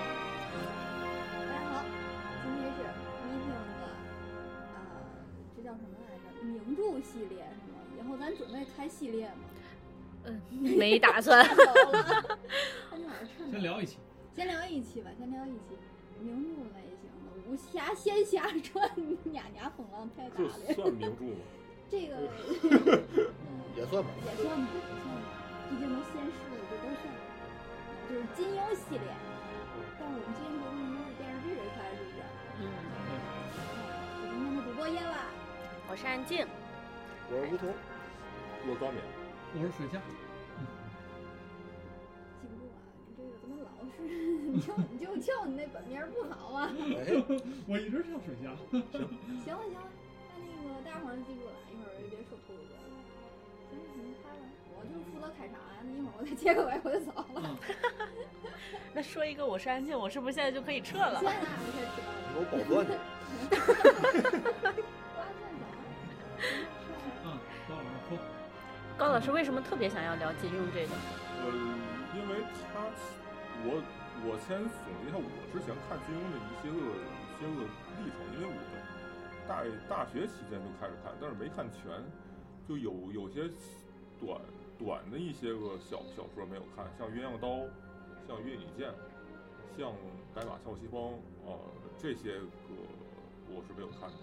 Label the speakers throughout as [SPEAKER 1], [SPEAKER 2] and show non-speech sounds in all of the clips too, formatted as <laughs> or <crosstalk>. [SPEAKER 1] 呃系列是吗？以后咱准备开系列吗？
[SPEAKER 2] 嗯，没打算。
[SPEAKER 1] 看走了，那就往这看走啊
[SPEAKER 3] 先聊一期，
[SPEAKER 1] 先聊一期吧，先聊一期名著类型的《武侠》《仙侠传》 <laughs> 《雅娘风浪太大
[SPEAKER 4] 这
[SPEAKER 1] 了，
[SPEAKER 4] 算名著吗？
[SPEAKER 1] 这
[SPEAKER 5] <laughs>
[SPEAKER 1] 个嗯
[SPEAKER 5] 也算吧。
[SPEAKER 1] 也算吧，也算吧，毕竟都仙逝了，这都算。就是金庸系列，
[SPEAKER 5] 嗯
[SPEAKER 1] 但是我们金庸不是电视剧这块是不是？
[SPEAKER 2] 嗯，
[SPEAKER 1] 我今天的主播夜晚，
[SPEAKER 2] <laughs> 我是安静，
[SPEAKER 5] 我是吴桐，
[SPEAKER 4] 我高敏，
[SPEAKER 3] 我是水下，
[SPEAKER 1] 记不住啊，你这个怎么老是 <laughs> 你就你就叫你那本名儿不好啊？
[SPEAKER 5] 哎，
[SPEAKER 3] <laughs> 我一直叫水 <laughs> 下。
[SPEAKER 1] 行了行了，那那个大伙儿记住了，一会儿就别说秃噜哥了。行了，你们开吧，我就负责开场啊，那一会儿我再结个尾我就走
[SPEAKER 2] <laughs>
[SPEAKER 1] 了。
[SPEAKER 2] 那说一个我是安静，我是不是现在就可以撤了
[SPEAKER 1] <laughs> 现？在我们开始了。
[SPEAKER 5] 我保钻，
[SPEAKER 1] 瓜算啥？
[SPEAKER 3] 嗯，高老师说，
[SPEAKER 2] 高老师为什么特别想要聊金庸这个？
[SPEAKER 4] 呃，因为他，我我先总结一下我之前看金庸的一些个一些个历程，因为我大大学期间就开始看，但是没看全，就有有些短短的一些个小小说没有看，像《鸳鸯刀》，像《越女剑》，像《白马啸西风》呃这些个我是没有看的，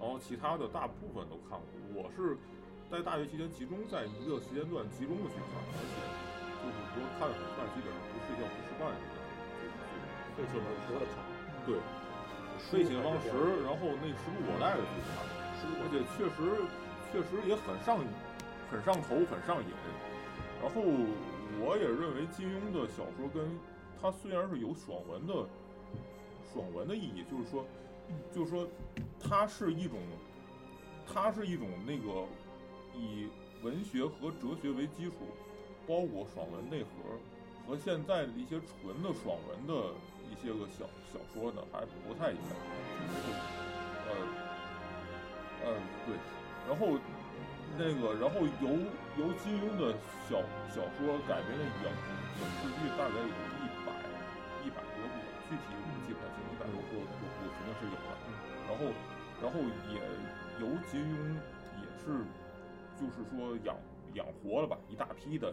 [SPEAKER 4] 然后其他的大部分都看过，我是。在大学期间，集中在一个时间段集中的去看，而且就是说看很快，基本上不睡觉不吃饭一样，
[SPEAKER 5] 废寝忘食的看，
[SPEAKER 4] 对，废寝忘食，然后那时不我待的去看，而且确实确实也很上瘾，很上头，很上瘾。然后我也认为金庸的小说跟它虽然是有爽文的爽文的意义，就是说就是说它是一种它是一种那个以文学和哲学为基础，包裹爽文内核，和现在的一些纯的爽文的一些个小小说呢，还不太一样。呃，呃，对，然后那个，然后由由金庸的小小说改编的影影视剧大概有一百一百多部，具体我记不太清，一百多部多部肯定是有的。然后，然后也由金庸也是，就是说养养活了吧一大批的，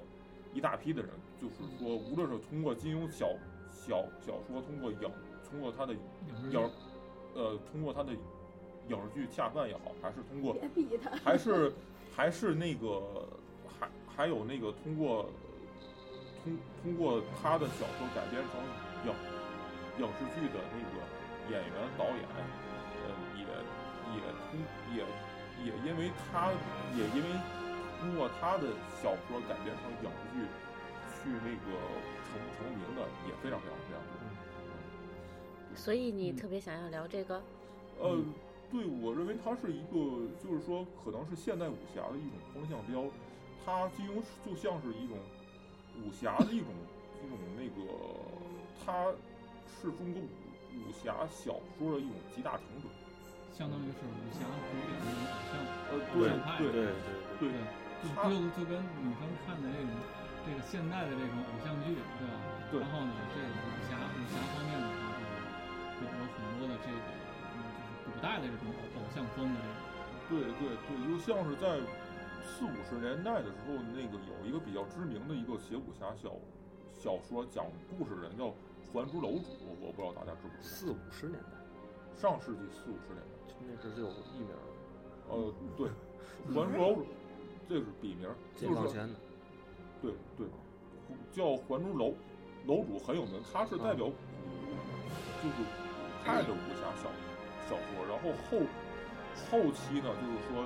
[SPEAKER 4] 一大批的人，就是说，无论是通过金庸小小小说，通过影，通过他的
[SPEAKER 3] 影视
[SPEAKER 4] 影
[SPEAKER 3] 剧，，
[SPEAKER 4] 呃，通过他的影视剧恰饭也好，还是通过
[SPEAKER 1] 别逼他。
[SPEAKER 4] 还是还是那个，还还有那个通过通通过他的小说改编成影影视剧的那个演员导演，呃，也也通也也因为他也因为通过他的小说改编成影视剧去那个成成名的也非常非常非常多。嗯
[SPEAKER 2] 所以你
[SPEAKER 3] 嗯
[SPEAKER 2] 特别想要聊这个？
[SPEAKER 4] 呃
[SPEAKER 3] 嗯，
[SPEAKER 4] 对，我认为它是一个，就是说，可能是现代武侠的一种风向标。它金庸是就像是一种武侠的一种一种那个，它是中国武武侠小说的一种集大成者。
[SPEAKER 3] 相当于是武侠古典的偶
[SPEAKER 4] 呃，
[SPEAKER 3] 对
[SPEAKER 4] 对
[SPEAKER 5] 对
[SPEAKER 4] 对
[SPEAKER 5] 对，
[SPEAKER 4] 对
[SPEAKER 3] 像，，
[SPEAKER 4] 他
[SPEAKER 3] 对，就就就跟女生看的这种这个现代的这种偶像剧，对吧？
[SPEAKER 4] 对
[SPEAKER 3] 然后呢，这个武侠武侠方面的话，就是有有很多的这个嗯，就是古代的这种偶偶像风的这种。
[SPEAKER 4] 对对对，就像是在四五十年代的时候，那个有一个比较知名的一个写武侠小小说讲故事的人叫还珠楼主，我不知道大家知不知道？
[SPEAKER 5] 四五十年代，
[SPEAKER 4] 上世纪四五十年代。
[SPEAKER 5] 那时就有艺名，
[SPEAKER 4] 呃，对，还珠楼主，这是笔名儿，
[SPEAKER 5] 解
[SPEAKER 4] 就是
[SPEAKER 5] 放
[SPEAKER 4] 说
[SPEAKER 5] 前的，
[SPEAKER 4] 对对，叫还珠楼楼主很有名，他是代表古就是古代的武侠小小说，然后后后期呢，就是说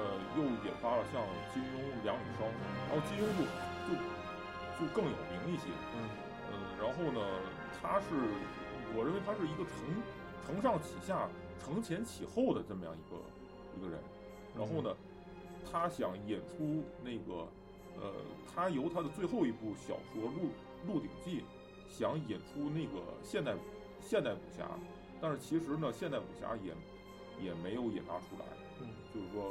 [SPEAKER 4] 呃，又引发了像金庸、梁羽生，然后金庸就就就更有名一些，
[SPEAKER 5] 嗯，
[SPEAKER 4] 呃，然后呢，他是我认为他是一个承承上启下、承前启后的这么样一个一个人。然后呢，他想引出那个呃，他由他的最后一部小说《鹿鹿鼎记》，想引出那个现代现代武侠，但是其实呢，现代武侠也也没有引发出来。
[SPEAKER 5] 嗯，
[SPEAKER 4] 就是说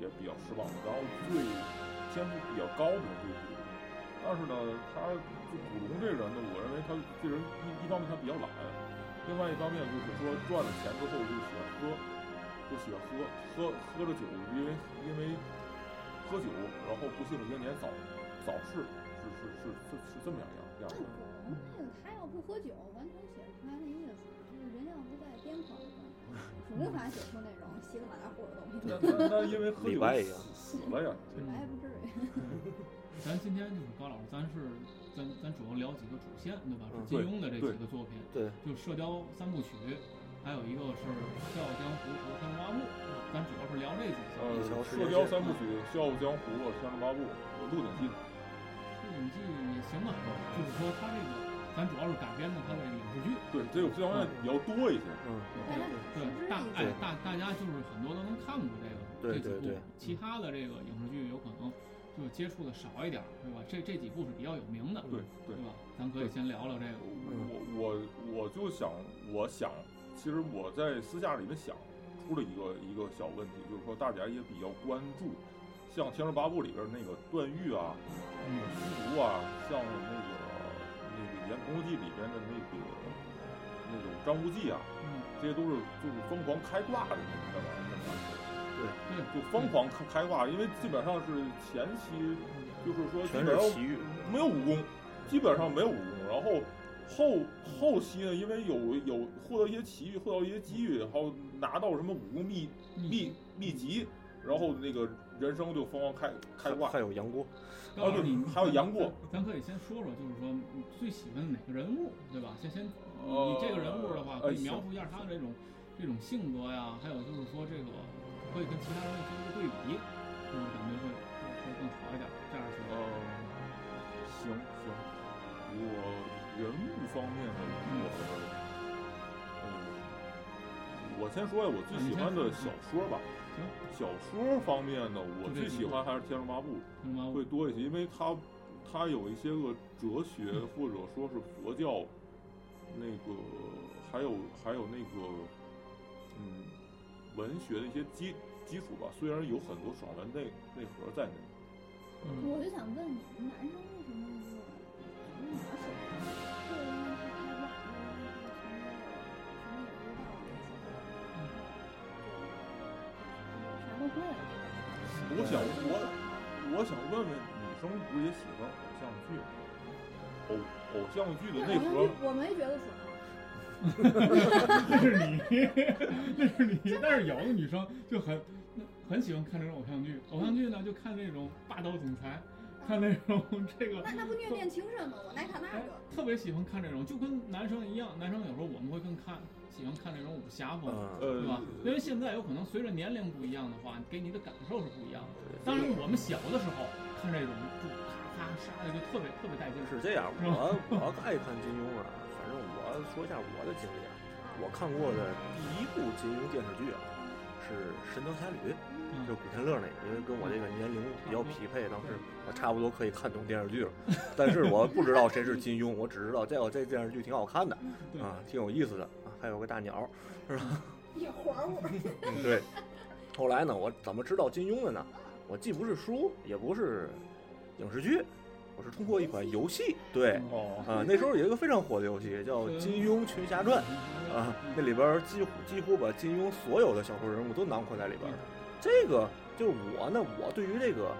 [SPEAKER 4] 也比较失望。然后最天赋比较高的就是古龙，但是呢，他就古龙这人呢，我认为他这人一一方面他比较懒，另外一方面就是说赚了钱之后就喜欢喝，就喜欢喝，喝喝了酒，因为因为喝酒，然后不幸英年早早逝，是是是是是这么样样
[SPEAKER 1] 那
[SPEAKER 4] 样的。
[SPEAKER 1] 古龙那个他要不喝酒，完全写不出来那意思。就是人要不在癫狂中，无法写出那种稀里马拉糊的东西。 <laughs>
[SPEAKER 4] 那那那因为喝
[SPEAKER 5] 李
[SPEAKER 4] 酒
[SPEAKER 5] 白一啊样
[SPEAKER 4] 死了呀，这
[SPEAKER 3] 嗯
[SPEAKER 1] 哎，不至于。
[SPEAKER 3] 咱今天就是高老师，咱是咱咱主要聊几个主线，对吧？是
[SPEAKER 5] 嗯
[SPEAKER 3] 金
[SPEAKER 4] 对
[SPEAKER 3] 庸的这
[SPEAKER 4] 对
[SPEAKER 3] 几个作品，
[SPEAKER 5] 对，
[SPEAKER 3] 就《射雕三部曲》，还有一个是《笑傲江湖》和《天龙八部》，咱主要是聊这几
[SPEAKER 4] 呃
[SPEAKER 3] 个。
[SPEAKER 5] 一条
[SPEAKER 4] 《
[SPEAKER 5] 时
[SPEAKER 4] 射雕
[SPEAKER 5] 间线
[SPEAKER 4] 三部曲》《笑傲江湖》《天龙八部》《鹿鼎记》
[SPEAKER 3] 《鹿鼎记》也行吧，就是说它这个，咱主要是改编的它的影视剧。
[SPEAKER 4] 对，这个这方面比较多一些。
[SPEAKER 5] 嗯，
[SPEAKER 1] 但是
[SPEAKER 3] 对，大哎
[SPEAKER 5] 对
[SPEAKER 3] 大大家就是很多都能看过这个
[SPEAKER 5] 对
[SPEAKER 3] 这几
[SPEAKER 5] 对
[SPEAKER 3] 部
[SPEAKER 5] 对，
[SPEAKER 3] 其他的这个影视剧有可能就是接触的少一点儿，对吧？这这几部是比较有名的，
[SPEAKER 4] 对对
[SPEAKER 3] 对，吧？咱可以先聊聊这个。
[SPEAKER 5] 嗯
[SPEAKER 4] 我我我就想，我想，其实我在私下里面想出了一个一个小问题，就是说大家也比较关注，像《天龙八部》里边那个段誉啊、
[SPEAKER 3] 嗯，
[SPEAKER 4] 虚竹啊，像那个那个《言不由记》里边的那个那种张无忌啊，
[SPEAKER 3] 嗯，
[SPEAKER 4] 这些都是就是疯狂开挂的那种玩意儿，
[SPEAKER 3] 对，
[SPEAKER 4] 就疯狂开开挂，因为基本上是前期就是说基
[SPEAKER 5] 全
[SPEAKER 4] 本
[SPEAKER 5] 是
[SPEAKER 4] 上
[SPEAKER 5] 奇遇，
[SPEAKER 4] 没有武功，基本上没有武功。然后后后期呢，因为有有获得一些奇遇，获得一些机遇，然后拿到什么武功秘秘秘籍，然后那个人生就疯狂开开挂
[SPEAKER 5] 还。有杨过，
[SPEAKER 3] 高老师
[SPEAKER 4] 哦对
[SPEAKER 3] 你
[SPEAKER 4] 还有杨过
[SPEAKER 3] 咱，咱可以先说说，就是说你最喜欢哪个人物，对吧？先先你
[SPEAKER 4] 呃
[SPEAKER 3] 这个人物的话，可
[SPEAKER 4] 呃
[SPEAKER 3] 以
[SPEAKER 4] 行
[SPEAKER 3] 描述一下他的这种这种性格呀，还有就是说这个可以跟其他人做一个对比，就是感觉会会会更好一点，这样
[SPEAKER 4] 嗯
[SPEAKER 3] 说。，
[SPEAKER 4] 行行，我人物方面呢，我嗯，我先说呀，我最喜欢的小说吧。
[SPEAKER 3] 行，
[SPEAKER 4] 小说方面呢，我
[SPEAKER 3] 就这
[SPEAKER 4] 最
[SPEAKER 3] 几
[SPEAKER 4] 喜
[SPEAKER 3] 部
[SPEAKER 4] 欢还是《天龙八部》。
[SPEAKER 3] 天龙八部
[SPEAKER 4] 会多一些，因为它它有一些个哲学或者说是佛教那个，还有还有那个嗯文学的一些基基础吧。虽然有很多爽文内内核在内，
[SPEAKER 3] 嗯
[SPEAKER 1] 我就想问你们，男生为什么就是女孩喜欢？就是因为他开挂，因为他从那个从那个知道我那些东西，就啥都会了。
[SPEAKER 4] 我想我我想问问女生不是也喜欢偶像剧吗？偶偶像剧的内核，
[SPEAKER 1] 我没觉得爽，
[SPEAKER 3] <laughs> 那是你，那是你。但是有的女生就很很喜欢看这种偶像剧，偶像剧呢就看那种霸道总裁，看那种这个
[SPEAKER 1] 那那不虐恋情深吗？我爱看那
[SPEAKER 3] 哎
[SPEAKER 1] 个。，
[SPEAKER 3] 特别喜欢看这种，就跟男生一样，男生有时候我们会更看喜欢看这种武侠风，
[SPEAKER 5] 嗯，
[SPEAKER 4] 呃
[SPEAKER 3] 对吧？因为现在有可能随着年龄不一样的话，给你的感受是不一样的。当然，我们小的时候看这种就咔咔杀的就特别特别带劲儿。
[SPEAKER 5] 呃是这样， <laughs> 我我爱看金庸啊，反正我说一下我的经历啊，我看过的第一部金庸电视剧啊，是《神雕侠侣》，
[SPEAKER 3] 嗯
[SPEAKER 5] 就是古天乐那个，因为跟我这个年龄比较匹配，当时我差不多可以看懂电视剧了，但是我不知道谁是金庸，我只知道这个这电视剧挺好看的
[SPEAKER 3] 对
[SPEAKER 5] 啊，挺有意思的啊，还有个大鸟，
[SPEAKER 1] 一环我
[SPEAKER 5] 嗯对。后来呢，我怎么知道金庸的呢？我既不是书，也不是影视剧，我是通过一款游戏，对。
[SPEAKER 4] 哦，
[SPEAKER 5] 啊，那时候有一个非常火的游戏叫《金庸群侠传》啊，
[SPEAKER 3] 嗯
[SPEAKER 5] 那里边儿几乎几乎把金庸所有的小说人物都囊括在里边儿了。这个就是我呢，我对于这个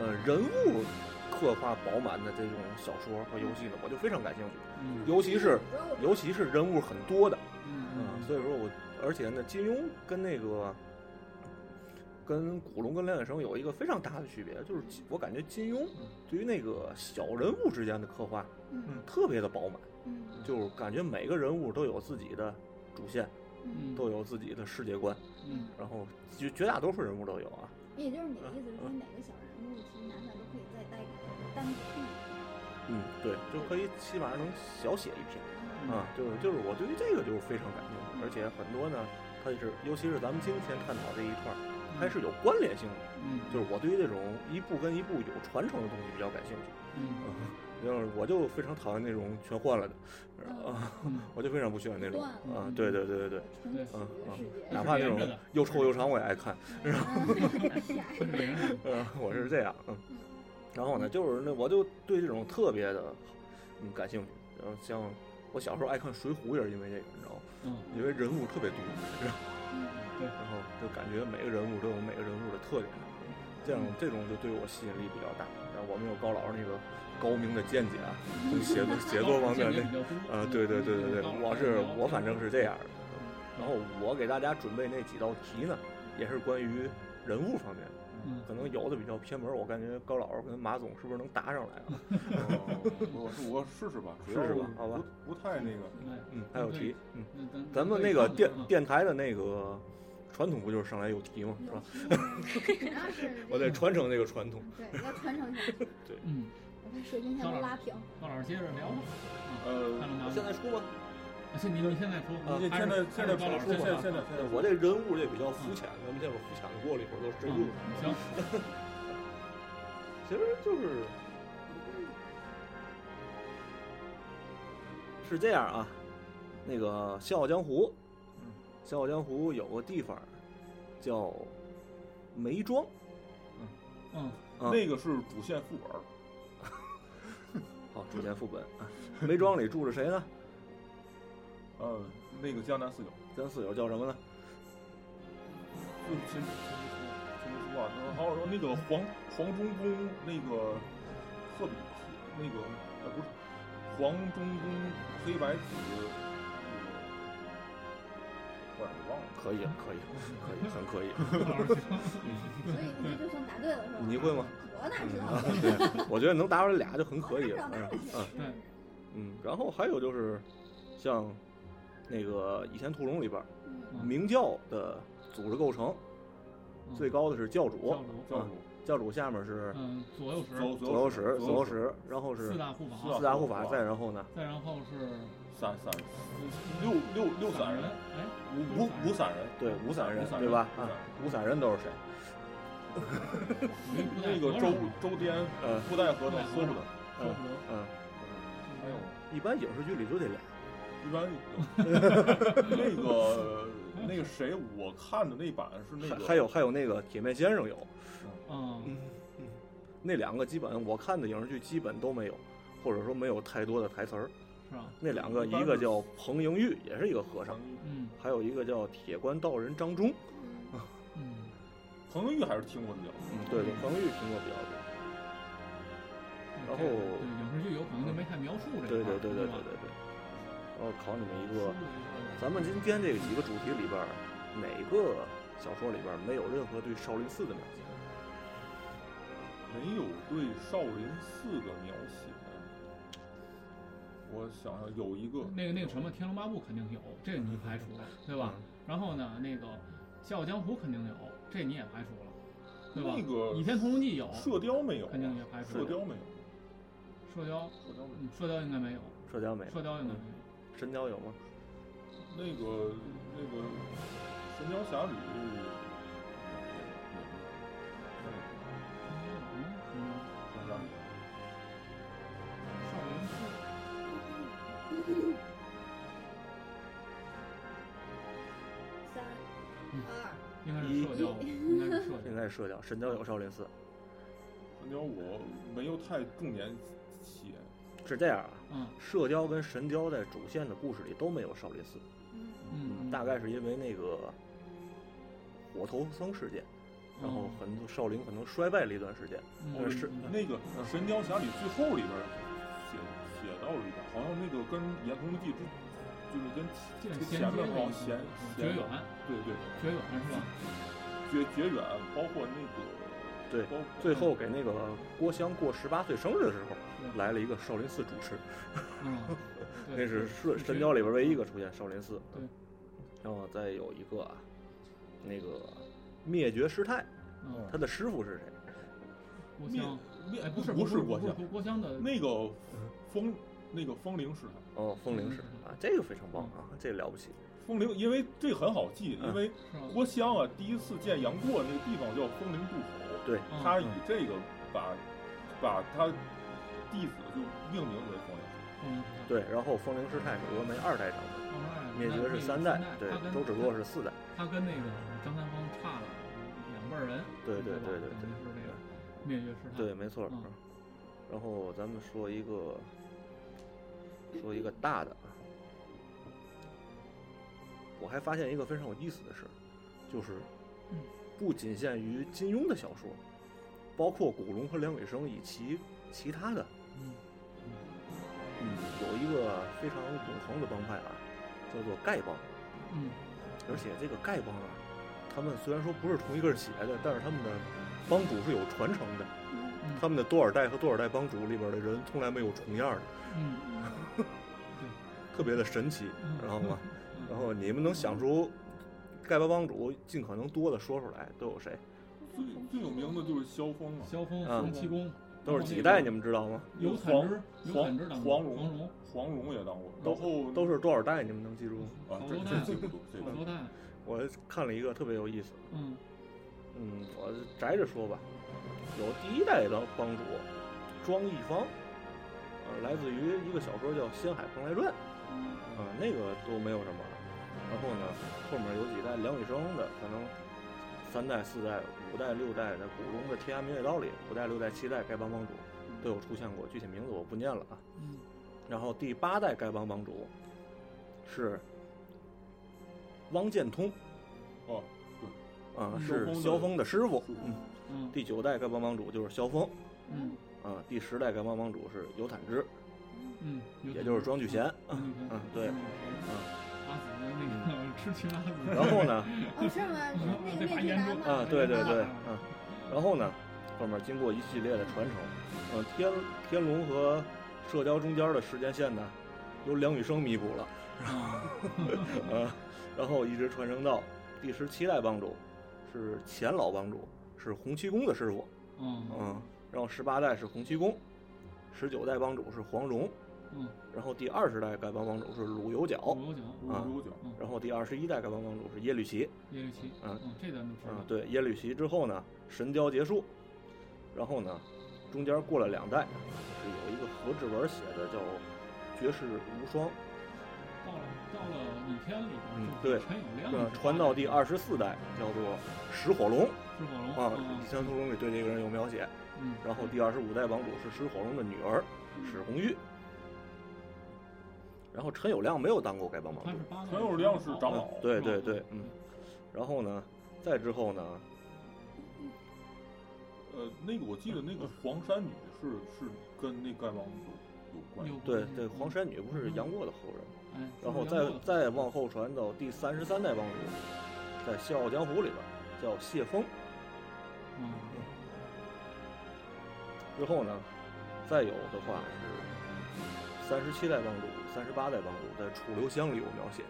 [SPEAKER 5] 呃人物刻画饱满的这种小说和游戏呢，我就非常感兴趣，
[SPEAKER 3] 嗯
[SPEAKER 5] 尤其是
[SPEAKER 1] 有
[SPEAKER 5] 尤其是人物很多的，啊，
[SPEAKER 3] 嗯
[SPEAKER 5] 所以说我而且呢，金庸跟那个。跟古龙跟梁羽生有一个非常大的区别，就是金我感觉金庸对于那个小人物之间的刻画
[SPEAKER 1] 嗯
[SPEAKER 5] 特别的饱满，
[SPEAKER 1] 嗯
[SPEAKER 5] 就是感觉每个人物都有自己的主线，
[SPEAKER 1] 嗯，
[SPEAKER 3] 嗯
[SPEAKER 5] 都有自己的世界观，
[SPEAKER 3] 嗯
[SPEAKER 5] 然后绝绝大多数人物都有啊。
[SPEAKER 1] 也就是你的意思是说，每个小人物其实拿出来都可以再带单独
[SPEAKER 5] 嗯，对，就可以起码能小写一篇
[SPEAKER 3] 嗯
[SPEAKER 5] 啊。就是就是我对于这个就是非常感兴趣，而且很多呢，它也是尤其是咱们今天探讨这一块儿，还是有关联性的。
[SPEAKER 3] 嗯
[SPEAKER 5] 就是我对于这种一部跟一部有传承的东西比较感兴趣，
[SPEAKER 3] 嗯
[SPEAKER 5] 就是我就非常讨厌那种全换了的，啊，
[SPEAKER 3] 嗯
[SPEAKER 5] <laughs> 我就非常不喜欢那种
[SPEAKER 1] 断了
[SPEAKER 5] 啊。对对对对对，
[SPEAKER 1] 重启的世界。
[SPEAKER 5] 哪怕那种
[SPEAKER 3] 连着的
[SPEAKER 5] 又臭又长我也爱看。
[SPEAKER 1] 嗯
[SPEAKER 5] 嗯，我是这样，嗯，然后呢，就是那我就对这种特别的，嗯，感兴趣。然后像我小时候爱看《水浒》，也是因为这个，你知道吗？
[SPEAKER 3] 嗯
[SPEAKER 5] 因为人物特别多，
[SPEAKER 1] 嗯
[SPEAKER 5] 然后就感觉每个人物都有每个人物的特点。这种这种就对我吸引力比较大。然后我们有高老师那个高明的见解 <laughs> 啊，对写作写作方
[SPEAKER 3] <laughs>
[SPEAKER 5] 面那
[SPEAKER 3] 那
[SPEAKER 5] 呃，对对对对对，
[SPEAKER 3] 嗯
[SPEAKER 5] 我是我反正是这样的。然
[SPEAKER 3] 后
[SPEAKER 5] 后我给大家准备那几道题呢，也是关于人物方面的，
[SPEAKER 3] 嗯
[SPEAKER 5] 可能有的比较偏门，我感觉高老师跟马总是不是能答上 <laughs> 来啊？
[SPEAKER 4] 我是我试试吧，主要
[SPEAKER 5] 试试吧好吧
[SPEAKER 4] 不不太那个，
[SPEAKER 5] <laughs> 嗯，还有题，嗯，
[SPEAKER 3] 哎那咱
[SPEAKER 5] 咱们那个电
[SPEAKER 3] 啊
[SPEAKER 5] 电台的那个传统不就是上来有题吗？是吧？
[SPEAKER 1] 主要是
[SPEAKER 5] <laughs> 我得传承这个传统。
[SPEAKER 1] 对要传承下去，
[SPEAKER 3] 嗯，
[SPEAKER 1] 我怕水军才能拉 <laughs> 平。
[SPEAKER 3] 高老师接着聊吧。
[SPEAKER 4] 呃
[SPEAKER 3] 看，了吗？
[SPEAKER 5] 现在出吧，
[SPEAKER 3] 现你就现在说，
[SPEAKER 4] 你现在现在
[SPEAKER 3] 高老师
[SPEAKER 4] 现在现在现在
[SPEAKER 5] 我这人物这比较肤浅，咱们先把肤浅的过了一会儿，都是真入。
[SPEAKER 3] 行，
[SPEAKER 5] 其实就是是这样啊，那个《笑傲江湖》，《笑傲江湖》有个地方叫梅庄，
[SPEAKER 3] 嗯，
[SPEAKER 5] 啊
[SPEAKER 4] 那个是主线副本儿，
[SPEAKER 5] 好，主线副本啊。梅庄里住着谁呢？
[SPEAKER 4] 呃，那个江南四友，
[SPEAKER 5] 咱四友叫什么呢？
[SPEAKER 4] 就是秦秦秦叔啊，然后那个黄黄忠公那个鹤比那个呃不是黄忠公黑白子，我也忘了。
[SPEAKER 5] 可以，可以，可以，很可以。
[SPEAKER 1] 所以你这就算答对了是吧？嗯
[SPEAKER 5] 你会吗？
[SPEAKER 1] 我哪知道？
[SPEAKER 5] <laughs> 对，我觉得能答出来俩就很可以
[SPEAKER 1] 我
[SPEAKER 5] 了。
[SPEAKER 1] 哪知道
[SPEAKER 5] 嗯
[SPEAKER 1] 哪是
[SPEAKER 5] 嗯嗯，然后还有就是，像那个《倚天屠龙》里边儿，
[SPEAKER 1] 嗯，
[SPEAKER 5] 明教的组织构成最高的是嗯教主
[SPEAKER 3] 教，主，
[SPEAKER 4] 教主
[SPEAKER 5] 教主下面是
[SPEAKER 3] 嗯，左右
[SPEAKER 4] 左
[SPEAKER 3] 手，
[SPEAKER 5] 啊左右使、左右
[SPEAKER 4] 使
[SPEAKER 5] 使，然后是
[SPEAKER 3] 四大护法，
[SPEAKER 5] 四大护法，再然后呢，
[SPEAKER 3] 再然后是
[SPEAKER 4] 三三六六六散人，，
[SPEAKER 3] 哎，
[SPEAKER 4] 五五五散人，
[SPEAKER 5] 对嗯五散人
[SPEAKER 4] 五散
[SPEAKER 5] 对吧？
[SPEAKER 4] 五散
[SPEAKER 5] 啊
[SPEAKER 4] 人，
[SPEAKER 5] 五散人都是谁？
[SPEAKER 4] 那个周周滇
[SPEAKER 5] 呃
[SPEAKER 4] 不带和尚说的，
[SPEAKER 5] 嗯
[SPEAKER 3] 周
[SPEAKER 5] 嗯，
[SPEAKER 4] 还有
[SPEAKER 5] 一般影视剧里就这俩。
[SPEAKER 4] 一般
[SPEAKER 5] <laughs>
[SPEAKER 4] 那个那个谁，我看的那版是那
[SPEAKER 5] 还
[SPEAKER 4] 个
[SPEAKER 5] 还有还有那个铁面先生有，
[SPEAKER 3] 嗯，
[SPEAKER 5] 那两个基本我看的影视剧基本都没有，或者说没有太多的台词儿。
[SPEAKER 3] 是吧？
[SPEAKER 5] 那两个一个叫彭莹玉，也是一个和尚，
[SPEAKER 3] 嗯
[SPEAKER 5] 还有一个叫铁关道人张忠。
[SPEAKER 3] 嗯，
[SPEAKER 4] 彭于晏还是听过的了。
[SPEAKER 5] 嗯，对对，彭莹玉听过比较多。
[SPEAKER 3] 然后对影视剧有可能就没太描述这
[SPEAKER 5] 对
[SPEAKER 3] 个，
[SPEAKER 5] 对对对对对对。然后考你们一个，咱们今天这几个主题里边儿，哪个小说里边儿没有任何对少林寺的描写？
[SPEAKER 4] 没有对少林寺的描写。我想想，有一个
[SPEAKER 3] 那个那个什么《天龙八部》肯定有，这个你排除了，对吧？
[SPEAKER 5] 嗯
[SPEAKER 3] 然后呢，那个《笑傲江湖》肯定有，这你也排除了，对吧？
[SPEAKER 4] 那
[SPEAKER 3] 《
[SPEAKER 4] 个
[SPEAKER 3] 倚天屠龙记》有，
[SPEAKER 4] 射雕没有啊，
[SPEAKER 3] 肯定也排除
[SPEAKER 4] 射
[SPEAKER 3] 了
[SPEAKER 4] 雕没有，
[SPEAKER 3] 射雕，
[SPEAKER 4] 射雕没有。
[SPEAKER 3] 嗯，射雕应该没有，
[SPEAKER 5] 射雕没有，
[SPEAKER 3] 射雕应该没有。
[SPEAKER 5] 神雕有吗？
[SPEAKER 4] 那个那个神雕侠侣也没有。
[SPEAKER 5] 嗯
[SPEAKER 4] 神雕侠侣
[SPEAKER 3] 少林寺，
[SPEAKER 1] 三二
[SPEAKER 3] 应该
[SPEAKER 5] 嗯
[SPEAKER 3] 是射雕，应该是射
[SPEAKER 5] 应 <laughs>
[SPEAKER 3] 雕。
[SPEAKER 5] 该是射雕，神雕有少林寺。
[SPEAKER 4] 神雕我没有太重点写，
[SPEAKER 5] 是这样啊，
[SPEAKER 3] 嗯
[SPEAKER 5] 射雕跟神雕在主线的故事里都没有少林寺，
[SPEAKER 1] 嗯，
[SPEAKER 3] 嗯，
[SPEAKER 5] 大概是因为那个火头僧事件，然后很多少林可能衰败了一段时间。
[SPEAKER 4] 哦
[SPEAKER 5] 是
[SPEAKER 4] 那个《神雕侠侣》最后里边儿写写到了一点，好像那个跟《炎黄子弟》之就是跟
[SPEAKER 3] 这
[SPEAKER 4] 就
[SPEAKER 3] 衔
[SPEAKER 4] 前
[SPEAKER 3] 接
[SPEAKER 4] 面好像衔
[SPEAKER 3] 嗯绝
[SPEAKER 4] 衔
[SPEAKER 3] 远，
[SPEAKER 4] 对对
[SPEAKER 3] 绝远是吧？
[SPEAKER 4] 绝绝远，包括那个
[SPEAKER 5] 对
[SPEAKER 4] 包括
[SPEAKER 5] 最后给那个郭襄过十八岁生日的时候，
[SPEAKER 3] 对
[SPEAKER 5] 来了一个少林寺主持， <laughs>
[SPEAKER 3] 嗯，
[SPEAKER 5] 那是
[SPEAKER 3] 射
[SPEAKER 5] 射神雕里边唯一一个出现少林寺。
[SPEAKER 3] 对，
[SPEAKER 5] 然后再有一个啊，那个灭绝师太，
[SPEAKER 3] 嗯，
[SPEAKER 5] 他的师傅是谁？
[SPEAKER 3] 郭
[SPEAKER 4] 灭
[SPEAKER 3] 襄，
[SPEAKER 4] 灭
[SPEAKER 3] 哎，不是
[SPEAKER 4] 不
[SPEAKER 3] 是
[SPEAKER 4] 郭襄，
[SPEAKER 3] 郭襄的
[SPEAKER 4] 那个风那个风铃是他，
[SPEAKER 5] 哦，风铃师啊，这个非常棒啊，这了不起。
[SPEAKER 4] 风铃因为这很好记，
[SPEAKER 5] 嗯
[SPEAKER 4] 因为
[SPEAKER 3] 是吧？
[SPEAKER 4] 郭襄啊第一次见杨过那个地方叫风铃渡口，
[SPEAKER 5] 对，
[SPEAKER 3] 嗯
[SPEAKER 4] 他以这个把把他弟子就命名为风铃。
[SPEAKER 3] 嗯，
[SPEAKER 5] 对，然后风铃师太是峨眉二代掌门，
[SPEAKER 3] 嗯
[SPEAKER 5] 灭绝是三代，对
[SPEAKER 3] 他，跟
[SPEAKER 5] 周芷若是四代，
[SPEAKER 3] 他跟那个张三丰差了两辈儿人，
[SPEAKER 5] 对
[SPEAKER 3] 对
[SPEAKER 5] 对
[SPEAKER 3] 吧
[SPEAKER 5] 对对
[SPEAKER 3] 等于是那个
[SPEAKER 5] 对
[SPEAKER 3] 灭绝师太，
[SPEAKER 5] 对，没错儿
[SPEAKER 3] 嗯。
[SPEAKER 5] 然后咱们说一个，说一个大的啊，我还发现一个非常有意思的事，就是
[SPEAKER 3] 嗯
[SPEAKER 5] 不仅限于金庸的小说，包括古龙和梁羽生以及其他的，
[SPEAKER 3] 嗯
[SPEAKER 5] 嗯，有一个非常永恒的帮派啊，叫做丐帮。
[SPEAKER 3] 嗯
[SPEAKER 5] 而且这个丐帮啊，他们虽然说不是同一根血的，但是他们的帮主是有传承的，
[SPEAKER 1] 嗯
[SPEAKER 5] 他们的多少代和多少代帮主里边的人从来没有重样的，
[SPEAKER 3] 嗯
[SPEAKER 5] 特别的神奇，知道吗？
[SPEAKER 3] 嗯，
[SPEAKER 5] <laughs> 然后你们能想出丐帮帮主尽可能多的说出来都有谁？
[SPEAKER 4] 最最有名的就是萧峰嘛，
[SPEAKER 3] <laughs> 萧峰、
[SPEAKER 5] 嗯
[SPEAKER 3] 洪七公
[SPEAKER 5] 都是几代？你们知道吗？
[SPEAKER 3] 有坦之、有坦之党、
[SPEAKER 4] 黄
[SPEAKER 3] 荣、
[SPEAKER 4] 龙
[SPEAKER 3] 黄蓉、
[SPEAKER 4] 黄蓉也当过，
[SPEAKER 5] 都
[SPEAKER 4] 然后
[SPEAKER 5] 都是多少代？你们能记住吗？
[SPEAKER 4] 啊
[SPEAKER 3] 好，
[SPEAKER 4] 这
[SPEAKER 3] 多
[SPEAKER 4] 这
[SPEAKER 3] 代
[SPEAKER 4] 记不住，这
[SPEAKER 3] 好
[SPEAKER 4] 个
[SPEAKER 3] 多代，
[SPEAKER 5] 我看了一个特别有意思，
[SPEAKER 3] 嗯
[SPEAKER 5] 嗯，我摘着说吧，有第一代的帮主庄一方，呃，来自于一个小说叫《仙海蓬莱传》。啊，那个都没有什么了。然后呢，后面有几代梁羽生的，可能三代、四代、五代、六代的古龙的《天涯明月刀》里，五代、六代、七代丐帮帮主都有出现过，具体名字我不念了啊。
[SPEAKER 3] 嗯
[SPEAKER 5] 然后第八代丐帮帮主是汪建通，
[SPEAKER 4] 哦，
[SPEAKER 5] 啊、
[SPEAKER 3] 嗯
[SPEAKER 5] 是
[SPEAKER 4] 萧
[SPEAKER 5] 萧
[SPEAKER 4] 峰
[SPEAKER 5] 峰的师傅
[SPEAKER 4] 师。傅
[SPEAKER 5] 嗯，
[SPEAKER 3] 嗯
[SPEAKER 5] 第九代丐帮帮主就是萧峰，
[SPEAKER 3] 嗯
[SPEAKER 5] 啊、第十代丐帮帮主是尤坦之，
[SPEAKER 3] 嗯，有
[SPEAKER 5] 也就是
[SPEAKER 3] 坦
[SPEAKER 5] 庄
[SPEAKER 3] 之
[SPEAKER 5] 聚 <laughs> 贤。
[SPEAKER 3] 嗯
[SPEAKER 5] 嗯对
[SPEAKER 3] 嗯阿紫的那个 <laughs> 痴情阿紫，
[SPEAKER 5] 然后呢，
[SPEAKER 1] 哦，是吗？那个面具男吗？
[SPEAKER 5] 啊，对对对，
[SPEAKER 1] 啊
[SPEAKER 5] 嗯，然后呢，后面经过一系列的传承，呃，天天龙和社交中间的时间线呢，由梁羽生弥补了，
[SPEAKER 3] 啊
[SPEAKER 5] <laughs> 呃，然后一直传承到第十七代帮主，是前老帮主，是洪七公的师傅，
[SPEAKER 3] <laughs> 嗯
[SPEAKER 5] 嗯，然后十八代是洪七公，十九代帮主是黄蓉，
[SPEAKER 3] 嗯，
[SPEAKER 5] 然后第二十代丐帮帮主是鲁有角，
[SPEAKER 3] 五有九嗯
[SPEAKER 5] 啊
[SPEAKER 4] 五九九，
[SPEAKER 5] 然后第二十一代丐帮帮主是耶律齐，
[SPEAKER 3] 叶绿旗，
[SPEAKER 5] 嗯
[SPEAKER 3] 嗯，这咱们知
[SPEAKER 5] 啊
[SPEAKER 3] 道，，
[SPEAKER 5] 对，耶律齐之后呢，神雕结束，然后呢，中间过了两代，是有一个何志文写的叫《绝世无双》，
[SPEAKER 3] 到了到了倚天里边，
[SPEAKER 5] 嗯
[SPEAKER 3] 就是
[SPEAKER 5] 对
[SPEAKER 3] 陈友谅
[SPEAKER 5] 呃
[SPEAKER 3] 是吧
[SPEAKER 5] 传到第二十四代，叫做《石火龙》
[SPEAKER 3] 是火龙
[SPEAKER 5] 啊，《倚
[SPEAKER 3] 嗯
[SPEAKER 5] 天屠龙》里对这个人有描写。
[SPEAKER 3] 嗯，
[SPEAKER 5] 然后第二十五代帮主是石火龙的女儿史红玉。然后陈友谅没有当过丐帮帮
[SPEAKER 3] 他
[SPEAKER 5] 主
[SPEAKER 3] 是，八代
[SPEAKER 4] 陈友谅是长老，
[SPEAKER 5] 对对对，嗯。然后呢，再之后呢，
[SPEAKER 4] 呃，那个我记得那个黄山女是是跟那丐帮有有关系
[SPEAKER 3] 有，
[SPEAKER 5] 对对，黄山女不是杨过的后人吗？
[SPEAKER 3] 哎，
[SPEAKER 5] 嗯然后再再往后传到第三十三代帮主，在《笑傲江湖》里边叫谢峰。
[SPEAKER 3] 嗯，
[SPEAKER 5] 之后呢，再有的话是三十七代帮主、三十八代帮主，在《楚留香》里有描写。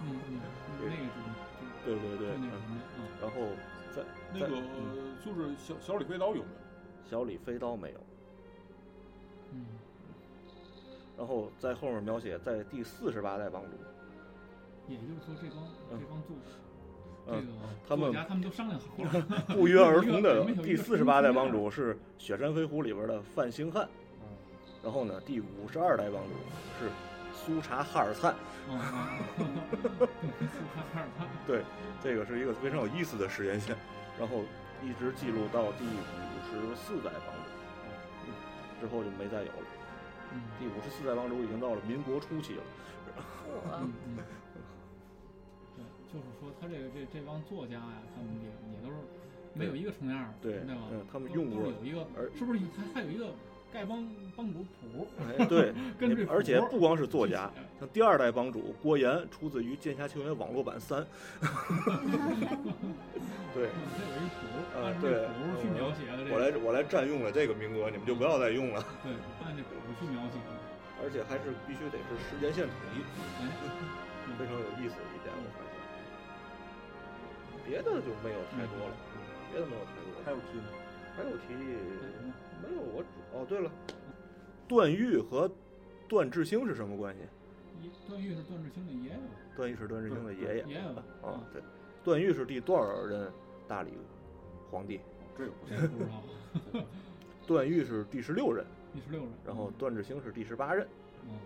[SPEAKER 3] 嗯嗯，那个是
[SPEAKER 5] 对对对，
[SPEAKER 3] 就那
[SPEAKER 5] 嗯
[SPEAKER 3] 个什么，嗯
[SPEAKER 5] 然后再
[SPEAKER 4] 那
[SPEAKER 5] 再嗯
[SPEAKER 4] 个呃就是小小李飞刀有没
[SPEAKER 5] 小李飞刀没有。
[SPEAKER 3] 嗯
[SPEAKER 5] 然后在后面描写，在第四十八代 <laughs> 帮主，，
[SPEAKER 3] 也就是说这帮
[SPEAKER 5] 嗯
[SPEAKER 3] 这帮作这
[SPEAKER 5] 嗯
[SPEAKER 3] 个
[SPEAKER 5] 他们
[SPEAKER 3] 作家他们都商量好了，
[SPEAKER 5] 不约而同的
[SPEAKER 3] 没有一个
[SPEAKER 5] 第四十八代帮主是《雪山飞狐》里边的范兴汉。
[SPEAKER 4] 有？
[SPEAKER 5] 然后呢，第五十二代帮主是苏察哈尔灿。
[SPEAKER 3] 嗯啊，四叉叉尔他，
[SPEAKER 5] 这个是一个非常有意思的时间线，然后一直记录到第五十四代帮主，
[SPEAKER 3] 哦
[SPEAKER 5] 嗯之后就没再有了。
[SPEAKER 3] 嗯
[SPEAKER 5] 第五十四代帮主已经到了民国初期了，
[SPEAKER 3] 嗯嗯，对，就是说他这个这这帮作家呀，他们也也都是没有一个重样的，
[SPEAKER 5] 对，
[SPEAKER 3] 对吧？
[SPEAKER 5] 嗯，他们
[SPEAKER 3] 都
[SPEAKER 5] 用
[SPEAKER 3] 都
[SPEAKER 5] 过
[SPEAKER 3] 是，有一个，
[SPEAKER 5] 而
[SPEAKER 3] 是不是有他还有一个丐帮帮主谱？
[SPEAKER 5] 哎，对，
[SPEAKER 3] <laughs> 跟这谱
[SPEAKER 5] 而且不光是作
[SPEAKER 3] 去
[SPEAKER 5] 家，
[SPEAKER 3] 写
[SPEAKER 5] 像第二代帮主郭岩出自于《剑侠情缘》网络版三，
[SPEAKER 3] 哦
[SPEAKER 5] 对
[SPEAKER 3] 嗯，他有一谱，
[SPEAKER 5] 啊
[SPEAKER 3] 按这
[SPEAKER 5] 对
[SPEAKER 3] 个谱去描写的这
[SPEAKER 5] 我
[SPEAKER 3] 个，
[SPEAKER 5] 来我来占用了这个名额，你们就不要再用
[SPEAKER 3] <laughs>
[SPEAKER 5] 了，
[SPEAKER 3] 对，按这谱去描写的，
[SPEAKER 5] 而且还是必须得是时间线统一，
[SPEAKER 3] 哎，嗯
[SPEAKER 5] 非常有意思的一点，我发现。别的就没有太多了，嗯别的没有太多了
[SPEAKER 4] 还。有题吗？
[SPEAKER 5] 还有提
[SPEAKER 3] 嗯
[SPEAKER 5] 没有？我哦，对了，段誉和段志兴是什么关系？
[SPEAKER 3] 一段誉是段志清的爷爷吧？
[SPEAKER 5] 段誉是段志兴的爷爷
[SPEAKER 3] 爷爷吧？嗯
[SPEAKER 5] 啊，对，段誉是第多少任大理皇帝？
[SPEAKER 4] 这个不
[SPEAKER 3] 这
[SPEAKER 4] 行，
[SPEAKER 3] 个
[SPEAKER 5] <laughs>
[SPEAKER 3] 不知道，
[SPEAKER 5] 段誉是第十六任，
[SPEAKER 3] 第十六人，
[SPEAKER 5] 然后段志兴是第十八任。
[SPEAKER 3] 嗯，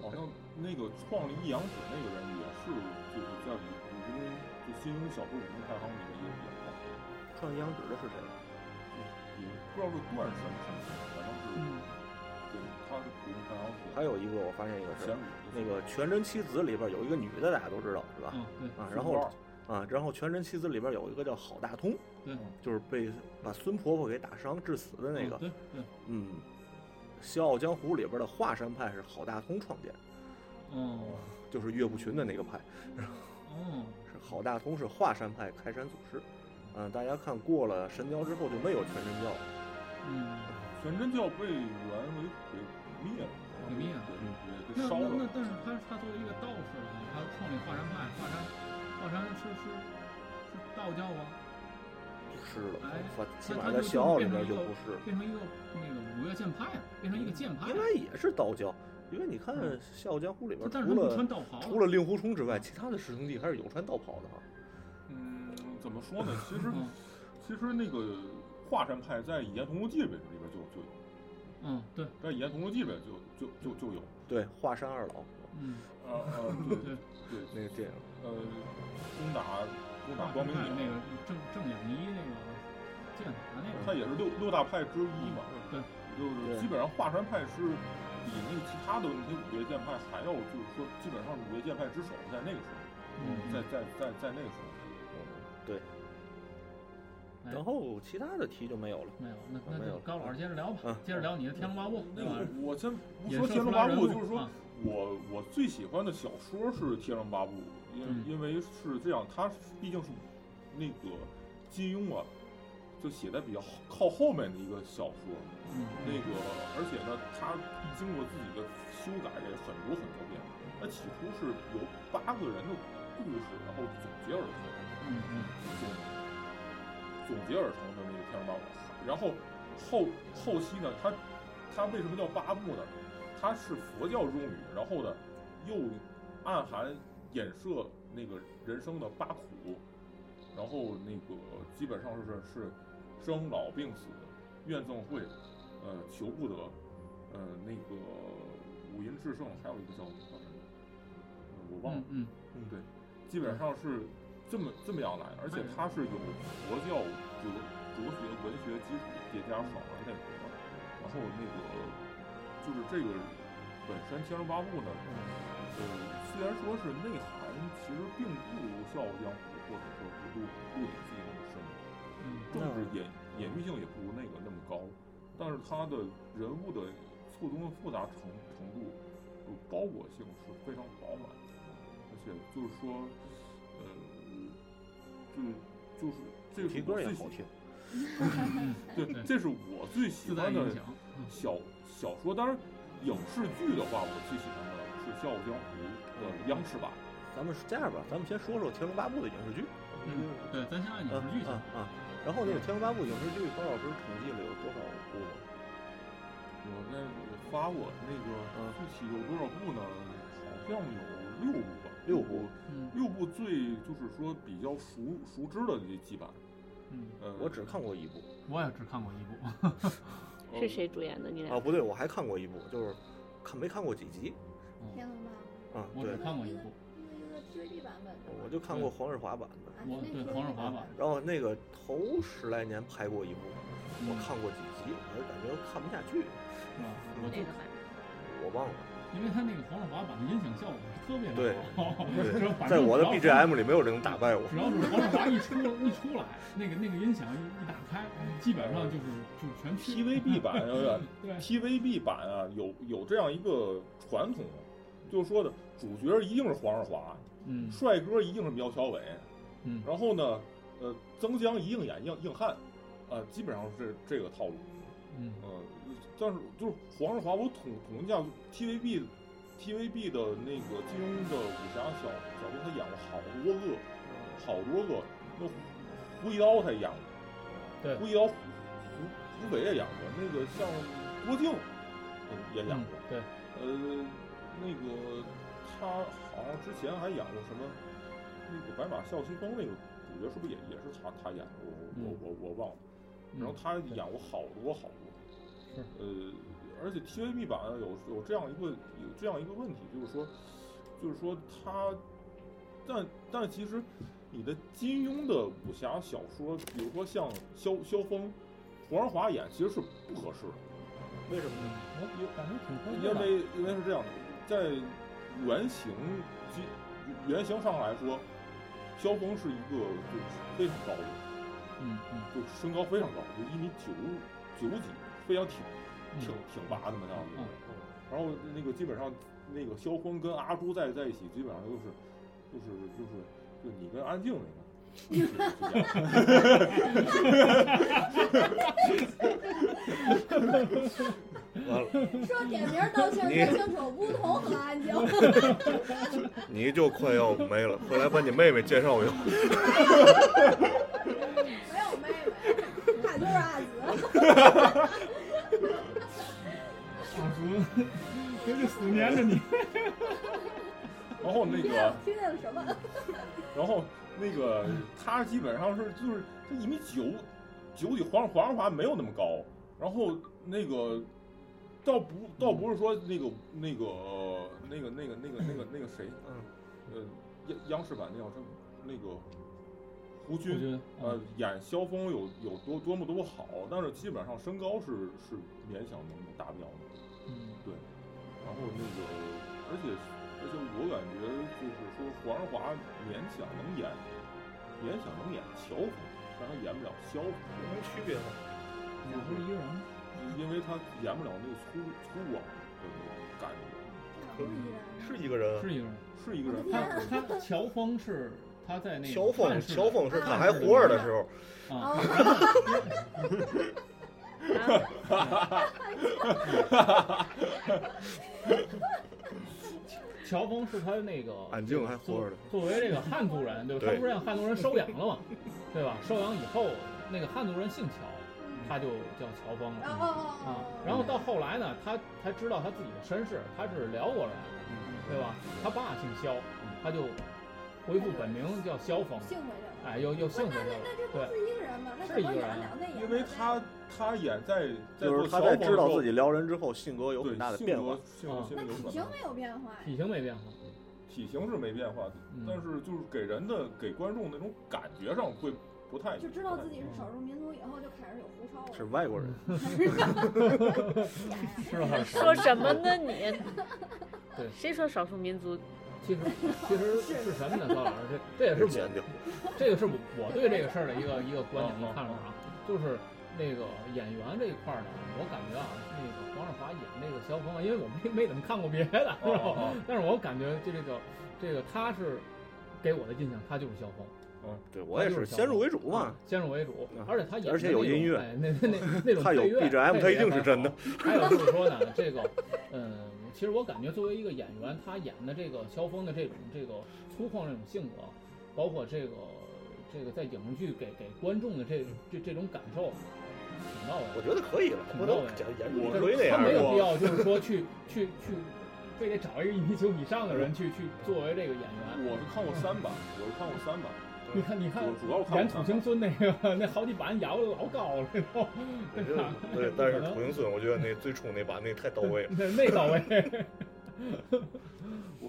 [SPEAKER 4] 好
[SPEAKER 3] 哦
[SPEAKER 4] 像那个创立一阳指那个人也是就是在武武功就新英小说《武功排行》里面也也放。
[SPEAKER 5] 创央指的是谁？
[SPEAKER 4] 也不知道是段什么什么，反正是
[SPEAKER 3] 嗯
[SPEAKER 4] 对，他是古墓排行榜
[SPEAKER 5] 还有一个我发现一个事
[SPEAKER 4] 前
[SPEAKER 5] 儿，
[SPEAKER 4] 五
[SPEAKER 5] 那个《全真七子》里边有一个女的，大家都知道是吧？
[SPEAKER 3] 嗯，对，
[SPEAKER 5] 啊，
[SPEAKER 4] 是
[SPEAKER 5] 然
[SPEAKER 4] 不
[SPEAKER 5] 后
[SPEAKER 4] 二
[SPEAKER 5] 啊。然后《全真七子》里边有一个叫郝大通，
[SPEAKER 3] 对，
[SPEAKER 5] 就是被把孙婆婆给打伤致死的那个
[SPEAKER 3] 嗯，对对，
[SPEAKER 5] 嗯，《笑傲江湖》里边的华山派是郝大通创建，
[SPEAKER 3] 哦
[SPEAKER 5] 就是岳不群的那个派。
[SPEAKER 3] 哦，
[SPEAKER 5] 是郝大通是华山派开山祖师。嗯、大家看过了神雕之后就没有全真教了。
[SPEAKER 3] 嗯，
[SPEAKER 4] 全真教被元为给灭了，
[SPEAKER 3] 给灭了嗯
[SPEAKER 4] 对，
[SPEAKER 3] 那
[SPEAKER 4] 给烧
[SPEAKER 3] 那那
[SPEAKER 4] 了。
[SPEAKER 3] 但是他他作为一个道士的话，他创立华山派，华山华山是是是道教吗？
[SPEAKER 5] 是了
[SPEAKER 3] 哎，
[SPEAKER 5] 反起码
[SPEAKER 3] 那
[SPEAKER 5] 在
[SPEAKER 3] 就
[SPEAKER 5] 《笑傲》里
[SPEAKER 3] 变成
[SPEAKER 5] 边
[SPEAKER 3] 一
[SPEAKER 5] 就
[SPEAKER 3] 个
[SPEAKER 5] 不是，嗯
[SPEAKER 3] 变成一个那个五岳剑派，变成一个剑派
[SPEAKER 5] 应，该也是道教，因为你看
[SPEAKER 3] 嗯
[SPEAKER 5] 《笑傲江湖》里边除
[SPEAKER 3] 但是他不穿
[SPEAKER 5] 了
[SPEAKER 3] 道袍
[SPEAKER 5] 除
[SPEAKER 3] 了，
[SPEAKER 5] 了令狐冲之外，其他的师兄弟还是有穿道袍的哈。
[SPEAKER 4] 嗯，怎么说呢？其实
[SPEAKER 3] 嗯
[SPEAKER 4] 其实那个华山派在《倚天屠龙记》里边就就有，
[SPEAKER 3] 嗯，对，
[SPEAKER 4] 在《倚天屠龙记》里边就就就就有。
[SPEAKER 5] 对，华山二老
[SPEAKER 3] 嗯，
[SPEAKER 4] 呃呃，对
[SPEAKER 5] 嗯
[SPEAKER 3] 对，
[SPEAKER 4] 对，
[SPEAKER 5] 啊那个电影，
[SPEAKER 4] 呃，攻打攻打光明
[SPEAKER 3] 派那
[SPEAKER 4] 顶，
[SPEAKER 3] 个郑郑养一那个剑法那个，
[SPEAKER 4] 它也是六六大派之一嘛。就是
[SPEAKER 5] 对
[SPEAKER 4] 基本上华山派是比那个其他的那些五岳剑派还要，就是说基本上是五岳剑派之首，在那个时候，
[SPEAKER 3] 嗯，
[SPEAKER 4] 在在在在那个时候，嗯
[SPEAKER 3] 哎
[SPEAKER 5] 然后其他的题就没有了。
[SPEAKER 3] 没有，那那
[SPEAKER 5] 啊没有
[SPEAKER 3] 就高老师接着聊吧
[SPEAKER 5] 嗯，
[SPEAKER 3] 接着聊你的《天龙八部》，
[SPEAKER 4] 那
[SPEAKER 3] 对吧
[SPEAKER 4] 个？我先不
[SPEAKER 3] 也
[SPEAKER 4] 说《
[SPEAKER 3] 是
[SPEAKER 4] 天龙
[SPEAKER 3] 出来
[SPEAKER 4] 八
[SPEAKER 3] 人
[SPEAKER 4] 部》，
[SPEAKER 3] 物
[SPEAKER 4] 就是说
[SPEAKER 3] 啊
[SPEAKER 4] 我我最喜欢的小说是《天龙八部》，因
[SPEAKER 3] 嗯
[SPEAKER 4] 因为是这样，它毕竟是那个金庸啊，就写的比较靠后面的一个小说，
[SPEAKER 3] 嗯，
[SPEAKER 4] 那个，而且呢，他经过自己的修改也很多很多遍。他起初是由八个人的故事，然后总结而成，
[SPEAKER 3] 嗯嗯
[SPEAKER 4] 总总结而成的那个《天龙八部》。然后后后期呢，他他为什么叫八部呢？它是佛教用语，然后呢，又暗含衍射那个人生的八苦，然后那个基本上是是生老病死、怨憎会，呃，求不得，呃，那个五阴炽盛，还有一个叫叫什么，呃我忘了
[SPEAKER 3] 嗯，嗯，
[SPEAKER 4] 基本上是这么这么样来的，而且它是有佛教哲哲学文学基础叠加爽文内核，然后那个就是这个本身《天龙八部》呢，呃，虽然说是内涵，其实并不如《笑傲江湖》或者说是《鹿鹿鼎记》那么深，
[SPEAKER 3] 嗯
[SPEAKER 4] 政治隐隐喻性也不如那个那么高，但是它的人物的错综复杂程程度，呃包裹性是非常饱满的，而且就是说，呃，就是就是这
[SPEAKER 5] 题
[SPEAKER 4] 是
[SPEAKER 5] 歌
[SPEAKER 4] 我
[SPEAKER 5] 也
[SPEAKER 4] 最
[SPEAKER 5] 好听，
[SPEAKER 4] 对，这是我最喜
[SPEAKER 3] 自带
[SPEAKER 4] 欢的
[SPEAKER 3] 影响，嗯
[SPEAKER 4] 小小说。当然，影视剧的话，我最喜欢的是《笑傲江湖》的央视版。
[SPEAKER 5] 咱们是这样吧，咱们先说说《天龙八部》的影视剧。
[SPEAKER 3] 嗯，对，咱先按影
[SPEAKER 5] 嗯
[SPEAKER 3] 视剧
[SPEAKER 5] 嗯
[SPEAKER 3] 讲，
[SPEAKER 5] 嗯。然后那个《天龙八部》影视剧，高老师统计了有多少部吗？
[SPEAKER 4] 我那我发我那
[SPEAKER 5] 嗯
[SPEAKER 4] 个具体有多少部呢？好像有六部吧，
[SPEAKER 5] 六部。
[SPEAKER 3] 嗯
[SPEAKER 4] 六部最就是说比较熟熟知的这几版，
[SPEAKER 3] 嗯，
[SPEAKER 4] 呃，
[SPEAKER 5] 我只看过一部。
[SPEAKER 3] 我也只看过一部，
[SPEAKER 4] 呃
[SPEAKER 2] 是？谁主演的？你俩
[SPEAKER 5] 啊，不对，我还看过一部，就是看没看过几集
[SPEAKER 1] 天龙八部
[SPEAKER 5] 啊？
[SPEAKER 3] 我
[SPEAKER 5] 对
[SPEAKER 3] 只，看过一部，
[SPEAKER 1] 那个 TVB 版本的吧，
[SPEAKER 5] 我就看过黄日华版的，
[SPEAKER 1] 啊
[SPEAKER 3] 我
[SPEAKER 1] 那
[SPEAKER 3] 对
[SPEAKER 1] TVB
[SPEAKER 3] 黄日华
[SPEAKER 1] 版
[SPEAKER 3] 版，
[SPEAKER 5] 然后那个头十来年拍过一部，我看过几集，我就感觉看不下去，
[SPEAKER 3] 是吧？啊我
[SPEAKER 2] 哪
[SPEAKER 3] 就
[SPEAKER 2] 个版？
[SPEAKER 5] 我忘了。
[SPEAKER 3] 因为他那个黄日华版的音响效果是特别
[SPEAKER 5] 对
[SPEAKER 3] 好，<laughs>
[SPEAKER 5] 对
[SPEAKER 3] 只要哦反
[SPEAKER 5] 在
[SPEAKER 3] 正
[SPEAKER 5] 我的
[SPEAKER 3] 只要
[SPEAKER 5] BGM 里没有人能打败我。
[SPEAKER 3] 只要是黄日华一出一出来，那个那个音响一一打开，基本上就是就全去
[SPEAKER 4] TVB 版有点
[SPEAKER 3] 对，
[SPEAKER 4] TVB 版啊，有有这样一个传统，就是说的主角一定是黄日华，
[SPEAKER 3] 嗯
[SPEAKER 4] 帅哥一定是苗侨伟，
[SPEAKER 3] 嗯
[SPEAKER 4] 然后呢，呃，曾江一定演硬硬汉，啊，基本上是这这个套路。
[SPEAKER 3] 嗯
[SPEAKER 4] 呃，但是就是黄日华，我统统一下 TVB TVB 的那个金庸的武侠小小说，他演过好多个，好多个。那胡一刀他也演过，
[SPEAKER 3] 对
[SPEAKER 4] 胡一刀胡胡胡斐也演过，那个像郭靖呃也演
[SPEAKER 3] 嗯
[SPEAKER 4] 过，
[SPEAKER 3] 对，
[SPEAKER 4] 呃，那个他好像之前还演过什么那个白马啸西风那个主角是不是也也是他他演过？我我我我忘了。然后
[SPEAKER 3] 嗯
[SPEAKER 4] 他演过好多好多，
[SPEAKER 3] 是
[SPEAKER 4] 呃，而且 TVB 版有有这样一个有这样一个问题，就是说，就是说他，但但其实你的金庸的武侠小说，比如说像萧萧峰、黄日华演，其实是不合适的，
[SPEAKER 5] 为什么呢？
[SPEAKER 3] 我嗯有感觉挺关
[SPEAKER 4] 因为因为是这样的，在原型基原型上来说，萧峰是一个就是非常高的，
[SPEAKER 3] 嗯嗯
[SPEAKER 4] 就身高非常高，就一米九九几，非常挺
[SPEAKER 3] 嗯
[SPEAKER 4] 挺挺拔的嘛那样子
[SPEAKER 3] 嗯。
[SPEAKER 4] 然后那个基本上那个萧峰跟阿朱在在一起，基本上就是就是就是就你跟安静那个。就
[SPEAKER 3] <laughs>
[SPEAKER 4] 这样
[SPEAKER 5] 完了，
[SPEAKER 1] 说点名道姓说清楚，梧桐和安静。
[SPEAKER 5] 你就快要没了。后来把你妹妹介绍给我，
[SPEAKER 1] 没有妹妹，他就是阿紫。
[SPEAKER 3] 阿竹， <laughs> 真是死粘着你。
[SPEAKER 4] 然后那
[SPEAKER 1] 听
[SPEAKER 4] 个
[SPEAKER 1] 见，听见了什么？
[SPEAKER 4] 然后那个他基本上是就是就一米九九几，黄黄华没有那么高。然后那个倒不倒不是说那个那个呃那个那个那个那个那个谁，呃央央视版那叫什么那个胡
[SPEAKER 3] 我觉
[SPEAKER 4] 军。
[SPEAKER 3] 得，
[SPEAKER 4] 呃，演萧峰有有多多么多么好，但是基本上身高是是勉强能达标的。
[SPEAKER 3] <laughs> 嗯，
[SPEAKER 4] 然后那个，而且而且我感觉就是说，黄日华勉强能演，勉强能演乔峰，但他演不了萧峰，
[SPEAKER 5] 有什么区别吗？
[SPEAKER 3] 也不是一个人。
[SPEAKER 4] 因为他演不了那个粗粗犷的那种感觉，
[SPEAKER 5] 是一个人啊。
[SPEAKER 3] 是一个人。
[SPEAKER 4] 是一个人。
[SPEAKER 3] 他他乔峰是他在那个
[SPEAKER 5] 乔峰，
[SPEAKER 3] 范式
[SPEAKER 5] 乔峰是
[SPEAKER 1] 啊
[SPEAKER 5] 他还活着的时候，
[SPEAKER 3] 啊，
[SPEAKER 1] 哦，
[SPEAKER 2] 啊，
[SPEAKER 3] 乔峰是他那个
[SPEAKER 5] 安静还活着呢
[SPEAKER 3] 作为这个汉族人，对吧？
[SPEAKER 5] 对
[SPEAKER 3] 他不是让汉族人收养了嘛，对吧？收养以后，那个汉族人姓乔，他就叫乔峰
[SPEAKER 1] 哦
[SPEAKER 3] 了。
[SPEAKER 1] 哦
[SPEAKER 3] 啊
[SPEAKER 1] 哦，，
[SPEAKER 3] 然后到后来呢，他才知道他自己的身世，他是辽国人，对吧？他爸姓萧，他就恢复本名叫萧峰，
[SPEAKER 1] 幸回来了。
[SPEAKER 3] 哎，又又
[SPEAKER 1] 那
[SPEAKER 3] 姓回去
[SPEAKER 1] 那
[SPEAKER 3] 了
[SPEAKER 1] 那这。不
[SPEAKER 3] 对，
[SPEAKER 1] 是一个人吗？那
[SPEAKER 3] 是一个人
[SPEAKER 1] 两两那
[SPEAKER 4] 嗯因为他他演在在
[SPEAKER 5] 就
[SPEAKER 4] 做
[SPEAKER 5] 是
[SPEAKER 4] 萧
[SPEAKER 5] 他
[SPEAKER 4] 峰
[SPEAKER 5] 在
[SPEAKER 4] 的时
[SPEAKER 5] 知道
[SPEAKER 4] 候
[SPEAKER 5] 自己撩人之后，性格有
[SPEAKER 4] 对
[SPEAKER 5] 很大的
[SPEAKER 4] 性
[SPEAKER 5] 变
[SPEAKER 4] 格
[SPEAKER 5] 化。
[SPEAKER 4] 性格
[SPEAKER 3] 啊
[SPEAKER 4] 性
[SPEAKER 1] 那
[SPEAKER 4] 格有
[SPEAKER 1] 体
[SPEAKER 4] 可
[SPEAKER 1] 型
[SPEAKER 4] 能
[SPEAKER 1] 没有变化呀。
[SPEAKER 3] 体型没变化。
[SPEAKER 4] 体型是没变化的，
[SPEAKER 3] 嗯
[SPEAKER 4] 但是就是给人的给观众那种感觉上会不太
[SPEAKER 1] 就知道自己是少数民族以后，就开始有胡哨了。
[SPEAKER 5] 是外国人，
[SPEAKER 3] 是吧？
[SPEAKER 2] 说什么呢你？
[SPEAKER 3] 对
[SPEAKER 2] 谁说少数民族？
[SPEAKER 3] 其实其实是什么呢，高老师？这这嗯也是我
[SPEAKER 5] 剪掉。
[SPEAKER 3] 这个是我我对这个事儿的一个一个观点和看法啊，就是那个演员这一块儿呢，我感觉啊，那个黄日华演那个萧峰啊，因为我没没怎么看过别的，
[SPEAKER 4] 哦
[SPEAKER 3] 知道吗？但是我感觉就这个这个他是给我的印象，他就是萧峰，
[SPEAKER 5] 对我也是先入为主嘛，
[SPEAKER 3] 先入为主，而且他演的
[SPEAKER 5] 啊而且有
[SPEAKER 3] 那种
[SPEAKER 5] 音乐
[SPEAKER 3] 哎那那那那种
[SPEAKER 5] 他有
[SPEAKER 3] 配乐
[SPEAKER 5] BGM 他一定是真的。
[SPEAKER 3] 配乐也很好还有就是说呢，这个嗯，其实我感觉作为一个演员，他演的这个萧峰的这种这个粗犷这种性格，包括这个这个在影视剧给给观众的这这这种感受，挺到位的。
[SPEAKER 5] 我觉得可以了，
[SPEAKER 3] 挺
[SPEAKER 5] 不
[SPEAKER 3] 到位
[SPEAKER 5] 能
[SPEAKER 3] 的
[SPEAKER 5] 剪演
[SPEAKER 4] 我
[SPEAKER 5] 演出那
[SPEAKER 3] 他
[SPEAKER 5] 样
[SPEAKER 3] 没有
[SPEAKER 5] 的。
[SPEAKER 3] 必要就是说去去去非得找一个一米九以上的人去去作为这个演员。
[SPEAKER 4] <laughs> 我是看过三版，我是看过三版，
[SPEAKER 3] 你看，你看
[SPEAKER 4] 主，主要我看
[SPEAKER 3] 演
[SPEAKER 4] 过
[SPEAKER 3] 土
[SPEAKER 4] 三
[SPEAKER 3] 行
[SPEAKER 4] 版。
[SPEAKER 3] 孙那个那好几版演的老高了都，
[SPEAKER 5] 我觉得对，但是土行孙，我觉得那最初那版那太到位了。
[SPEAKER 3] 那那
[SPEAKER 4] <laughs>
[SPEAKER 3] 到位。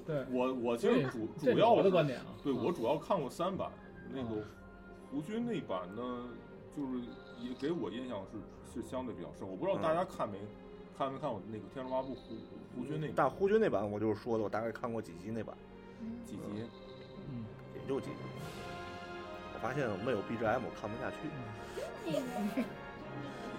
[SPEAKER 3] 对，
[SPEAKER 4] 我我其实主
[SPEAKER 3] 这
[SPEAKER 4] 主
[SPEAKER 3] 是
[SPEAKER 4] 要
[SPEAKER 3] 我的
[SPEAKER 4] 是
[SPEAKER 3] 观点啊。
[SPEAKER 4] 对我
[SPEAKER 3] 嗯
[SPEAKER 4] 主要看过三版，那
[SPEAKER 3] 嗯
[SPEAKER 4] 个胡军那版呢，就是也给我印象是是相对比较深。我不知道
[SPEAKER 5] 嗯
[SPEAKER 4] 大家看没、看没看过那个《天龙八部》胡胡军那
[SPEAKER 5] 但胡军那版我就是说的，我大概看过几集那版，
[SPEAKER 4] 几集， <laughs>
[SPEAKER 3] 嗯
[SPEAKER 5] 也就几集。我发现没有 BGM 我看不下去，
[SPEAKER 1] 那个，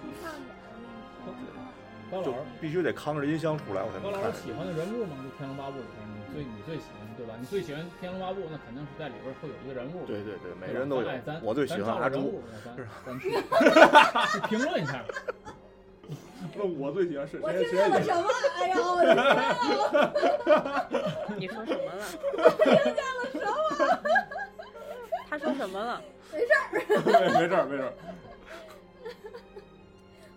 [SPEAKER 1] 你看啊点儿，我给你看完
[SPEAKER 3] 高老
[SPEAKER 5] 就
[SPEAKER 3] 师，
[SPEAKER 5] 必须得扛着音箱出来我才
[SPEAKER 3] 高老
[SPEAKER 5] 能看
[SPEAKER 3] 师。喜欢的人物嘛，就《天龙八部》里边，你最你最喜欢的对吧？你最喜欢《天龙八部》，那肯定是在里边会有一个人物。
[SPEAKER 5] 对对对，每
[SPEAKER 3] 对吧，
[SPEAKER 5] 个人都有
[SPEAKER 3] 咱哎。咱
[SPEAKER 5] 我最喜欢阿
[SPEAKER 3] 咱照着人
[SPEAKER 5] 朱
[SPEAKER 3] 物，咱咱去
[SPEAKER 5] <laughs>
[SPEAKER 3] 去评论一下。
[SPEAKER 4] 那我最喜欢是
[SPEAKER 1] 我
[SPEAKER 4] 谁
[SPEAKER 1] 听
[SPEAKER 4] 谁
[SPEAKER 1] 见了
[SPEAKER 4] 演
[SPEAKER 1] 什么？哎呀，我听见了
[SPEAKER 2] 你说什么了？
[SPEAKER 1] 什么？
[SPEAKER 2] 他说什么了？
[SPEAKER 4] 对，没事儿没事儿。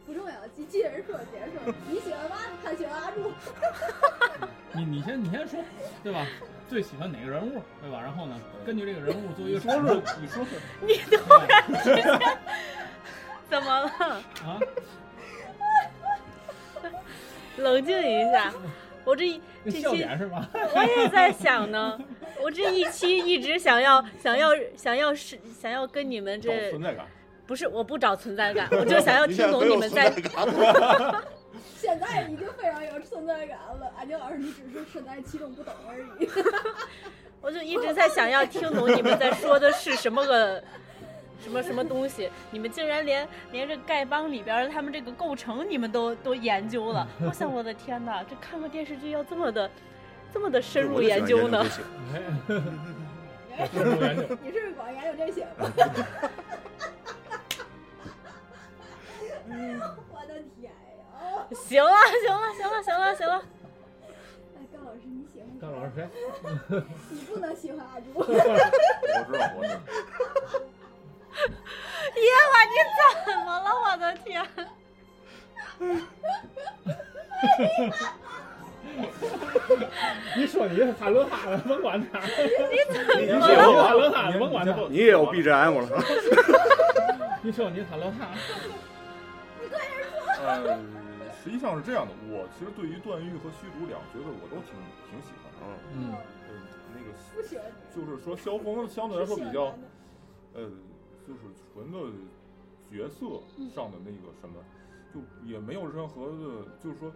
[SPEAKER 1] 不重要，机器人说，别说。你喜欢吗？他喜欢阿朱。
[SPEAKER 3] 你你先你先说，对吧？最喜欢哪个人物，对吧？然后呢，根据这个人物做一
[SPEAKER 4] 你
[SPEAKER 3] 个
[SPEAKER 4] 说
[SPEAKER 3] 阐述
[SPEAKER 4] 说，你说说，
[SPEAKER 2] 怎么了？
[SPEAKER 3] 啊。
[SPEAKER 2] 冷静一下，我这一
[SPEAKER 3] 那
[SPEAKER 2] 这
[SPEAKER 3] 笑
[SPEAKER 2] 期
[SPEAKER 3] 点是
[SPEAKER 4] <laughs>
[SPEAKER 3] 吧？
[SPEAKER 2] <laughs> 我也在想呢，我这一期一直想要想要想要是想要跟你们
[SPEAKER 4] 找
[SPEAKER 2] 这
[SPEAKER 4] 存在感。
[SPEAKER 2] 不是我不找存在感，我就想
[SPEAKER 5] <laughs>
[SPEAKER 2] 要听懂你们在
[SPEAKER 1] 现在已经非常有存在感了。安静老师，你只是身在其中不懂而已。
[SPEAKER 2] 我就一直在想要听懂你们在说的是什么个。什么什么东西？你们竟然连连这丐帮里边儿他们这个构成你们都都研究了！我想我的天哪，这看个电视剧要这么的，这么的深入
[SPEAKER 5] 我就喜欢研
[SPEAKER 2] 究呢
[SPEAKER 5] 这？些
[SPEAKER 3] 哎深入研究。
[SPEAKER 1] 你是不是光研究这些吧？我的天呀！
[SPEAKER 2] 行了行了行了行了行了， <laughs>
[SPEAKER 1] 哎，高老师，你喜欢
[SPEAKER 3] 干老师哎谁？
[SPEAKER 1] 你不能喜欢阿朱。
[SPEAKER 4] 我知道，我知道。
[SPEAKER 2] 夜晚你怎么了？我的天！
[SPEAKER 3] 你说你哈伦哈的，甭管
[SPEAKER 4] <laughs>
[SPEAKER 3] 他。
[SPEAKER 5] 你
[SPEAKER 4] 你
[SPEAKER 2] 怎
[SPEAKER 5] 你也
[SPEAKER 2] 么
[SPEAKER 3] 说
[SPEAKER 5] 有
[SPEAKER 3] 哈伦哈的，甭管他。
[SPEAKER 5] 你也有 BGM 了，
[SPEAKER 3] 你说你哈伦哈，
[SPEAKER 4] 呃，实际上是这样的，我其实对于段誉和虚竹两个角色，我都挺挺喜欢的。
[SPEAKER 5] 嗯，
[SPEAKER 3] 嗯，
[SPEAKER 4] 嗯，那个
[SPEAKER 1] 不喜欢你。
[SPEAKER 4] 就是说，萧峰相对来说比较，呃，就是纯的角色上的那个什么，就也没有任何的，就是说，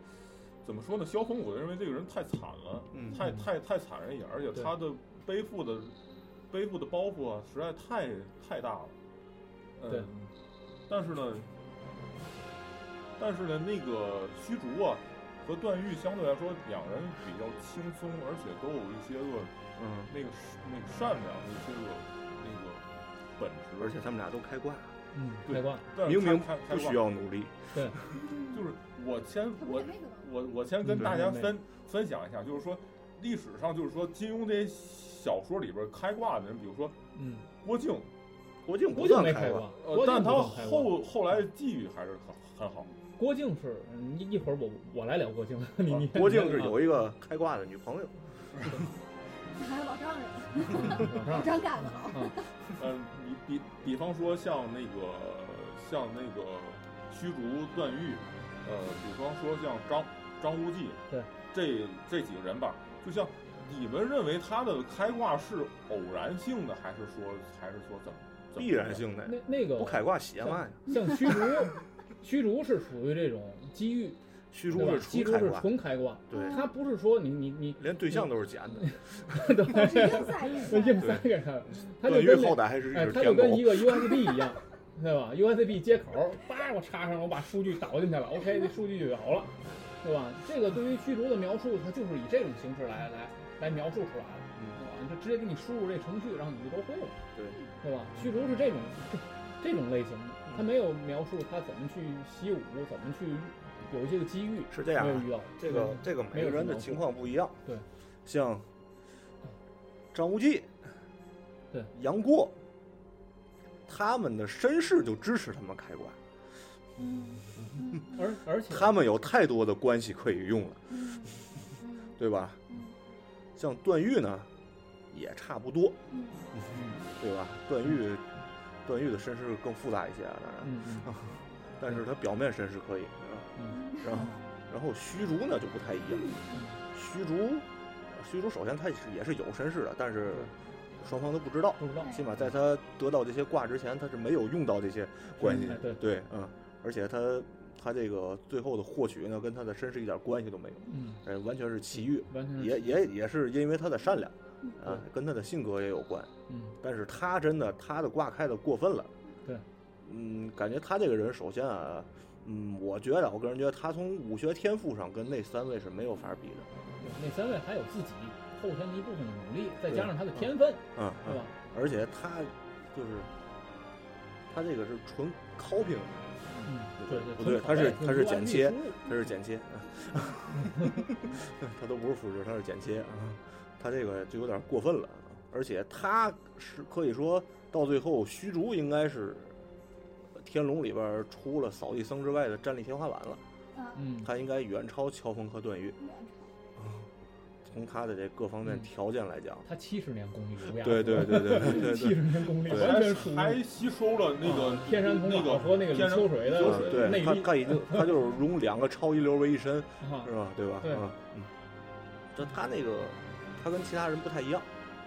[SPEAKER 4] 怎么说呢？萧峰，我认为这个人太惨了，
[SPEAKER 5] 嗯
[SPEAKER 4] 太太太惨人也，而且
[SPEAKER 3] 对
[SPEAKER 4] 他的背负的背负的包袱啊，实在太太大了。嗯、
[SPEAKER 3] 对
[SPEAKER 4] 但是呢，但是呢，那个虚竹啊和段誉相对来说，两人比较轻松，而且都有一些个
[SPEAKER 5] 嗯，
[SPEAKER 4] 那个那个善良的一些个那个本质，
[SPEAKER 5] 而且他们俩都开挂，
[SPEAKER 3] 嗯，开挂。
[SPEAKER 4] 但是
[SPEAKER 5] 明明
[SPEAKER 4] 开开
[SPEAKER 5] 不
[SPEAKER 4] 挂
[SPEAKER 5] 需要努力，
[SPEAKER 4] 就是我先
[SPEAKER 1] 他
[SPEAKER 4] 我
[SPEAKER 1] 们那个吗？
[SPEAKER 4] 我我先
[SPEAKER 5] 嗯
[SPEAKER 4] 跟大家分分享一下，就是说历史上就是说金庸这些小说里边开挂的人，比如说
[SPEAKER 3] 嗯，
[SPEAKER 4] 郭靖，
[SPEAKER 5] 郭靖
[SPEAKER 3] 郭
[SPEAKER 5] 不
[SPEAKER 3] 靖
[SPEAKER 5] 算
[SPEAKER 3] 没
[SPEAKER 5] 开
[SPEAKER 3] 开
[SPEAKER 5] 挂，
[SPEAKER 3] 挂，
[SPEAKER 4] 呃，但他
[SPEAKER 3] 郭靖不算开挂
[SPEAKER 4] 后后来际遇还是很很好。
[SPEAKER 3] 郭靖是，嗯一一会儿我我来聊郭靖， <laughs> 你你
[SPEAKER 5] 啊郭靖是有一个开挂的女朋
[SPEAKER 3] <laughs>
[SPEAKER 5] 友，
[SPEAKER 1] 你还有老丈人，
[SPEAKER 3] 往
[SPEAKER 1] 老 <laughs>
[SPEAKER 3] 上
[SPEAKER 1] 丈干得好。
[SPEAKER 4] 呃，比比比方说像那个像那个虚竹、段誉，呃，比方说像张张无忌，
[SPEAKER 3] 对，
[SPEAKER 4] 这这几个人吧，就像你们认为他的开挂是偶然性的，还是说还是说怎么怎么
[SPEAKER 5] 必然性的，
[SPEAKER 3] 那那个
[SPEAKER 5] 不开挂邪嘛呀，
[SPEAKER 3] 像虚竹，虚竹是属于这种机遇，
[SPEAKER 5] 虚
[SPEAKER 3] 对
[SPEAKER 5] 竹
[SPEAKER 3] 吧
[SPEAKER 5] 是
[SPEAKER 3] 虚
[SPEAKER 5] 纯
[SPEAKER 3] 竹
[SPEAKER 5] 开
[SPEAKER 3] 是
[SPEAKER 5] 挂，
[SPEAKER 3] 纯开挂，
[SPEAKER 5] 对，
[SPEAKER 3] 他不是说你你你
[SPEAKER 5] 连对象都是假的，
[SPEAKER 3] 嗯
[SPEAKER 1] 我是硬塞人。
[SPEAKER 3] 硬塞给他，他就
[SPEAKER 5] 段誉
[SPEAKER 3] 跟
[SPEAKER 5] 后
[SPEAKER 3] 那
[SPEAKER 5] 代还是一
[SPEAKER 3] 哎，
[SPEAKER 5] 只
[SPEAKER 3] 他就
[SPEAKER 5] 舔
[SPEAKER 3] 跟一
[SPEAKER 5] 狗，
[SPEAKER 3] 个 USB 一样，对吧？USB 接口，叭我插上，我把数据导进去了，OK，这数据就有了，对吧？这个对于虚竹的描述，它就是以这种形式来来来描述出来的。对
[SPEAKER 5] 嗯，
[SPEAKER 3] 吧？你就直接给你输入这程序，然后你就都会了，
[SPEAKER 5] 对
[SPEAKER 3] 对吧？虚竹是这种这这种类型的，
[SPEAKER 5] 嗯
[SPEAKER 3] 他没有描述他怎么去习武，怎么去有一些个机遇，
[SPEAKER 5] 是这样
[SPEAKER 3] 没
[SPEAKER 5] 啊
[SPEAKER 3] 有遇到
[SPEAKER 5] 这个这个每个人的情况不一样，
[SPEAKER 3] 对，
[SPEAKER 5] 像张无忌，
[SPEAKER 3] 对，
[SPEAKER 5] 杨过，他们的身世就支持他们开挂，
[SPEAKER 1] 嗯
[SPEAKER 3] 而而且
[SPEAKER 5] 他们有太多的关系可以用了，
[SPEAKER 1] 嗯
[SPEAKER 5] 对吧？
[SPEAKER 1] 嗯
[SPEAKER 5] 像段誉呢，也差不多，
[SPEAKER 1] 嗯
[SPEAKER 5] 对吧？段誉，段誉的身世更复杂一些啊，当然，
[SPEAKER 3] 嗯
[SPEAKER 5] <laughs>
[SPEAKER 3] 嗯
[SPEAKER 5] 但是他表面身世可以，是
[SPEAKER 1] 嗯
[SPEAKER 5] 吧然后，然后虚竹呢就不太一样，
[SPEAKER 3] 嗯
[SPEAKER 5] 虚竹，虚竹首先他是也是有身世的，但是双方都不知道，
[SPEAKER 3] 不知道，
[SPEAKER 5] 起码在他得到这些挂之前，他是没有用到这些关系
[SPEAKER 3] 嗯哎，对
[SPEAKER 5] 对，嗯，而且他他这个最后的获取呢，跟他的身世一点关系都没有，
[SPEAKER 3] 嗯，
[SPEAKER 5] 哎，完全是奇遇，
[SPEAKER 3] 完全是
[SPEAKER 5] 也也也是因为他的善良，
[SPEAKER 3] 对
[SPEAKER 5] 啊，跟他的性格也有关，
[SPEAKER 3] 嗯
[SPEAKER 5] 但是他真的他的挂开的过分了，
[SPEAKER 3] 对，
[SPEAKER 5] 嗯，感觉他这个人首先啊，嗯，我觉得我个人觉得他从武学天赋上跟那三位是没有法比的，
[SPEAKER 3] 那三位还有自己后天的一部分的努力，再
[SPEAKER 5] 对
[SPEAKER 3] 加上他的天分，
[SPEAKER 5] 嗯，
[SPEAKER 3] 对吧？
[SPEAKER 5] 而且他就是他这个是纯 copying，
[SPEAKER 3] 嗯，
[SPEAKER 5] 对
[SPEAKER 3] 对
[SPEAKER 5] 不对
[SPEAKER 3] 对，
[SPEAKER 5] 他是
[SPEAKER 3] 纯
[SPEAKER 5] 他是
[SPEAKER 3] 靠
[SPEAKER 5] 剪
[SPEAKER 3] 外力
[SPEAKER 5] 切
[SPEAKER 3] 输入
[SPEAKER 5] 他是剪切， <laughs> 他都不是复制，他是剪切啊，他这个就有点过分了，啊而且他是可以说到最后，虚竹应该是天龙里边儿除了扫地僧之外的战力天花板了，
[SPEAKER 1] 啊，
[SPEAKER 3] 嗯，
[SPEAKER 5] 他应该远超乔峰和段誉，啊从他的这各方面
[SPEAKER 3] 嗯
[SPEAKER 5] 条件来讲，
[SPEAKER 3] 他七十年功力无涯，
[SPEAKER 5] <laughs> 对对对对对对
[SPEAKER 3] 七
[SPEAKER 5] 对
[SPEAKER 3] 十年功力
[SPEAKER 5] 对
[SPEAKER 3] 完全属于啊
[SPEAKER 4] 还吸收了那个
[SPEAKER 3] 天山童
[SPEAKER 4] 那
[SPEAKER 3] 姥
[SPEAKER 4] 个
[SPEAKER 3] 和那个
[SPEAKER 4] 天
[SPEAKER 3] 李
[SPEAKER 4] 山
[SPEAKER 3] 秋水的
[SPEAKER 4] 秋水
[SPEAKER 5] 嗯
[SPEAKER 3] 内
[SPEAKER 5] 对，他
[SPEAKER 3] 力
[SPEAKER 5] 他已经他就是融两个超一流为一身，
[SPEAKER 3] 啊
[SPEAKER 5] 是吧？对吧？
[SPEAKER 3] 对
[SPEAKER 5] 啊嗯，就他那个他跟其他人不太一样，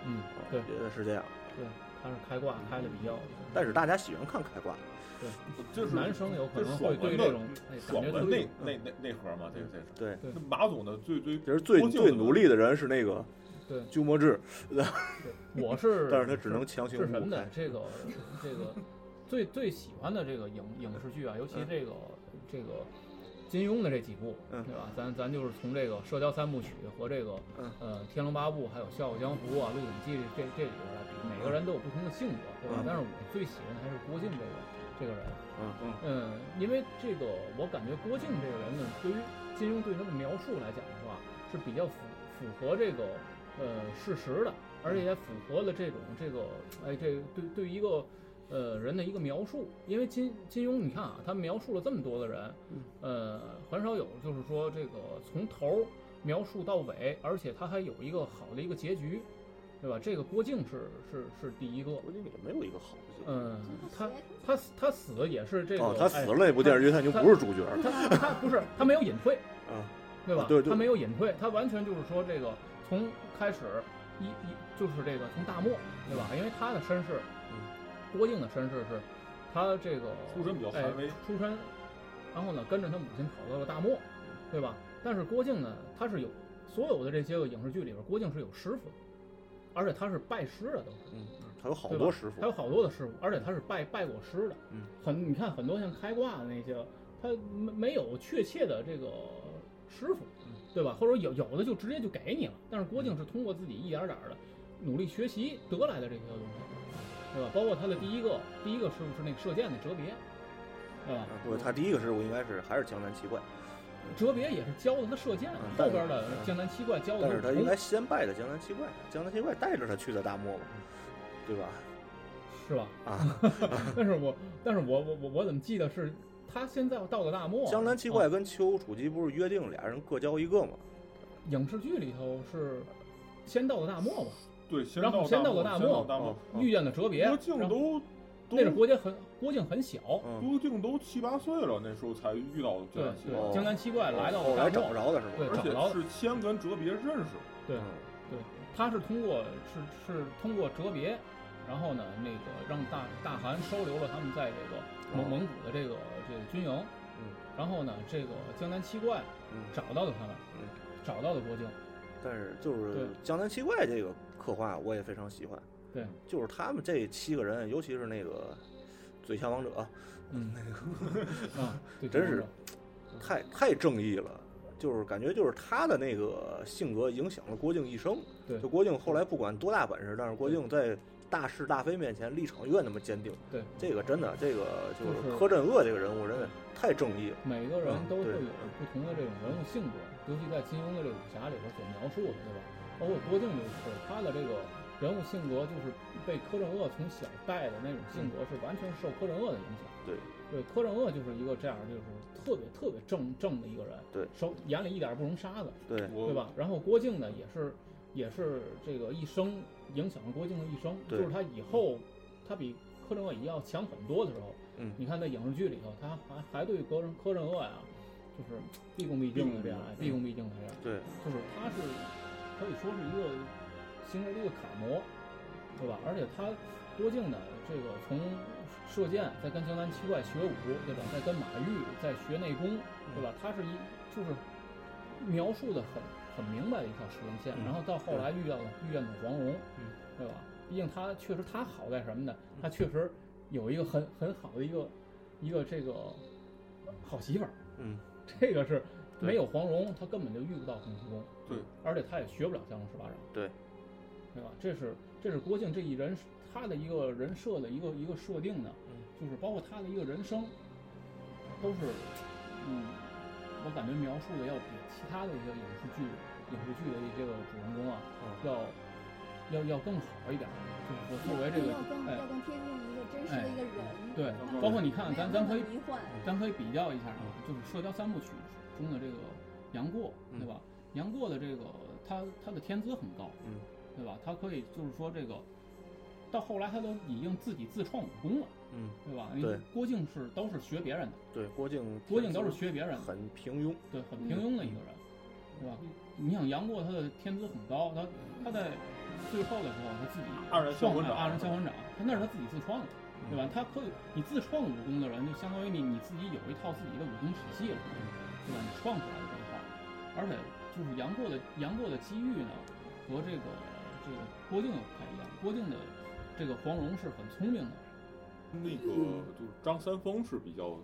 [SPEAKER 3] 嗯，
[SPEAKER 5] 啊
[SPEAKER 3] 对
[SPEAKER 5] 觉得是这样。
[SPEAKER 3] 对，他是开挂开的比较，
[SPEAKER 5] 但是大家喜欢看开挂，
[SPEAKER 4] 这是
[SPEAKER 3] 男生有可
[SPEAKER 4] 这
[SPEAKER 3] 能
[SPEAKER 4] 爽
[SPEAKER 3] 会
[SPEAKER 4] 文
[SPEAKER 3] 对
[SPEAKER 4] 的
[SPEAKER 3] 这种哎
[SPEAKER 4] 爽
[SPEAKER 3] 感觉
[SPEAKER 4] 文
[SPEAKER 3] 特
[SPEAKER 4] 那
[SPEAKER 3] 别
[SPEAKER 4] 那那那盒嘛，这个这个。
[SPEAKER 5] 嗯对，
[SPEAKER 3] 对
[SPEAKER 4] 那马总的最最
[SPEAKER 5] 其实最
[SPEAKER 4] 郭靖
[SPEAKER 5] 最努力的人是那个
[SPEAKER 3] 对
[SPEAKER 5] 鸠摩智，
[SPEAKER 3] 我是，
[SPEAKER 5] 但是他只能强行
[SPEAKER 3] 是
[SPEAKER 5] 五
[SPEAKER 3] 什么呢
[SPEAKER 5] 开？。
[SPEAKER 3] 这个这个最最喜欢的这个影影视剧啊，尤其这个、这个金庸的这几部，
[SPEAKER 5] 嗯
[SPEAKER 3] 对吧？咱咱就是从这个《射雕三部曲》和这个、
[SPEAKER 5] 嗯
[SPEAKER 3] 呃《天龙八部》还有《笑傲江湖》啊，《鹿鼎记》这这里边来比，每个人都有不同的性格，对吧？
[SPEAKER 5] 嗯
[SPEAKER 3] 但是我最喜欢的还是郭靖这个这个人，
[SPEAKER 5] 嗯嗯
[SPEAKER 3] 嗯，因为这个我感觉郭靖这个人呢，对于金庸对他的描述来讲的话，是比较符符合这个呃事实的，而且也符合了这种这个哎这对对于一个呃人的一个描述。因为金金庸你看啊，他描述了这么多的人，
[SPEAKER 5] 嗯
[SPEAKER 3] 呃，很少有就是说这个从头儿描述到尾，而且他还有一个好的一个结局，对吧？这个郭靖是是是第一个，
[SPEAKER 5] 郭靖也没有一个好的结局。
[SPEAKER 3] 嗯，他
[SPEAKER 1] 他
[SPEAKER 3] 他死他死也是这个，
[SPEAKER 5] 哦，他
[SPEAKER 3] 哎
[SPEAKER 5] 死了那部电视剧，他已经不是主角了
[SPEAKER 3] 他他不是他没有隐退，
[SPEAKER 5] 啊。
[SPEAKER 3] 对吧？
[SPEAKER 5] 啊对对
[SPEAKER 3] 他没有隐退，他完全就是说这个从开始一一就是这个从大漠，对吧？因为他的身世，
[SPEAKER 5] 嗯
[SPEAKER 3] 郭靖的身世是，他这个
[SPEAKER 4] 出身比较
[SPEAKER 3] 哎
[SPEAKER 4] 寒微，
[SPEAKER 3] 出身，然后呢跟着他母亲跑到了大漠，
[SPEAKER 5] 嗯
[SPEAKER 3] 对吧？但是郭靖呢，他是有所有的这些个影视剧里边，郭靖是有师傅的，而且他是拜师的都是。
[SPEAKER 5] 嗯，他有好
[SPEAKER 3] 对吧
[SPEAKER 5] 多师
[SPEAKER 3] 他有
[SPEAKER 5] 傅。
[SPEAKER 3] 好多的师傅，而且他是拜拜过师的。
[SPEAKER 5] 嗯，
[SPEAKER 3] 很你看很多像开挂的那些，他没没有确切的这个师傅，
[SPEAKER 5] 嗯
[SPEAKER 3] 对吧？或者有有的就直接就给你了。但是郭靖是通过自己一点儿点儿的努力学习得来的这些东西，对吧？包括他的第一个第一个师傅是那个射箭的哲别，对吧
[SPEAKER 5] 啊？不，他第一个师傅应该是还是江南七怪，
[SPEAKER 3] 哲别也是教的他射箭，
[SPEAKER 5] 嗯
[SPEAKER 3] 后边的
[SPEAKER 5] 但是
[SPEAKER 3] 江南七怪教的
[SPEAKER 5] 但是他
[SPEAKER 3] 哦是
[SPEAKER 5] 应
[SPEAKER 3] 弓
[SPEAKER 5] 该先拜的江南七怪，江南七怪带着他去的大漠
[SPEAKER 3] 嗯
[SPEAKER 5] 嘛，对吧？
[SPEAKER 3] 是吧？
[SPEAKER 5] 啊，
[SPEAKER 3] <laughs> 但是我但是我我我我怎么记得是他先在到了大漠，
[SPEAKER 5] 江南七
[SPEAKER 3] 啊
[SPEAKER 5] 怪跟丘处机不是约定俩人各交一个嘛？
[SPEAKER 3] 影视剧里头是先到的大漠吧，
[SPEAKER 4] 对，先
[SPEAKER 3] 然
[SPEAKER 4] 到
[SPEAKER 3] 后先到个大
[SPEAKER 4] 大
[SPEAKER 3] 漠
[SPEAKER 4] 先到大漠嗯
[SPEAKER 5] 哦。，哦
[SPEAKER 3] 遇见了哲别，
[SPEAKER 4] 郭靖
[SPEAKER 3] 然后
[SPEAKER 4] 都
[SPEAKER 3] 那是
[SPEAKER 4] 都
[SPEAKER 3] 郭靖很郭靖很小，
[SPEAKER 5] 嗯，
[SPEAKER 4] 郭靖都七八岁了，那时候才遇到的
[SPEAKER 3] 对
[SPEAKER 4] 江南七
[SPEAKER 3] 对，江南七怪
[SPEAKER 4] 怪，
[SPEAKER 5] 哦
[SPEAKER 3] 来到
[SPEAKER 5] 后
[SPEAKER 3] 了
[SPEAKER 5] 来
[SPEAKER 3] 大
[SPEAKER 5] 找
[SPEAKER 3] 漠，
[SPEAKER 5] 着的是吗？
[SPEAKER 3] 对
[SPEAKER 4] 而且
[SPEAKER 3] 找着
[SPEAKER 4] 是先跟哲别认识的。
[SPEAKER 3] 对
[SPEAKER 5] 嗯
[SPEAKER 3] 他是通过是是通过哲别，然后呢那个让大大汗收留了他们在这个蒙
[SPEAKER 5] 哦
[SPEAKER 3] 蒙古的这个这个军营，
[SPEAKER 5] 嗯，
[SPEAKER 3] 然后呢这个江南七怪
[SPEAKER 5] 嗯，
[SPEAKER 3] 找到了他们
[SPEAKER 5] 嗯，
[SPEAKER 3] 找到了郭靖，
[SPEAKER 5] 但是就是
[SPEAKER 3] 对
[SPEAKER 5] 江南七怪这个刻画我也非常喜欢，
[SPEAKER 3] 对，
[SPEAKER 5] 就是他们这七个人，尤其是那个嘴枪王者，
[SPEAKER 3] 嗯，
[SPEAKER 5] <laughs>
[SPEAKER 3] 啊，对，
[SPEAKER 5] 真
[SPEAKER 3] 就是这么
[SPEAKER 5] 太太正义了，就是感觉就是他的那个性格影响了郭靖一生。
[SPEAKER 3] 对
[SPEAKER 5] 就郭靖后来不管多大本事，但是郭靖在大是大非面前立场越那么坚定。
[SPEAKER 3] 对，
[SPEAKER 5] 这个真的，这个就
[SPEAKER 3] 就是是
[SPEAKER 5] 柯镇恶这个人物真的太正义了。
[SPEAKER 3] 每个人
[SPEAKER 5] 嗯
[SPEAKER 3] 都会
[SPEAKER 5] 对
[SPEAKER 3] 有
[SPEAKER 5] 嗯
[SPEAKER 3] 不同的这种人物性格，尤其在金庸的这个武侠里边所描述的，对吧？包括郭靖就是他的这个人物性格，就是被柯镇恶从小带的那种性格，是完全受柯镇恶的影响。
[SPEAKER 5] 嗯对，
[SPEAKER 3] 对，柯镇恶就是一个这样，就是特别特别正正的一个人，
[SPEAKER 5] 对
[SPEAKER 3] 手眼里一点不容沙子，
[SPEAKER 5] 对，
[SPEAKER 4] 我
[SPEAKER 3] 对吧？然后郭靖呢，也是也是这个一生影响了郭靖的一生，
[SPEAKER 5] 对
[SPEAKER 3] 就是他以后他比柯镇恶也要强很多的时候，
[SPEAKER 5] 嗯
[SPEAKER 3] 你看在影视剧里头，他还还对柯镇柯镇恶呀，就是毕恭毕敬的这样，毕
[SPEAKER 5] 毕
[SPEAKER 3] 恭
[SPEAKER 5] 恭
[SPEAKER 3] 毕敬的这样，
[SPEAKER 5] 对，
[SPEAKER 3] 就是他是可以说是一个行为的一个楷模，对吧？而且他郭靖呢，这个从射箭，再跟江南七怪学武，对吧？再跟马钰，再学内功，对吧？他是一就是描述的很很明白的一条时间线，
[SPEAKER 5] 嗯
[SPEAKER 3] 然后到后来遇到了遇见了黄蓉，
[SPEAKER 5] 嗯
[SPEAKER 3] 对吧？毕竟他确实他好在什么呢？他确实有一个很很好的一个一个这个好媳妇儿，
[SPEAKER 5] 嗯，
[SPEAKER 3] 这个是
[SPEAKER 5] 对
[SPEAKER 3] 没有黄蓉，他根本就遇不到洪七公，嗯
[SPEAKER 4] 对，
[SPEAKER 3] 而且他也学不了降龙十八掌，
[SPEAKER 5] 对，
[SPEAKER 3] 对吧？这是这是郭靖这一人他的一个人设的一个一个设定呢，
[SPEAKER 5] 嗯
[SPEAKER 3] 就是包括他的一个人生，都是，嗯，我感觉描述的要比其他的一些影视剧影视剧的一些个主人公啊，
[SPEAKER 5] 嗯
[SPEAKER 3] 要要要更好一点，就是说作为这个
[SPEAKER 1] 要更
[SPEAKER 3] 哎
[SPEAKER 1] 要更贴近一个真实的一个人，
[SPEAKER 3] 对
[SPEAKER 1] 然后
[SPEAKER 3] 包括你看
[SPEAKER 1] 没有
[SPEAKER 3] 咱
[SPEAKER 1] 那
[SPEAKER 3] 咱
[SPEAKER 1] 么
[SPEAKER 3] 可以
[SPEAKER 1] 迷幻，
[SPEAKER 3] 咱可以比较一下啊，就是《射雕三部曲》中的这个杨过，
[SPEAKER 5] 嗯
[SPEAKER 3] 对吧？杨过的这个他他的天资很高，
[SPEAKER 5] 嗯，
[SPEAKER 3] 对吧？他可以就是说这个，到后来他都已经自己自创武功了，
[SPEAKER 5] 嗯，
[SPEAKER 3] 对吧？
[SPEAKER 5] 对，
[SPEAKER 3] 郭靖是都是学别人的，
[SPEAKER 5] 对，郭靖，
[SPEAKER 3] 郭靖都是学别人的，
[SPEAKER 5] 很平庸。
[SPEAKER 3] 对，很平庸的一个人，对吧？你想杨过他的天资很高，他他在最后的时候他自己
[SPEAKER 4] 黯然销魂掌
[SPEAKER 3] 创了黯然销魂掌，他那是他自己自创的。对吧？他可以，你自创武功的人，就相当于你你自己有一套自己的武功体系了，对吧？你创出来的这一套，而且就是杨过的杨过的机遇呢，和这个这个郭靖不太一样，郭靖的这个黄蓉是很聪明的，
[SPEAKER 4] 那个
[SPEAKER 3] 嗯
[SPEAKER 4] 就是张三丰是比较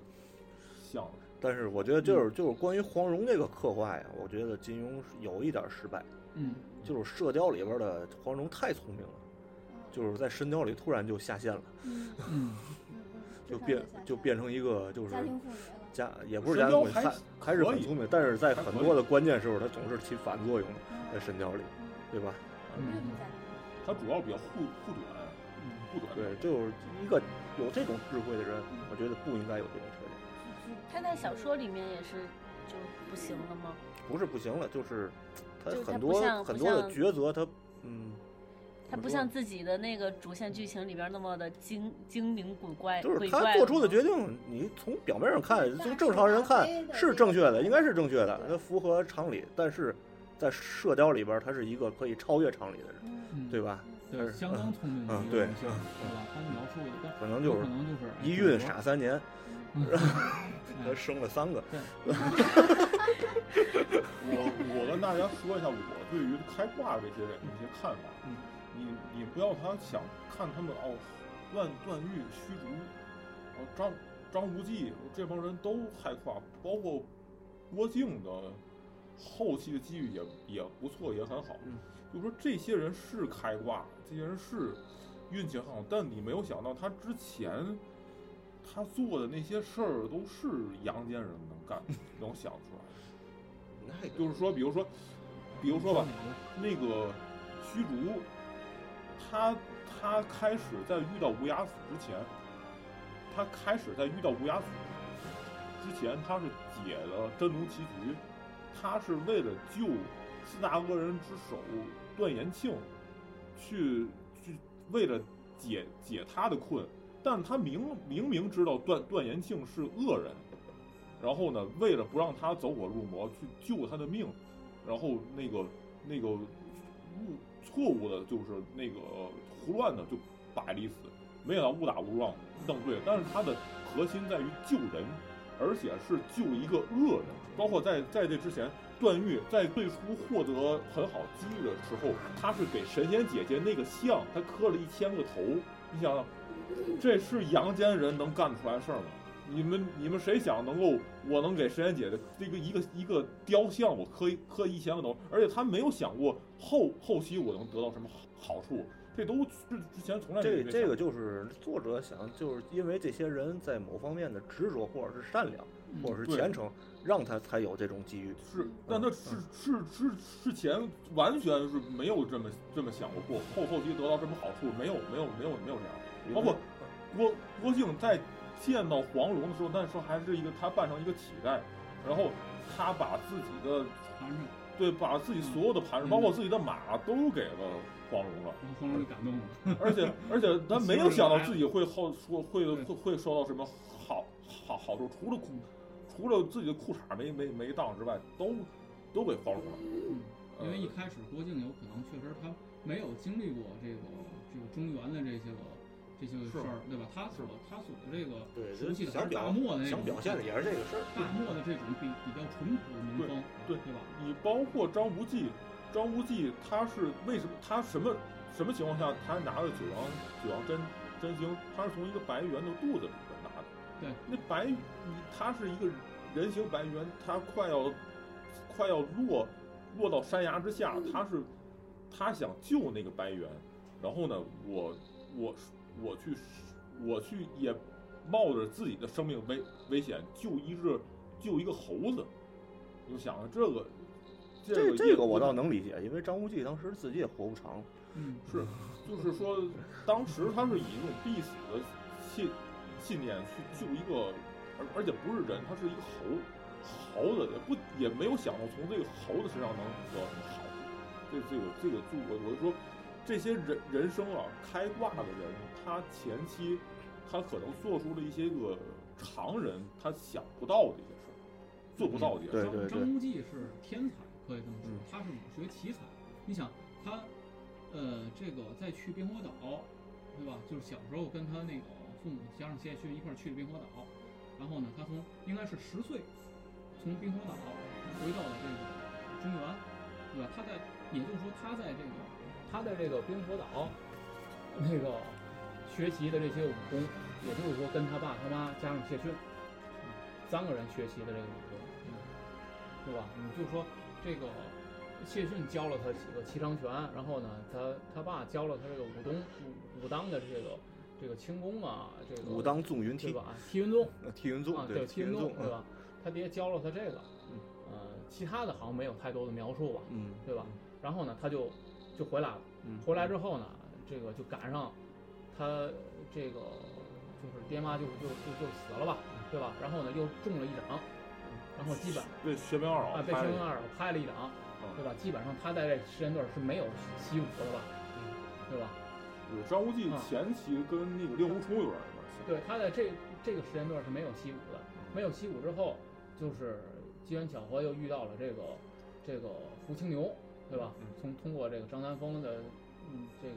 [SPEAKER 4] 像的，
[SPEAKER 5] 但是我觉得
[SPEAKER 4] 嗯
[SPEAKER 5] 就是就是关于黄蓉这个刻画呀，我觉得金庸有一点失败，
[SPEAKER 3] 嗯，
[SPEAKER 5] 就是《射雕》里边的黄蓉太聪明了，就是在《神雕》里突然就下线了，
[SPEAKER 1] 嗯
[SPEAKER 3] 嗯，
[SPEAKER 5] 就变就变成一个就是
[SPEAKER 1] 家庭妇女了。
[SPEAKER 5] 家也不是家庭妇女，
[SPEAKER 4] 神雕还
[SPEAKER 5] 还还是
[SPEAKER 4] 可
[SPEAKER 5] 很
[SPEAKER 4] 以
[SPEAKER 5] 聪明，但是在很多的关键时候，他总是起反作用的，在
[SPEAKER 1] 嗯
[SPEAKER 5] 《神雕》里，对吧？
[SPEAKER 1] 嗯
[SPEAKER 3] 嗯
[SPEAKER 4] 他主要比较护护短，
[SPEAKER 3] 嗯
[SPEAKER 4] 护短。
[SPEAKER 5] 对，就是一个有这种智慧的人，
[SPEAKER 2] 嗯
[SPEAKER 5] 我觉得不应该有这种缺点。
[SPEAKER 2] 他在小说里面也是就不行了吗？
[SPEAKER 5] 不是不行了，就是他
[SPEAKER 2] 就是他
[SPEAKER 5] 很
[SPEAKER 2] 不
[SPEAKER 5] 多
[SPEAKER 2] 像
[SPEAKER 5] 很
[SPEAKER 2] 不
[SPEAKER 5] 多的
[SPEAKER 2] 像
[SPEAKER 5] 抉择，他嗯，
[SPEAKER 2] 他不像自己的那个主线剧情里边那么的精精灵古怪，
[SPEAKER 5] 就是
[SPEAKER 2] 鬼
[SPEAKER 5] 他
[SPEAKER 2] 哎怪
[SPEAKER 5] 做出的决定，你从表面上看，从正常人看是正确的，应该是正确的，它符合常理。但是在射雕里边，他是一个可以超越常理的人，
[SPEAKER 1] 嗯，
[SPEAKER 3] 嗯，
[SPEAKER 5] 对吧？
[SPEAKER 3] 对，
[SPEAKER 5] 嗯
[SPEAKER 3] 相当聪明的
[SPEAKER 5] 嗯
[SPEAKER 3] 一
[SPEAKER 5] 对
[SPEAKER 3] 个东西，对吧？他描述的但
[SPEAKER 5] 可能就
[SPEAKER 3] 有
[SPEAKER 5] 是
[SPEAKER 3] 可能就是哎
[SPEAKER 5] 一
[SPEAKER 3] 赌博
[SPEAKER 5] 孕傻三年，
[SPEAKER 3] 嗯
[SPEAKER 5] 他生了三个。
[SPEAKER 4] 我我跟大家说一下我对于开挂这些人的一些看法。
[SPEAKER 5] 嗯，
[SPEAKER 4] 你你不要他想看他们哦，段段誉、虚竹，哦张张无忌这帮人都开挂，包括郭靖的后期的机遇也也不错，也很好。
[SPEAKER 5] 嗯，
[SPEAKER 4] 就说这些人是开挂，这些人是运气很好，但你没有想到他之前。他做的那些事儿都是阳间人能
[SPEAKER 5] <laughs>
[SPEAKER 4] 干、能想出来的。
[SPEAKER 5] 那个
[SPEAKER 4] 就是说，比如说，比如说吧，
[SPEAKER 3] 哪个
[SPEAKER 4] 那个虚竹，他他开始在遇到无崖子之前，他开始在遇到无崖子之前，他是解了真龙棋局，他是为了救四大恶人之首段延庆，去去为了解解他的困，但他明明明知道段段延庆是恶人，然后呢，为了不让他走火入魔，去救他的命，然后那个那个误错误的就是那个胡乱的就把李死，没想到误打误撞弄对了。但是他的核心在于救人，而且是救一个恶人。包括在在这之前，段誉在最初获得很好机遇的时候，他是给神仙姐姐那个像，他磕了一千个头。你想想，这是阳间人能干出来的事儿吗？你们你们谁想能够我能给神仙姐姐这个一个一个雕像我磕一磕一千个头，而且他没有想过后后期我能得到什么好好处，这都是之前从来没
[SPEAKER 5] 这
[SPEAKER 4] 有
[SPEAKER 5] 这
[SPEAKER 4] 想过
[SPEAKER 5] 个就是作者想，就是因为这些人在某方面的执着或者是善良，
[SPEAKER 3] 嗯
[SPEAKER 5] 或者是
[SPEAKER 4] 对
[SPEAKER 5] 虔诚，让他才有这种机遇。
[SPEAKER 4] 是，但他是是是之前完全是没有这么这么想过，过后后期得到这么好处，没有没有没有没有这样。
[SPEAKER 5] 嗯
[SPEAKER 4] 包括郭郭靖在见到黄蓉的时候，那时候还是一个他扮成一个乞丐，然后他把自己的
[SPEAKER 3] 反正
[SPEAKER 4] 对把自己所有的盘饰，
[SPEAKER 3] 嗯
[SPEAKER 4] 包括自己的马都给了黄蓉了。
[SPEAKER 3] 然后黄蓉就感动了，
[SPEAKER 4] 而且而且他没有想到自己会后说会会会受到什么好好好处，除了裤除了自己的裤衩没没没当之外，都都给黄蓉了。
[SPEAKER 3] 嗯，
[SPEAKER 4] 呃
[SPEAKER 3] 因为一开始郭靖有可能确实他没有经历过这个这个中原的这些个这些个事儿，对吧？他所他所的这个
[SPEAKER 5] 对
[SPEAKER 3] 熟悉的还
[SPEAKER 5] 想
[SPEAKER 3] 是大
[SPEAKER 5] 表
[SPEAKER 3] 漠的那
[SPEAKER 5] 想
[SPEAKER 3] 种
[SPEAKER 5] 表现的也是这个事儿。
[SPEAKER 3] 大漠的这种比比较淳朴的民风，
[SPEAKER 4] 对
[SPEAKER 3] 对吧？
[SPEAKER 4] 你包括张无忌，张无忌他是为什么他什么什么情况下他拿了九阳九阳真真经？他是从一个白猿的肚子里边拿的。
[SPEAKER 3] 对，
[SPEAKER 4] 那白你他是一个人形白猿，他快要快要落落到山崖之下，他是他想救那个白猿，然后呢，我我我去我去也冒着自己的生命危危险救一只救一个猴子，你就想啊，这个
[SPEAKER 5] 这
[SPEAKER 4] 个
[SPEAKER 5] 这个
[SPEAKER 4] 也
[SPEAKER 5] 我倒能理解，因为张无忌当时自己也活不长了。
[SPEAKER 3] 嗯，
[SPEAKER 4] 是，就是说，当时他是以一种必死的信信念去救一个，而而且不是人，他是一个猴，猴子也不也没有想到从这个猴子身上能得到什么好处。这这个这个就我我就说，这些人人生啊，开挂的人，他前期他可能做出了一些个常人他想不到的一些事儿，做不到的一些事
[SPEAKER 5] 嗯对
[SPEAKER 4] 儿。
[SPEAKER 5] 对对
[SPEAKER 3] 张无忌是天才，可以这么说
[SPEAKER 5] 嗯，
[SPEAKER 3] 他是武学奇才。你想他，呃，这个在去冰火岛，对吧？就是小时候跟他那个父母加上谢逊一块儿去的冰火岛，然后呢，他从应该是十岁，从冰火岛回到了这个中原，对吧？他在，也就是说他在这个他在这个冰火岛那个学习的这些武功，也就是说跟他爸他妈加上谢逊，三个人学习的这个武功，对吧？你就说这个谢逊教了他几个七伤拳，然后呢，他他爸教了他这个武功武武当的这个这个轻功啊，这个
[SPEAKER 5] 武当纵云
[SPEAKER 3] 对
[SPEAKER 5] 梯，
[SPEAKER 3] 吧？踢云纵。
[SPEAKER 5] 呃梯云纵
[SPEAKER 3] 啊，对，
[SPEAKER 5] 梯
[SPEAKER 3] 七云
[SPEAKER 5] 云纵
[SPEAKER 3] 纵，对吧？他爹教了他这个，呃，其他的好像没有太多的描述吧，
[SPEAKER 5] 嗯，
[SPEAKER 3] 对吧？然后呢，他就就回来了，
[SPEAKER 5] 嗯，
[SPEAKER 3] 回来之后呢，这个就赶上他这个就是爹妈就就就就死了吧，对吧？然后呢，又中了一掌，然后基本
[SPEAKER 4] 被薛冰二老
[SPEAKER 3] 啊被
[SPEAKER 4] 拍
[SPEAKER 3] 薛
[SPEAKER 4] 嗯了一
[SPEAKER 3] 平二老拍了一掌，对吧？基本上他在这时间段是没有习武的吧，对吧？
[SPEAKER 4] 对，张无忌
[SPEAKER 3] 啊
[SPEAKER 4] 前期跟那个令狐冲有点关系。
[SPEAKER 3] 对，他在这这个时间段是没有习武的，没有习武之后，就是机缘巧合又遇到了这个这个胡青牛，对吧？
[SPEAKER 5] 嗯
[SPEAKER 3] 从通过这个张三丰的，嗯，这个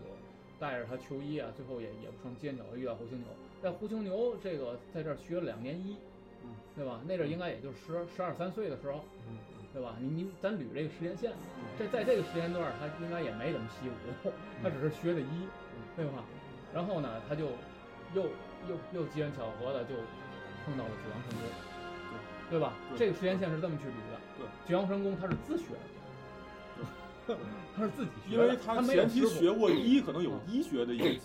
[SPEAKER 3] 带着他求医啊，最后也也不成，机缘巧合遇到胡青牛，在胡青牛这个在这儿学了两年医，
[SPEAKER 5] 嗯，
[SPEAKER 3] 对吧？那阵儿应该也就十十二三岁的时候，
[SPEAKER 5] 嗯
[SPEAKER 3] 对吧？你你咱捋这个时间线，这在这个时间段儿他应该也没怎么习
[SPEAKER 5] 嗯
[SPEAKER 3] 武， <laughs> 他只是学的医，对吧？然后呢，他就又又又机缘巧合的就碰到了九阳神功，对吧？
[SPEAKER 4] 对
[SPEAKER 3] 这个时间线是这么去捋的。
[SPEAKER 4] 对，
[SPEAKER 3] 九阳神功他是自学的，他是自己学
[SPEAKER 4] 因
[SPEAKER 3] 的，
[SPEAKER 4] 为
[SPEAKER 3] 他没有嗯
[SPEAKER 4] 前期
[SPEAKER 3] 师傅嗯
[SPEAKER 4] 学过医，可能有医学的一个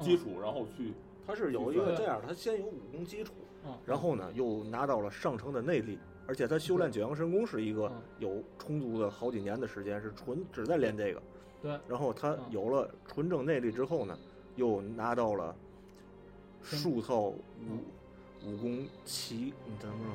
[SPEAKER 4] 基，础，然后去
[SPEAKER 5] 他是有一个这样，他先有武功基础，
[SPEAKER 3] 嗯
[SPEAKER 5] 然后呢又拿到了上乘的内力，而且他修炼九阳神功是一个
[SPEAKER 3] 嗯
[SPEAKER 5] 有充足的好几年的时间，是纯只在练这个。
[SPEAKER 3] 对，
[SPEAKER 5] 然后他
[SPEAKER 3] 嗯
[SPEAKER 5] 有了纯正内力之后呢，又拿到了
[SPEAKER 3] 身
[SPEAKER 5] 数套武
[SPEAKER 3] 嗯
[SPEAKER 5] 武功奇，你怎么说？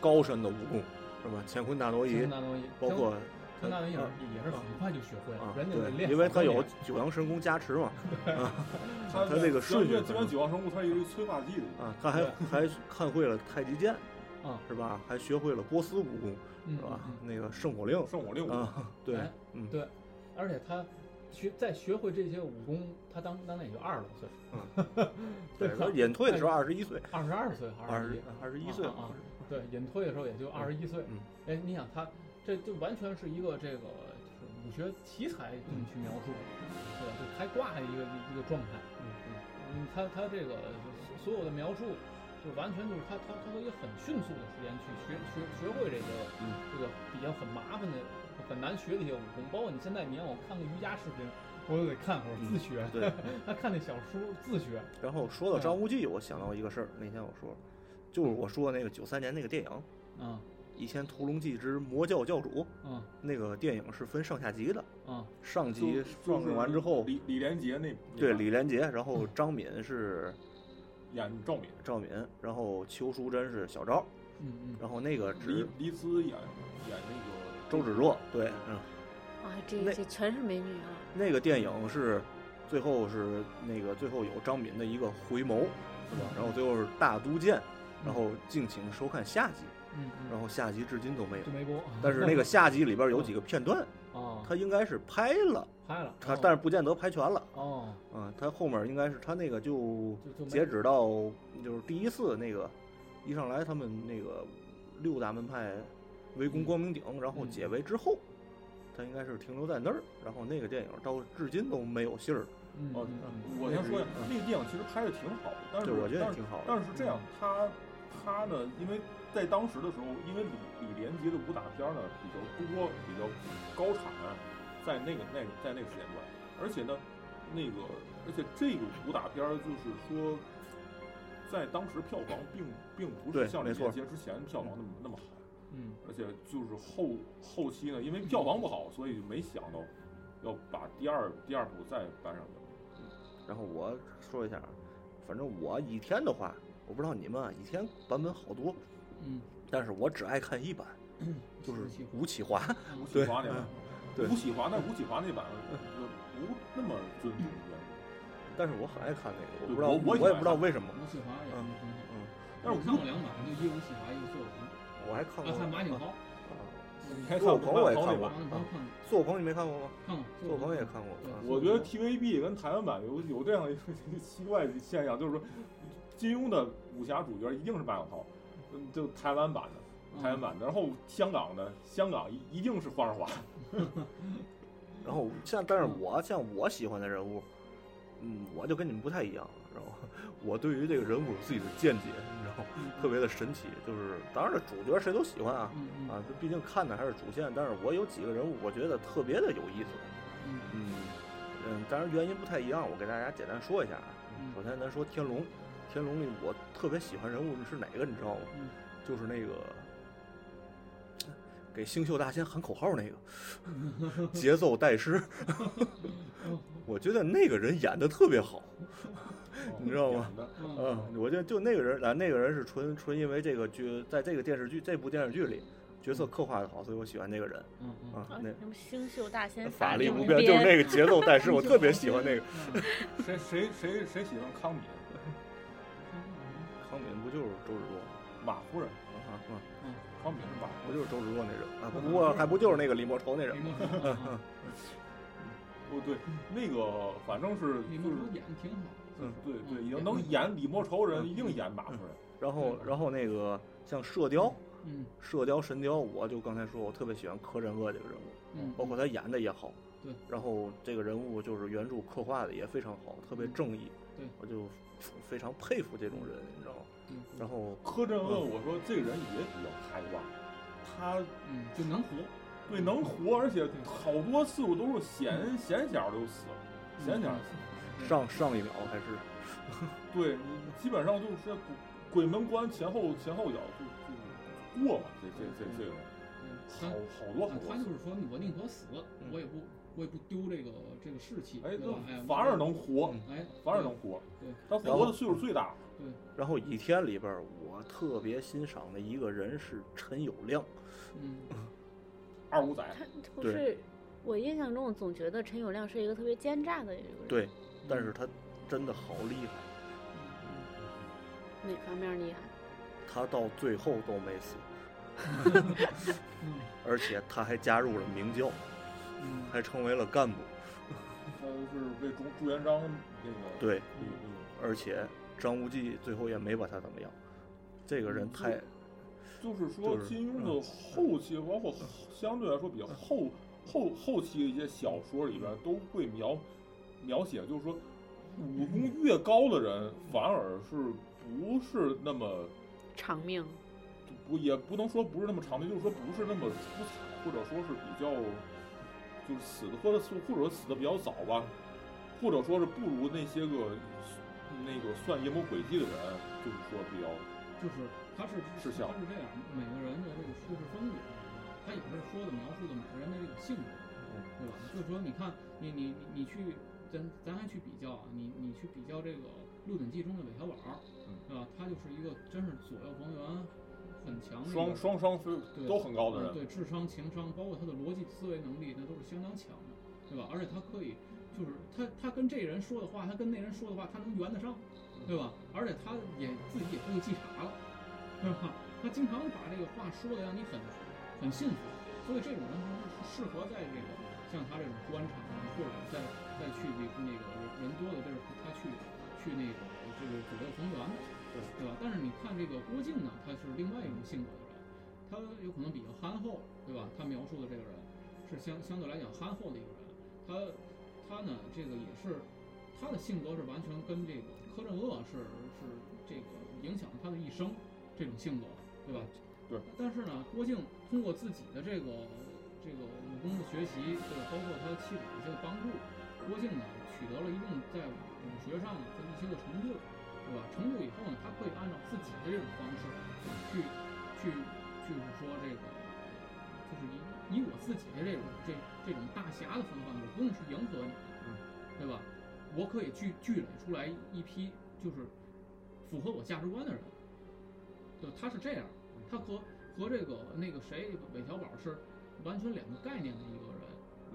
[SPEAKER 5] 高深的武功，是吧？乾坤大挪移
[SPEAKER 3] 陈，大东也，
[SPEAKER 5] 包括
[SPEAKER 3] 陈大东也是
[SPEAKER 5] 啊
[SPEAKER 3] 也是很快就学会了
[SPEAKER 5] 啊，，
[SPEAKER 3] 人家得
[SPEAKER 5] 对，
[SPEAKER 3] 练
[SPEAKER 5] 因为
[SPEAKER 3] 好多
[SPEAKER 5] 他有
[SPEAKER 3] 年
[SPEAKER 5] 九阳神功加持嘛，
[SPEAKER 4] 他
[SPEAKER 5] 他这个顺序
[SPEAKER 4] 基本九阳神功，它是一个催化剂的。
[SPEAKER 5] 啊，他还还看会了太极剑，
[SPEAKER 3] 啊，
[SPEAKER 5] 是吧？还学会了波斯武功，
[SPEAKER 3] 嗯
[SPEAKER 5] 是吧
[SPEAKER 3] 嗯？
[SPEAKER 5] 那个圣火令
[SPEAKER 4] 圣火令武，
[SPEAKER 5] 啊，对
[SPEAKER 3] 哎，
[SPEAKER 5] 嗯，
[SPEAKER 3] 对，而且他学在学会这些武功，他当当年也就二十多岁，
[SPEAKER 5] 嗯
[SPEAKER 3] <laughs>
[SPEAKER 5] 对，他隐退的时候二十一岁，
[SPEAKER 3] 二十二岁还是
[SPEAKER 5] 二
[SPEAKER 3] 二十
[SPEAKER 5] 十
[SPEAKER 3] 一？
[SPEAKER 5] 二十一岁
[SPEAKER 3] 啊啊啊对，隐退的时候也就二十一岁
[SPEAKER 5] 嗯。
[SPEAKER 3] 哎，你想他这就完全是一个这个就是武学奇才这么去描述，对吧，就开挂的一个一个状态。
[SPEAKER 5] 嗯
[SPEAKER 3] 嗯，他他这个所有的描述，就完全就是他他他都以很迅速的时间去学学学会这个、
[SPEAKER 5] 嗯
[SPEAKER 3] 这个比较很麻烦的、很难学的一些武功。包括你现在你让我看个瑜伽视频，我都得看会儿
[SPEAKER 5] 嗯
[SPEAKER 3] 自学。
[SPEAKER 5] 对。
[SPEAKER 3] 他看那小书自学，
[SPEAKER 5] 然后说到张无忌，我想到一个事儿，那天我说，就是我说那个九三年那个电影《
[SPEAKER 3] 嗯
[SPEAKER 5] 倚天屠龙记之魔教教主》，
[SPEAKER 3] 嗯
[SPEAKER 5] 那个电影是分上下集的，
[SPEAKER 3] 嗯
[SPEAKER 5] 上
[SPEAKER 4] 就
[SPEAKER 5] 集放映完之后，
[SPEAKER 4] 李李连杰那
[SPEAKER 5] 对李连杰，然后张敏是
[SPEAKER 4] 演赵敏，
[SPEAKER 5] 赵敏，然后邱淑贞是小昭，
[SPEAKER 3] 嗯嗯，
[SPEAKER 5] 然后那个
[SPEAKER 4] 黎
[SPEAKER 5] 只
[SPEAKER 4] 黎姿演演那个
[SPEAKER 5] 周芷若，对，嗯，
[SPEAKER 2] 啊，这
[SPEAKER 5] 那
[SPEAKER 2] 这全是美女啊！
[SPEAKER 5] 那个电影是最后是那个最后有张敏的一个回眸，是吧？然后最后是大都剑，然后敬请收看下集，
[SPEAKER 3] 嗯
[SPEAKER 5] 然
[SPEAKER 3] 嗯，
[SPEAKER 5] 后下集至今都没有
[SPEAKER 3] 就。没播。
[SPEAKER 5] 但是那个下集里边有几个片段，
[SPEAKER 3] 啊，
[SPEAKER 5] 他应该是拍了，
[SPEAKER 3] 拍了，
[SPEAKER 5] 他
[SPEAKER 3] 哦
[SPEAKER 5] 但是不见得拍全了。
[SPEAKER 3] 哦，
[SPEAKER 5] 嗯，他后面应该是他那个就
[SPEAKER 3] 就就没
[SPEAKER 5] 截止到就是第一次那个一上来他们那个六大门派围攻光明顶，然后解围之后，他应该是停留在那儿，然后那个电影到至今都没有信儿。
[SPEAKER 3] 嗯
[SPEAKER 4] 哦
[SPEAKER 3] 嗯嗯
[SPEAKER 4] 我先说一下，那个电影其实拍的挺好的，但是
[SPEAKER 5] 对，我觉得
[SPEAKER 4] 但
[SPEAKER 5] 也
[SPEAKER 4] 是
[SPEAKER 5] 挺好的。
[SPEAKER 4] 但是这样，他他呢，因为在当时的时候，因为李李连杰的武打片呢比较多，比较高产，在那个那个在那个时间段，而且呢，那个而且这个武打片儿就是说，在当时票房并并不
[SPEAKER 5] 对
[SPEAKER 4] 是像李
[SPEAKER 5] 没错
[SPEAKER 4] 连杰之前票房那么那么好，
[SPEAKER 3] 嗯
[SPEAKER 4] 而且就是后后期呢，因为票房不好，所以就没想到要把第二第二部再搬上去。
[SPEAKER 5] 然后我说一下啊，反正我倚天的话，我不知道你们啊，倚天版本好多，
[SPEAKER 3] 嗯，
[SPEAKER 5] 但是我只爱看一版，就是
[SPEAKER 3] 吴启华
[SPEAKER 4] 吴
[SPEAKER 5] 吴启华。
[SPEAKER 4] 启
[SPEAKER 5] 对嗯
[SPEAKER 4] 华那版，
[SPEAKER 5] 对
[SPEAKER 4] 吴启华那吴启华那版呃不那么尊重原著，
[SPEAKER 5] 但是我很爱看那个，我
[SPEAKER 4] 对
[SPEAKER 5] 不知道，
[SPEAKER 4] 我我也
[SPEAKER 5] 也
[SPEAKER 4] 爱
[SPEAKER 5] 不知道
[SPEAKER 4] 看
[SPEAKER 5] 为什么。
[SPEAKER 3] 吴启华也
[SPEAKER 5] 嗯
[SPEAKER 3] 挺好。
[SPEAKER 5] 嗯，
[SPEAKER 4] 但是
[SPEAKER 3] 我看过两版，就一吴启华，一个苏有朋。
[SPEAKER 5] 我还看过。
[SPEAKER 3] 啊，还有马景
[SPEAKER 5] 啊
[SPEAKER 3] 涛，嗯
[SPEAKER 4] 你还
[SPEAKER 5] 苏有
[SPEAKER 4] 看
[SPEAKER 5] 朋我也
[SPEAKER 4] 看
[SPEAKER 5] 看
[SPEAKER 4] 那
[SPEAKER 5] 过
[SPEAKER 4] 版？
[SPEAKER 3] 马景涛看
[SPEAKER 5] 苏有朋你没看过吗？
[SPEAKER 3] 看过，
[SPEAKER 5] 苏有朋也看过
[SPEAKER 3] 对。
[SPEAKER 5] 啊
[SPEAKER 4] 我觉得 TVB 跟台湾版有有这样一个 <laughs> 奇怪的现象，就是说金庸的武侠主角一定是马小涛，嗯，就台湾版的。台湾版的，然后香港的，香港一一定是黄日华，
[SPEAKER 5] 然后像，但是我像我喜欢的人物，嗯，我就跟你们不太一样，然后 <laughs> 我对于这个人物有自己的见解，你知道吗？特别的神奇，就是当然了，主角谁都喜欢啊
[SPEAKER 3] 嗯嗯
[SPEAKER 5] 啊，这毕竟看的还是主线，但是我有几个人物我觉得特别的有意思，
[SPEAKER 3] 嗯
[SPEAKER 5] 嗯嗯，当然原因不太一样，我给大家简单说一下啊。
[SPEAKER 3] 嗯
[SPEAKER 5] 首先咱说天龙，天龙里我特别喜欢人物是哪个，你知道吗？
[SPEAKER 3] 嗯
[SPEAKER 5] 就是那个给星宿大仙喊口号那个 <laughs> 节奏带师，我觉得那个人演的特别好，你知道吗？
[SPEAKER 4] 演的
[SPEAKER 3] 嗯
[SPEAKER 5] 嗯，我觉得就那个人，啊，那个人是纯纯因为这个角，在这个电视剧这部电视剧里角色刻画的好，所以我喜欢那个人
[SPEAKER 3] 嗯嗯
[SPEAKER 5] 啊。
[SPEAKER 2] 啊
[SPEAKER 5] 那
[SPEAKER 2] 什么星宿大仙
[SPEAKER 5] 法力
[SPEAKER 2] 力
[SPEAKER 5] 无
[SPEAKER 2] 边，
[SPEAKER 5] 边就是那个节 <laughs> 奏带师，我特别喜欢 <laughs> 那个。
[SPEAKER 4] 谁谁谁谁喜欢康敏，
[SPEAKER 5] 康敏不就是周芷若吗
[SPEAKER 4] 马夫人，
[SPEAKER 5] 啊？啊
[SPEAKER 4] 康敏是马夫
[SPEAKER 5] 不
[SPEAKER 4] 人，
[SPEAKER 5] 就是周芷若那人啊？不过还不就是那个李莫愁那人吗？
[SPEAKER 4] 哦对，那个反正是
[SPEAKER 3] 李
[SPEAKER 4] 就
[SPEAKER 3] 梦
[SPEAKER 4] 是
[SPEAKER 3] 露演的挺好，
[SPEAKER 5] 嗯
[SPEAKER 4] 对对，已经能演李莫愁人一
[SPEAKER 3] 嗯
[SPEAKER 4] 定演马夫人，
[SPEAKER 5] 然后，然后那个像射雕、
[SPEAKER 3] 嗯
[SPEAKER 5] 射雕、神雕，我就刚才说，我特别喜欢柯镇恶这个人物，
[SPEAKER 3] 嗯，
[SPEAKER 5] 包括他演的也好。
[SPEAKER 3] 对。
[SPEAKER 5] 然后这个人物就是原著刻画的也非常好，特别正义。
[SPEAKER 3] 嗯对。
[SPEAKER 5] 我就非常佩服这种人，你知道吗？
[SPEAKER 3] 嗯
[SPEAKER 5] 然后，
[SPEAKER 4] 柯镇恶，我说这个人也比较开挂，他
[SPEAKER 3] 嗯就能活，
[SPEAKER 4] 对能活，而且好多次我都是
[SPEAKER 3] 嗯
[SPEAKER 4] 险险小就死了，险小就死了。
[SPEAKER 5] 上上一秒还是
[SPEAKER 4] 对你基本上就是鬼鬼门关前后前后脚就就过嘛，这这这这种好好多好
[SPEAKER 3] 啊，
[SPEAKER 4] 多
[SPEAKER 3] 嗯他就
[SPEAKER 4] 次。
[SPEAKER 3] 是说我宁可死，我也不我也不丢这个这个士气，
[SPEAKER 4] 哎，
[SPEAKER 3] 对吧？哎
[SPEAKER 4] 那，反而能活，
[SPEAKER 3] 哎，
[SPEAKER 4] 反而能活
[SPEAKER 3] 对。
[SPEAKER 4] 他活的岁数最大，
[SPEAKER 5] 然后《倚天》里边儿，我特别欣赏的一个人是陈友谅。
[SPEAKER 3] 嗯
[SPEAKER 4] 二五仔。
[SPEAKER 2] 他不
[SPEAKER 5] 对
[SPEAKER 2] 是，我印象中我总觉得陈友谅是一个特别奸诈的一个人，
[SPEAKER 5] 对，但是他真的好厉害，
[SPEAKER 2] 哪方面厉害？
[SPEAKER 5] 他到最后都没
[SPEAKER 4] <laughs>
[SPEAKER 5] 死。而且他还加入了明教，
[SPEAKER 3] 嗯
[SPEAKER 5] 还成为了干部。
[SPEAKER 4] 他就是为朱朱元璋那个
[SPEAKER 5] 对，
[SPEAKER 4] 那个那个
[SPEAKER 5] 而且张无忌最后也没把他怎么样。这个人太，
[SPEAKER 4] 就是说
[SPEAKER 5] 就是
[SPEAKER 4] 金庸
[SPEAKER 3] 嗯
[SPEAKER 4] 的后期，包括相对来说比较后后后期的一些小说里边都会描描写，就是说武功越高的人反而是不是那么
[SPEAKER 2] 长命，
[SPEAKER 4] 不也不能说不是那么长命，就是说不是那么出彩，或者说是比较就是死的或者死或者说死的比较早吧，或者说是不如那些个那个算阴谋诡计的人，就是说比较
[SPEAKER 3] 就是他是他是这样，每个人的这个处事风格，他也是说的描述的每个人的这个性格，
[SPEAKER 4] 嗯
[SPEAKER 3] 对吧？就是说，你看，你你你你去，咱咱还去比较啊，你你去比较这个《鹿鼎记》中的韦小宝，
[SPEAKER 4] 嗯
[SPEAKER 3] 对吧？他就是一个真是左右逢源很强的一个
[SPEAKER 4] 双双双飞
[SPEAKER 3] 对
[SPEAKER 4] 都很高
[SPEAKER 3] 嗯
[SPEAKER 4] 的人。
[SPEAKER 3] 对智商、情商，包括他的逻辑思维能力，那都是相当强的，对吧？而且他可以，就是他他跟这人说的话，他跟那人说的话，他能圆得上，
[SPEAKER 4] 嗯
[SPEAKER 3] 对吧？而且他也自己也不会记啥了，对吧？他经常把这个话说的让你很很信服，所以这种人还是适合在这个像他这种官场啊，或者在再去那个人多的地儿，他去去那个这个左右逢源的，
[SPEAKER 4] 对
[SPEAKER 3] 对吧？但是你看这个郭靖呢，他是另外一种性格的人。他有可能比较憨厚，对吧？他描述的这个人是相相对来讲憨厚的一个人，他他呢，这个也是他的性格是完全跟这个柯镇恶是是这个影响了他的一生这种性格，对吧？
[SPEAKER 4] 对。
[SPEAKER 3] 但是呢，郭靖通过自己的这个这个武功的学习，对吧，包括他妻子的一些帮助，郭靖呢取得了一定在武学上的一些个成就，对吧？成就以后呢，他可以按照自己的这种方式去去就是说这个，就是以以我自己的这种这这种大侠的风范，我不用去迎合你，对吧？我可以聚聚垒出来一批就是符合我价值观的人，对，他是这样，他和和这个那个谁韦小宝是完全两个概念的一个人，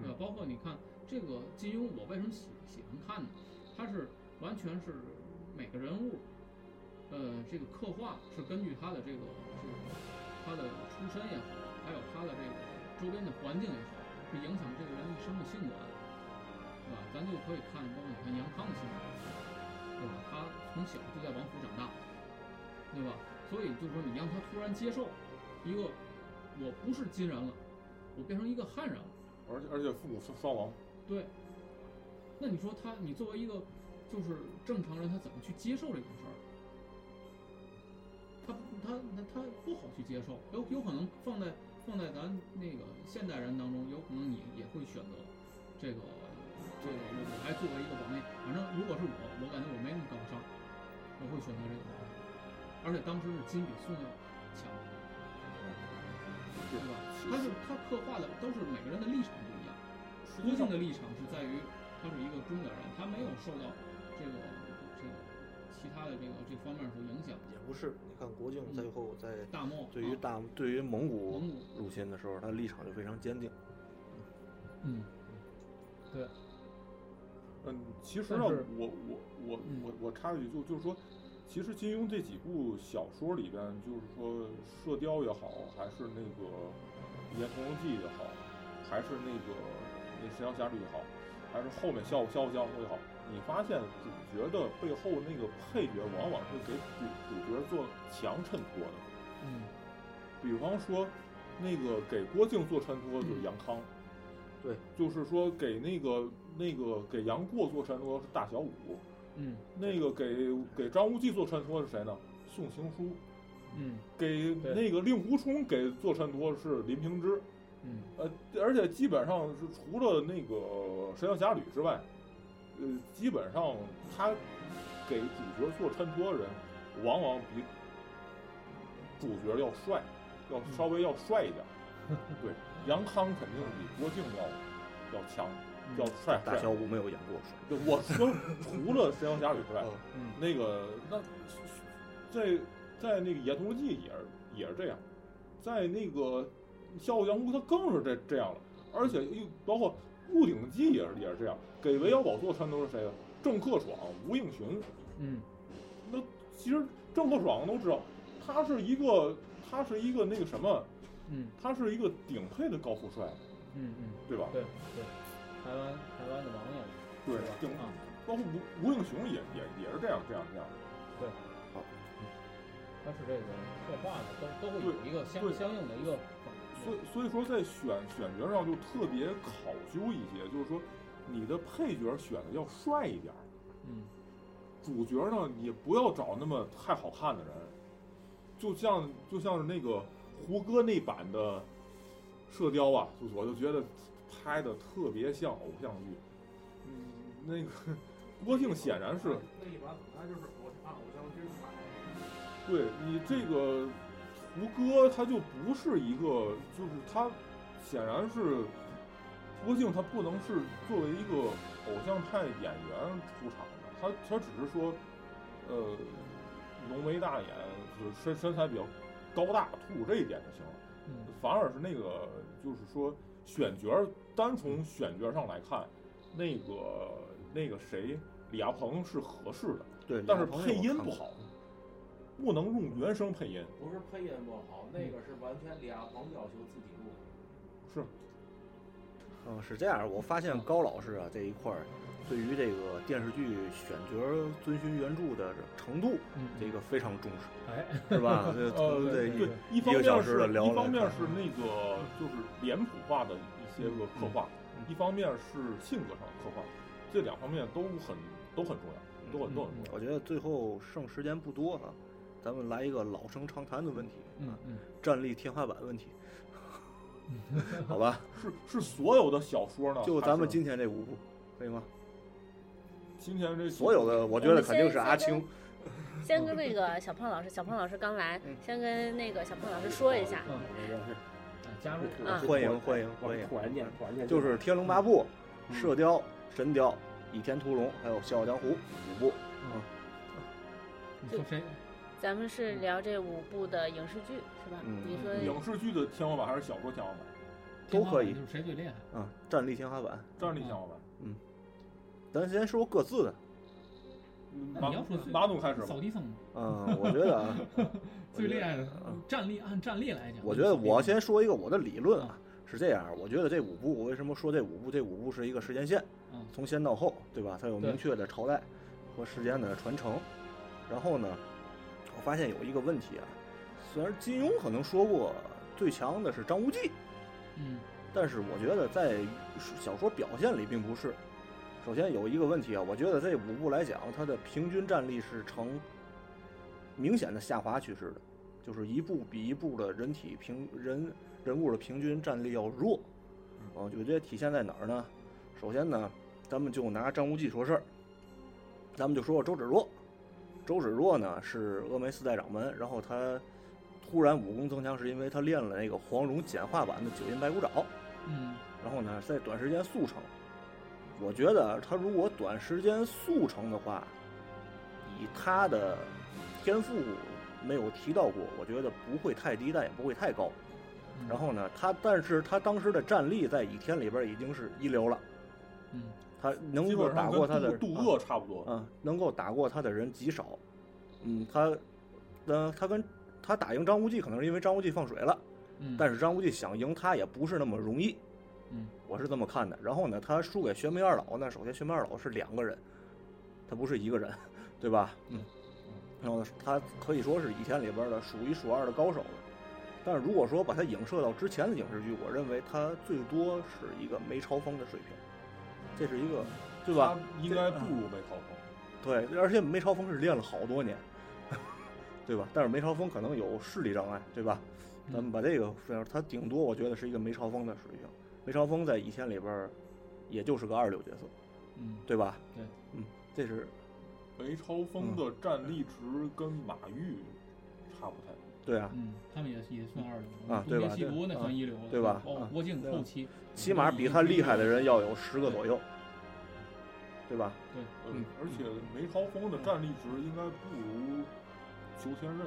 [SPEAKER 3] 对吧？包括你看这个金庸，我为什么喜喜欢看呢？他是完全是每个人物，呃，这个刻画是根据他的这个这个他的出身也好，还有他的这个周边的环境也好，是影响这个人一生的性格的，对吧？咱就可以看，包括你看杨康的性格，对吧？他从小就在王府长大，对吧？所以就是说，你让他突然接受一个我不是金人了，我变成一个汉人了。
[SPEAKER 4] 而且而且父母双双亡，
[SPEAKER 3] 对，那你说他，你作为一个就是正常人，他怎么去接受这种事儿？他他他他不好去接受，有有可能放在放在咱那个现代人当中，有可能你也会选择这个这个我我还作为一个王爷，反正如果是我，我感觉我没那么高尚，我会选择这个王爷，而且当时是金比宋要强，对吧？他嗯是他刻画的都是每个人的立场不一样。
[SPEAKER 4] 实际
[SPEAKER 3] 郭
[SPEAKER 4] 上
[SPEAKER 3] 靖的立场是在于他是一个中年人，他没有受到这个这个其他的这个这方面所影响。
[SPEAKER 5] 也不是。你看郭靖最后在
[SPEAKER 3] 大漠
[SPEAKER 5] 对于
[SPEAKER 3] 啊
[SPEAKER 5] 大对于蒙古
[SPEAKER 3] 蒙古，
[SPEAKER 5] 入侵的时候，他的立场就非常坚定。
[SPEAKER 3] 嗯，对，
[SPEAKER 4] 嗯，其实
[SPEAKER 3] 但
[SPEAKER 4] 呢，
[SPEAKER 3] 是
[SPEAKER 4] 我我我
[SPEAKER 3] 嗯
[SPEAKER 4] 我我插一句，就就是说，其实金庸这几部小说里边，就是说《射雕》也好，还是那个《倚天屠龙记》也好，还是那个那《神雕侠侣》也好，还是后面《笑傲笑傲江湖》也好，你发现主角的背后那个配角，往往是给主主角做强衬托的。
[SPEAKER 3] 嗯，
[SPEAKER 4] 比方说，那个给郭靖做衬托的
[SPEAKER 3] 嗯
[SPEAKER 4] 就是杨康，
[SPEAKER 5] 对，
[SPEAKER 4] 就是说给那个那个给杨过做衬托是大小五，
[SPEAKER 3] 嗯
[SPEAKER 4] 那个给给张无忌做衬托是谁呢？宋行书。
[SPEAKER 3] 嗯
[SPEAKER 4] 给
[SPEAKER 3] 对
[SPEAKER 4] 那个令狐冲给做衬托是林平之，
[SPEAKER 3] 嗯，
[SPEAKER 4] 呃，而且基本上是除了那个《神雕侠侣》之外，呃，基本上他给主角做衬托的人，往往比主角要帅，要稍微要帅一点。对，杨康肯定比郭靖要要强，要帅
[SPEAKER 5] 大
[SPEAKER 4] 帅
[SPEAKER 5] 小。五没有演过水。
[SPEAKER 4] 对我说除了《神雕侠侣》之外，
[SPEAKER 5] 嗯
[SPEAKER 3] 嗯
[SPEAKER 4] 那个那在在那个《野兔记》也是也是这样，在那个《笑傲江湖》它更是这这样了，而且又包括《鹿鼎记》也是也是这样，给韦小宝做穿都是谁啊？郑克爽、吴应群。
[SPEAKER 3] 嗯
[SPEAKER 4] 那其实郑克爽都知道，他是一个他是一个那个什么，
[SPEAKER 3] 嗯
[SPEAKER 4] 他是一个顶配的高富帅，
[SPEAKER 3] 嗯嗯，
[SPEAKER 4] 对吧？
[SPEAKER 3] 对对，台湾台湾的王爷，
[SPEAKER 4] 对
[SPEAKER 3] 吧？
[SPEAKER 4] 顶
[SPEAKER 3] 啊，
[SPEAKER 4] 包括吴吴应群也也也是这样这样这样。
[SPEAKER 3] 他是这个刻画的，都都会有一个相
[SPEAKER 4] 对
[SPEAKER 3] 相应的一个反
[SPEAKER 4] 所以所以说在选选角上就特别考究一些，就是说你的配角选的要帅一点儿，
[SPEAKER 3] 嗯
[SPEAKER 4] 主角呢你不要找那么太好看的人，就像就像是那个胡歌那版的《射雕》啊，就我就觉得拍的特别像偶像剧，嗯，那个 <laughs> 郭靖显然是
[SPEAKER 6] 那一般，那就是我是按偶像剧拍，
[SPEAKER 4] 对你这个胡歌，他就不是一个，就是他显然是郭靖，他不能是作为一个偶像派演员出场的，他他只是说，呃，浓眉大眼，就是身身材比较高大突兀这一点就行了。
[SPEAKER 3] 嗯
[SPEAKER 4] 反而是那个，就是说选角儿，单从选角上来看，那个那个谁，李亚鹏是合适的，
[SPEAKER 5] 对，
[SPEAKER 4] 但是
[SPEAKER 5] 李亚鹏
[SPEAKER 4] 配
[SPEAKER 5] 也
[SPEAKER 4] 音
[SPEAKER 5] 看
[SPEAKER 4] 不
[SPEAKER 5] 过
[SPEAKER 4] 好，不能用原声配音。
[SPEAKER 6] 不是配音不好，那个是完全李亚鹏要求自己录。
[SPEAKER 4] 是，
[SPEAKER 5] 嗯，是这样，我发现高老师啊这一块儿，对于这个电视剧选角儿遵循原著的程度，
[SPEAKER 3] 嗯
[SPEAKER 5] 这个非常重
[SPEAKER 3] 哎
[SPEAKER 5] 视，
[SPEAKER 4] <laughs>
[SPEAKER 5] 是吧？这从
[SPEAKER 3] 对对
[SPEAKER 5] 这一
[SPEAKER 4] 哦对，一
[SPEAKER 5] 一
[SPEAKER 4] 方
[SPEAKER 5] 个
[SPEAKER 4] 面
[SPEAKER 5] 小
[SPEAKER 4] 是
[SPEAKER 5] 时的聊
[SPEAKER 4] 一
[SPEAKER 5] 了
[SPEAKER 4] 方面是那个就是脸谱化的一些个刻画，
[SPEAKER 5] 嗯
[SPEAKER 4] 一方面是性格上的刻画，这两方面都很都很重
[SPEAKER 5] 嗯
[SPEAKER 4] 要，都很都很重要。
[SPEAKER 5] 我觉得最后剩时间不多了，咱们来一个老生常谈的问题，
[SPEAKER 3] 嗯嗯
[SPEAKER 5] 战力天花板
[SPEAKER 4] <laughs>
[SPEAKER 5] 问题，好吧？
[SPEAKER 4] 是是所有的小说呢，
[SPEAKER 5] 嗯就咱
[SPEAKER 4] 哦还
[SPEAKER 5] 们
[SPEAKER 4] 是嗯
[SPEAKER 5] 今天这五部，可以吗？
[SPEAKER 4] 今天这
[SPEAKER 5] 所有的，我觉得肯定是阿
[SPEAKER 2] 我
[SPEAKER 5] 青
[SPEAKER 2] 们，先跟那个小胖老师，小胖老师刚来
[SPEAKER 5] 嗯，
[SPEAKER 2] 先跟那个小胖老师说一下，
[SPEAKER 3] 嗯，啊加入
[SPEAKER 2] 啊
[SPEAKER 5] 欢迎欢迎欢迎！
[SPEAKER 6] 突然间，突然间
[SPEAKER 5] 就是《天龙八部》
[SPEAKER 4] 嗯
[SPEAKER 5] 《射雕》《神雕》《倚天屠龙》还有《笑傲江湖》五部。
[SPEAKER 3] 你说谁？
[SPEAKER 2] 咱们是聊这五部的影视剧是吧？
[SPEAKER 5] 嗯
[SPEAKER 2] 你说
[SPEAKER 4] 影视剧的天花板还是小说天花板？
[SPEAKER 5] 都可以
[SPEAKER 3] 就是谁最厉害？
[SPEAKER 5] 啊，战力天花板。
[SPEAKER 4] 战力天花板。
[SPEAKER 5] 咱先说各自的，
[SPEAKER 4] 嗯
[SPEAKER 3] 那你要说最
[SPEAKER 4] 马马总开始吧
[SPEAKER 3] 扫，地僧
[SPEAKER 5] 嗯，我觉得
[SPEAKER 4] <laughs>
[SPEAKER 5] 啊，
[SPEAKER 3] 最厉害的
[SPEAKER 5] 嗯
[SPEAKER 3] 战力，按战力来讲，
[SPEAKER 5] 我觉得我先说一个我的理论啊，是这样，我觉得这五部，我为什么说这五部？这五部是一个时间线，
[SPEAKER 3] 嗯
[SPEAKER 5] 从先到后，对吧？它有明
[SPEAKER 3] 对
[SPEAKER 5] 确的朝代和时间的传承。然后呢，我发现有一个问题啊，虽然金庸可能说过最强的是张无忌，
[SPEAKER 3] 嗯
[SPEAKER 5] 但是我觉得在小说表现里并不是。首先有一个问题啊，我觉得这五部来讲，它的平均战力是呈明显的下滑趋势的，就是一部比一部的人体平人人物的平均战力要弱。啊，我觉得这体现在哪儿呢？首先呢，咱们就拿张无忌说事儿，咱们就说说周芷若。周芷若呢是峨眉四代掌门，然后他突然武功增强是因为他练了那个黄蓉简化版的九阴白骨爪。
[SPEAKER 3] 嗯
[SPEAKER 5] 然后呢，在短时间速成。我觉得他如果短时间速成的话，以他的天赋没有提到过，我觉得不会太低，但也不会太高。
[SPEAKER 3] 嗯
[SPEAKER 5] 然后呢，他但是他当时的战力在倚天里边已经是一流了，
[SPEAKER 3] 嗯
[SPEAKER 5] 他能
[SPEAKER 4] 基
[SPEAKER 5] 够
[SPEAKER 4] 本
[SPEAKER 5] 打
[SPEAKER 4] 上
[SPEAKER 5] 过
[SPEAKER 4] 跟
[SPEAKER 5] 他的
[SPEAKER 4] 杜
[SPEAKER 5] 啊
[SPEAKER 4] 杜厄差不多。
[SPEAKER 5] 嗯，能够打过他的人极少。嗯，他，呃，他跟他打赢张无忌，可能是因为张无忌放水了，
[SPEAKER 3] 嗯，
[SPEAKER 5] 但
[SPEAKER 3] 是
[SPEAKER 5] 是张无忌想赢他也不是那么容易。
[SPEAKER 3] 嗯，
[SPEAKER 5] 我是这么看的。然后呢，他输给玄冥二老呢，首先玄冥二老是两个人，他不是一个人，对吧？嗯，然后呢他可以说是倚天里边的数一数二的高手了。但是如果说把他影射到之前的影视剧，我认为他最多是一个梅超风的水平，这是一个，对啊吧？
[SPEAKER 4] 他应该不如梅超风，
[SPEAKER 5] 对，而且梅超风是练了好多年， <laughs> 对吧？但是梅超风可能有视力障碍，对吧？咱
[SPEAKER 3] 嗯
[SPEAKER 5] 们把这个说，他顶多我觉得是一个梅超风的水平。梅超风在以前里边儿，也就是个二流角色，
[SPEAKER 3] 嗯
[SPEAKER 5] 对吧？
[SPEAKER 3] 对，
[SPEAKER 5] 嗯，这是
[SPEAKER 4] 梅超
[SPEAKER 5] 嗯
[SPEAKER 4] 风的战力值跟马玉差不太多。
[SPEAKER 5] 对啊，
[SPEAKER 3] 嗯，他们也也算二流
[SPEAKER 5] 啊
[SPEAKER 3] 东
[SPEAKER 5] 对
[SPEAKER 3] 邪
[SPEAKER 5] 吧
[SPEAKER 3] 西毒那
[SPEAKER 5] 对
[SPEAKER 3] 算一流了，
[SPEAKER 5] 对吧
[SPEAKER 3] 包括
[SPEAKER 5] 啊
[SPEAKER 3] 郭靖
[SPEAKER 5] 对吧
[SPEAKER 3] 后期，
[SPEAKER 5] 起码比他厉害的人要有十个左右，
[SPEAKER 3] 嗯
[SPEAKER 5] 对吧？
[SPEAKER 4] 呃
[SPEAKER 5] 嗯
[SPEAKER 4] 而且梅超风的战力值应该不如裘千仞。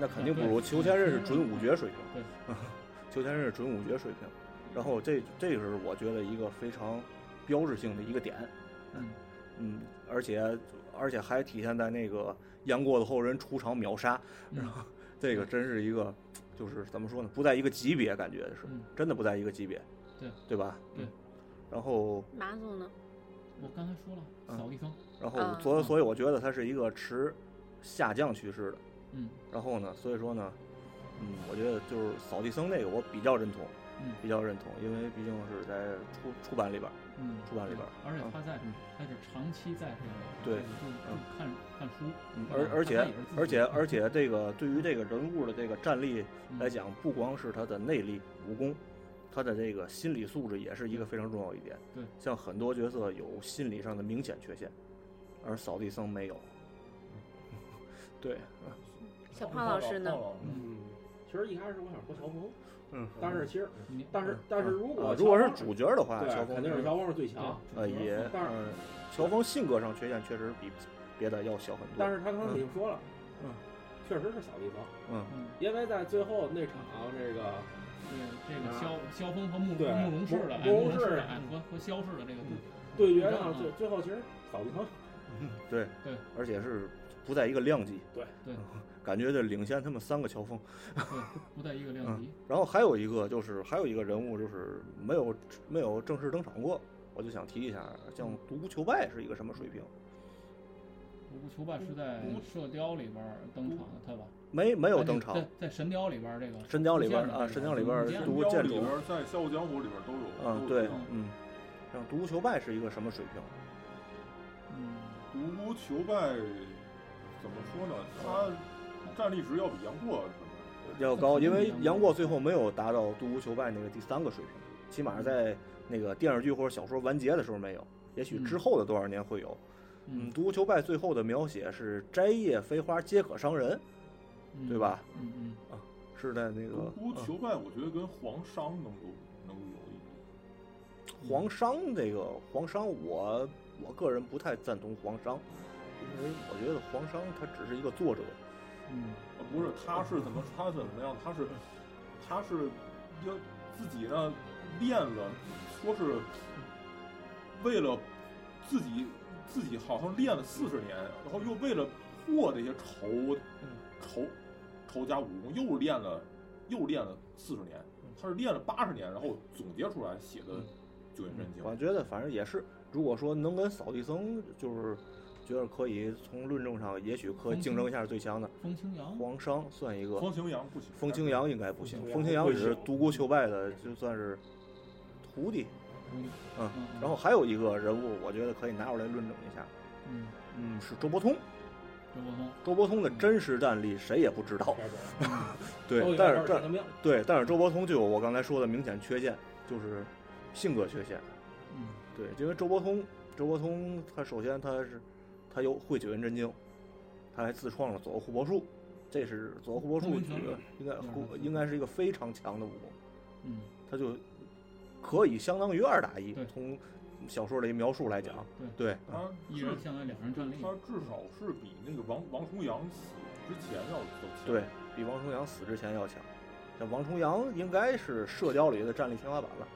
[SPEAKER 5] 那肯定不如裘千仞是准五绝水平
[SPEAKER 3] 对，
[SPEAKER 5] <laughs> 裘千仞是准五绝水平。然后这这是我觉得一个非常标志性的一个点，
[SPEAKER 3] 嗯
[SPEAKER 5] 嗯，而且而且还体现在那个杨过的后人出场秒杀，
[SPEAKER 3] 嗯
[SPEAKER 5] 然后这个真是一个，就是怎么说呢，不在一个级别，感觉是、
[SPEAKER 3] 嗯
[SPEAKER 5] 真的不在一个级别，
[SPEAKER 3] 对
[SPEAKER 5] 对吧？
[SPEAKER 3] 对
[SPEAKER 5] 嗯。然后
[SPEAKER 2] 马总呢？
[SPEAKER 3] 我刚才说了，
[SPEAKER 5] 嗯
[SPEAKER 3] 扫地僧，
[SPEAKER 5] 然后
[SPEAKER 2] 啊
[SPEAKER 5] 所
[SPEAKER 3] 啊
[SPEAKER 5] 以所以我觉得它是一个持下降趋势的。
[SPEAKER 3] 嗯
[SPEAKER 5] 然后呢，所以说呢，嗯，我觉得就是扫地僧那个我比较认同，
[SPEAKER 3] 嗯
[SPEAKER 5] 比较认同，因为毕竟是在出出版里边儿，
[SPEAKER 3] 嗯，
[SPEAKER 5] 出版里边儿
[SPEAKER 3] 而且他在
[SPEAKER 5] 嗯
[SPEAKER 3] 他是长期在这个
[SPEAKER 5] 对
[SPEAKER 3] 这个就就
[SPEAKER 5] 嗯
[SPEAKER 3] 看看书
[SPEAKER 5] 嗯，
[SPEAKER 3] 对吧
[SPEAKER 5] 而
[SPEAKER 3] 他
[SPEAKER 5] 而且
[SPEAKER 3] 也是自己
[SPEAKER 5] 而且而且这个对于这个人物的这个战力
[SPEAKER 3] 嗯
[SPEAKER 5] 来讲，不光是他的内力、武功，他的这个心理素质也是一个非常重要一点。
[SPEAKER 3] 对，
[SPEAKER 5] 像很多角色有心理上的明显缺陷，而扫地僧没有。
[SPEAKER 3] 嗯
[SPEAKER 5] <laughs> 对，
[SPEAKER 2] 小胖老师呢
[SPEAKER 4] 胖老师
[SPEAKER 6] 嗯，其实一开始我想说乔峰，
[SPEAKER 5] 嗯
[SPEAKER 6] 但是其实
[SPEAKER 3] 你
[SPEAKER 6] 但是但是如果
[SPEAKER 5] 啊如果是
[SPEAKER 6] 乔峰
[SPEAKER 5] 主角的话，乔
[SPEAKER 6] 对，
[SPEAKER 5] 峰
[SPEAKER 6] 肯定是乔峰是最强，
[SPEAKER 3] 对
[SPEAKER 5] 呃也
[SPEAKER 6] 但是
[SPEAKER 5] 嗯，乔峰性格上缺陷确实比别的要小很多。
[SPEAKER 6] 但是他刚才已经说了，
[SPEAKER 5] 嗯，
[SPEAKER 6] 确实是小地方，
[SPEAKER 5] 嗯
[SPEAKER 3] 嗯
[SPEAKER 6] 因为在最后那场这个
[SPEAKER 3] 对这个
[SPEAKER 6] 啊
[SPEAKER 3] 萧萧峰和慕
[SPEAKER 6] 对
[SPEAKER 3] 慕容氏的哎
[SPEAKER 6] 慕
[SPEAKER 3] 慕
[SPEAKER 6] 容
[SPEAKER 3] 容
[SPEAKER 6] 氏
[SPEAKER 3] 氏的
[SPEAKER 6] 嗯
[SPEAKER 3] 哎和和萧氏的这个
[SPEAKER 6] 嗯
[SPEAKER 3] 对
[SPEAKER 6] 对决上，
[SPEAKER 3] 嗯
[SPEAKER 6] 最最后其实扫地方
[SPEAKER 5] 对
[SPEAKER 3] 对，
[SPEAKER 5] 而且是不在一个量级。
[SPEAKER 6] 对
[SPEAKER 3] 对，
[SPEAKER 5] <laughs> 感觉这领先他们三个乔峰。
[SPEAKER 3] 不在一个
[SPEAKER 5] 嗯
[SPEAKER 3] 量级，
[SPEAKER 5] 然后还有一个就是还有一个人物就是没有没有正式登场过，我就想提一下，像独孤求败是一个什么水平？
[SPEAKER 3] 独孤求败是在
[SPEAKER 5] 独孤
[SPEAKER 3] 射雕里边儿登场的，他吧？
[SPEAKER 5] 没没
[SPEAKER 3] 没
[SPEAKER 5] 有登场，
[SPEAKER 3] 在在神雕里边儿这个
[SPEAKER 5] 神雕里边
[SPEAKER 3] 不见了
[SPEAKER 5] 啊，
[SPEAKER 3] 这个
[SPEAKER 5] 神雕里边
[SPEAKER 3] 不见了
[SPEAKER 5] 独孤
[SPEAKER 4] 神雕
[SPEAKER 5] 剑
[SPEAKER 4] 里
[SPEAKER 5] 主
[SPEAKER 4] 边，儿在《笑傲江湖》里边儿都有。
[SPEAKER 5] 嗯，
[SPEAKER 4] 都有
[SPEAKER 5] 对
[SPEAKER 4] 提到，
[SPEAKER 5] 嗯，像独孤求败是一个什么水平？
[SPEAKER 3] 嗯，
[SPEAKER 4] 独孤求败怎么说呢？他战力值要比杨过
[SPEAKER 5] 要高，因为杨过最后没有达到独孤求败那个第三个水平，起码在那个电视剧或者小说完结的时候没有，也许之后的多少年会有。嗯，
[SPEAKER 3] 嗯
[SPEAKER 5] 独孤求败最后的描写是“摘叶飞花皆可伤人
[SPEAKER 3] 嗯”，
[SPEAKER 5] 对？吧？
[SPEAKER 3] 嗯嗯，
[SPEAKER 5] 是在那
[SPEAKER 4] 独
[SPEAKER 5] 个
[SPEAKER 4] 孤
[SPEAKER 5] 嗯
[SPEAKER 4] 求败，我觉得跟黄商能够能够有一比。
[SPEAKER 5] 黄商这个黄商我，我个人不太赞同黄商，因为我觉得黄商他只是一个作者，
[SPEAKER 3] 嗯
[SPEAKER 4] 呃，不是，他是怎么他是怎么样？他是他是要自己呢练了，说是为了自己自己好像练了四十年，然后又为了破这些仇
[SPEAKER 3] 嗯
[SPEAKER 4] 仇仇家武功又练了又练了四十年，
[SPEAKER 3] 嗯
[SPEAKER 4] 他是练了八十年，然后总结出来写的《九阴真经》
[SPEAKER 5] 我觉得反正也是，如果说能跟扫地僧就是觉得可以从论证上也许可以
[SPEAKER 3] 风
[SPEAKER 5] 竞争一下最强的。
[SPEAKER 3] 风清扬，
[SPEAKER 5] 黄商算一个，
[SPEAKER 4] 风清扬不行，
[SPEAKER 5] 风清扬应该不行，风清扬
[SPEAKER 6] 不
[SPEAKER 5] 只是
[SPEAKER 6] 行
[SPEAKER 5] 独孤求败的，就算是徒弟。
[SPEAKER 3] 嗯
[SPEAKER 5] 嗯
[SPEAKER 3] 嗯
[SPEAKER 5] 然后还有一个人物，我觉得可以拿出来论证一下，
[SPEAKER 3] 嗯，
[SPEAKER 5] 嗯，是周伯通。
[SPEAKER 3] 周伯通，
[SPEAKER 5] 周伯通的真实战力谁也不知道， <laughs> 对，但是
[SPEAKER 6] 这
[SPEAKER 5] 这对，但是周伯通就有我刚才说的明显缺陷，就是性格缺陷。
[SPEAKER 3] 嗯
[SPEAKER 5] 对，因为周伯通，周伯通他首先他是他有会九阴真经，他还自创了左右互搏术，这是左右互搏术
[SPEAKER 3] 空明拳
[SPEAKER 5] 应该
[SPEAKER 3] 嗯
[SPEAKER 5] 互应该是一个非常强的武功，
[SPEAKER 3] 嗯，
[SPEAKER 5] 他就可以相当于二打一
[SPEAKER 3] 对。
[SPEAKER 5] 从小说里描述来讲，对，
[SPEAKER 4] 他
[SPEAKER 3] 一
[SPEAKER 4] 至
[SPEAKER 3] 人相当于两人站立，
[SPEAKER 4] 他至少是比那个王王重阳死之前要走强。
[SPEAKER 5] 对比王重阳死之前要强。像王重阳应该是社交里的战力天花板了，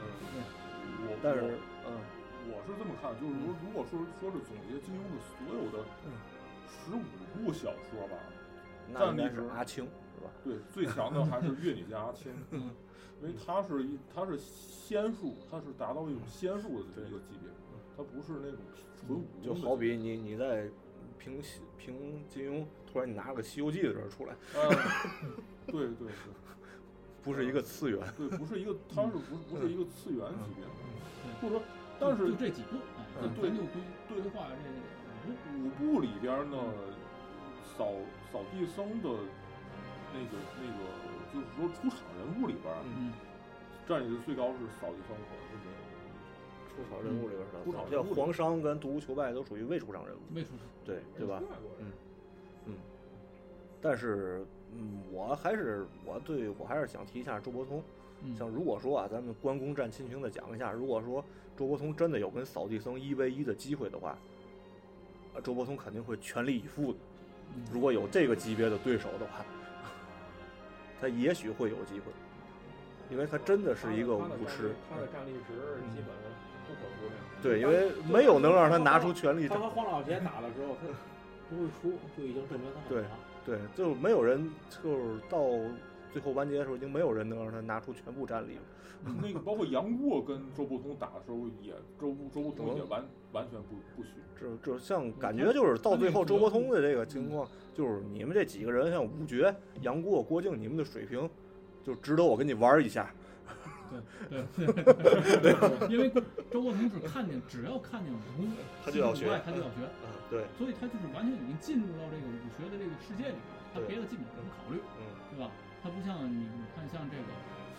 [SPEAKER 4] 嗯，我
[SPEAKER 5] 但是
[SPEAKER 4] 我
[SPEAKER 5] 嗯，
[SPEAKER 4] 我是这么看，就是说，如果说说是总结金庸的所有的
[SPEAKER 5] 嗯
[SPEAKER 4] 十五部小说吧，
[SPEAKER 5] 那
[SPEAKER 4] 战
[SPEAKER 5] 应
[SPEAKER 4] 力
[SPEAKER 5] 该是
[SPEAKER 4] 值
[SPEAKER 5] 阿青是吧？
[SPEAKER 4] 对，最强的还是越女家阿青，
[SPEAKER 3] 嗯
[SPEAKER 4] 因为他是一他是仙术，他是达到一种仙术的这么一个级别，他不是那种纯武功的
[SPEAKER 5] 嗯就
[SPEAKER 4] 级别
[SPEAKER 5] 好比你你在评西评金庸，突然你拿了个《西游记》的人出来，
[SPEAKER 4] 呃，对对对
[SPEAKER 5] 不是一个次元。
[SPEAKER 4] 对，不是一个，他是不不是一个次元级别
[SPEAKER 3] 嗯
[SPEAKER 4] 的，或者说，但
[SPEAKER 3] 就是就这几部，哎，
[SPEAKER 5] 嗯
[SPEAKER 3] 咱
[SPEAKER 4] 对
[SPEAKER 3] 咱就规规划这五部，
[SPEAKER 4] 五部里边呢，扫扫地僧的那个那个，就是说出场人物里边，
[SPEAKER 3] 嗯，
[SPEAKER 4] 战力值最高是扫地僧，我是没有。
[SPEAKER 5] 出场
[SPEAKER 6] 嗯
[SPEAKER 5] 人物里边儿
[SPEAKER 4] 出
[SPEAKER 5] 的，
[SPEAKER 4] 场人
[SPEAKER 5] 像
[SPEAKER 4] 物里
[SPEAKER 5] 黄商跟独孤求败都属于未出场人物，
[SPEAKER 3] 未出场，
[SPEAKER 5] 对对吧？但是，嗯，我还是我对我还是想提一下周伯通。
[SPEAKER 3] 嗯，
[SPEAKER 5] 像如果说啊，咱们关公战秦琼的讲一下，如果说周伯通真的有跟扫地僧一 v 一的机会的话，啊，周伯通肯定会全力以赴的。
[SPEAKER 3] 嗯
[SPEAKER 5] 如果有这个级别的对手的话， <laughs> 他也许会有机会，因为他真的是一个嗯武痴。
[SPEAKER 6] 他的战力值基本不可估量。
[SPEAKER 5] 对，因为没有能让他拿出全力
[SPEAKER 6] 他
[SPEAKER 5] 战。
[SPEAKER 6] 和黄老邪打了之后，他不会输，就已经证明他很强。
[SPEAKER 5] 对，就没有人，就是到最后完结的时候，已经没有人能让他拿出全部战力了。
[SPEAKER 4] 嗯那个包括杨过跟周伯通打的时候也，周周伯通也
[SPEAKER 5] 哦
[SPEAKER 4] 完完全不不虚。
[SPEAKER 5] 这这像感觉就是到最后周伯通的这个情况，就是你们这几个人，像吴觉、杨过、郭靖，你们的水平就值得我跟你玩一下。
[SPEAKER 3] 对 <laughs> 对，因为周伯通是看见，只要看见武，
[SPEAKER 5] 他就要
[SPEAKER 3] 技术以外
[SPEAKER 5] 学
[SPEAKER 3] 他就要学，
[SPEAKER 5] 啊，对，
[SPEAKER 3] 所以他就是完全已经进入到这个武学的这个世界里面，他别的基本不用考虑，
[SPEAKER 5] 嗯，
[SPEAKER 3] 对吧？他不像你，你看像这个，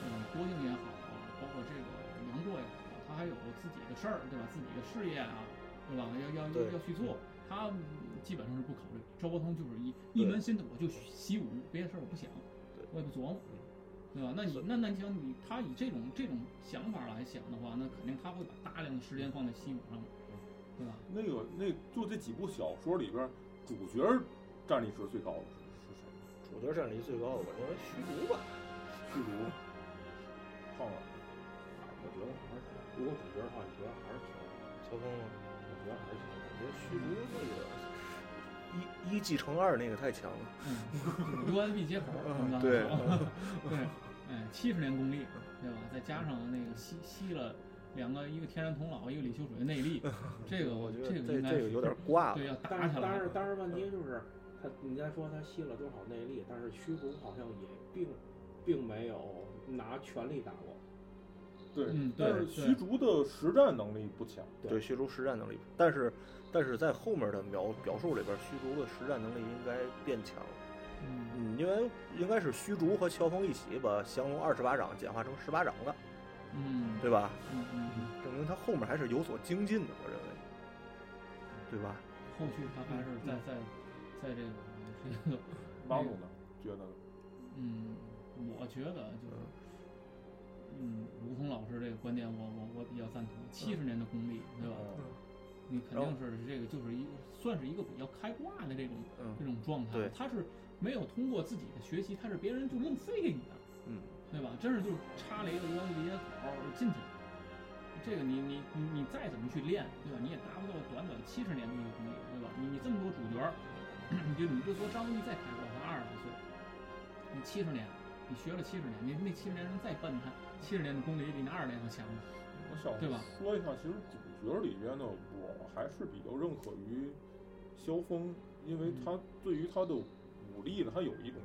[SPEAKER 3] 嗯，郭靖也好啊，包括这个杨过也好啊，他还有自己的事儿，对吧？自己的事业啊，对吧？要要
[SPEAKER 5] 对
[SPEAKER 3] 要要去做，他嗯基本上是不考虑。周伯通就是一一门心的，我就习武，别的事儿我不想
[SPEAKER 5] 对，嗯
[SPEAKER 3] 我也不琢磨。对吧？那你那那你想你他以这种这种想法来想的话，那肯定他会把大量的时间放在习武上，
[SPEAKER 5] 嗯
[SPEAKER 3] 对吧？
[SPEAKER 4] 那个那就这几部小说里边，主角战力值最高的是是谁？
[SPEAKER 5] 主角战力最高的，我认为虚竹吧。
[SPEAKER 4] 虚竹、胖了，
[SPEAKER 6] 我觉得还是，如果主角的话，你觉得还是强？
[SPEAKER 5] 乔峰吗？
[SPEAKER 6] 我觉得还是
[SPEAKER 5] 我
[SPEAKER 6] 强。
[SPEAKER 5] 觉得虚竹那个一一继承二那个太强了。
[SPEAKER 3] 嗯，U N B 接口，对吧？
[SPEAKER 5] 嗯对
[SPEAKER 3] <laughs> 对，哎，七十年功力，对吧？再加上那个吸吸了两个，一个天然童姥，一个李秀水的内
[SPEAKER 5] <laughs>
[SPEAKER 3] 力，这个
[SPEAKER 5] 我觉得
[SPEAKER 3] 这
[SPEAKER 5] 这
[SPEAKER 3] 应该
[SPEAKER 5] 这个
[SPEAKER 3] 是
[SPEAKER 5] 有点挂了
[SPEAKER 3] 对，。要打
[SPEAKER 6] 但
[SPEAKER 3] 起
[SPEAKER 6] 是
[SPEAKER 3] 来
[SPEAKER 6] 但是。但是问题就是，他你再说他吸了多少内力，但是虚竹好像也并并没有拿全力打过。
[SPEAKER 4] 对，
[SPEAKER 3] 嗯
[SPEAKER 4] 但
[SPEAKER 3] 对
[SPEAKER 4] 是
[SPEAKER 3] 对
[SPEAKER 4] 虚竹的实战能力不强。
[SPEAKER 5] 对，虚竹实战能力，但是但是在后面的描表述里边，虚竹的实战能力应该变强了。
[SPEAKER 3] 嗯，
[SPEAKER 5] 嗯，因为应该是虚竹和乔峰一起把降龙二十八掌简化成十八掌的，
[SPEAKER 3] 嗯，
[SPEAKER 5] 对吧？
[SPEAKER 3] 嗯嗯嗯，
[SPEAKER 5] 证明他后面还是有所精进的，我认为，对吧？
[SPEAKER 3] 后续他还是
[SPEAKER 5] 嗯
[SPEAKER 3] 在在在这个这个，
[SPEAKER 4] 马总呢？觉得呢？
[SPEAKER 3] 嗯，我觉得就是。嗯，吴桐老师这个观点我，我我比较赞同。七十年的功力，对吧？
[SPEAKER 5] 嗯
[SPEAKER 4] 嗯
[SPEAKER 3] 你肯定是这个，就是一算是一个比较开挂的这种
[SPEAKER 5] 嗯
[SPEAKER 3] 这种状态，
[SPEAKER 5] 对
[SPEAKER 3] 他是没有通过自己的学习，他是别人就愣塞给你的，
[SPEAKER 5] 嗯，
[SPEAKER 3] 对吧？真是就是插了一个冤别口进去了，这个你你你你再怎么去练，对吧？你也达不到短短七十年的一个功力，对吧？你你这么多主角儿，你就你就说张无忌再开挂，他二十来岁，你七十年，你学了七十年，你那七十年人再笨，他七十年的功力比那二十年还强呢，
[SPEAKER 4] 我想
[SPEAKER 3] 对吧
[SPEAKER 4] 说一下，其实主角里边呢，我还是比较认可于萧峰，因为他对于他的武力呢，他有一种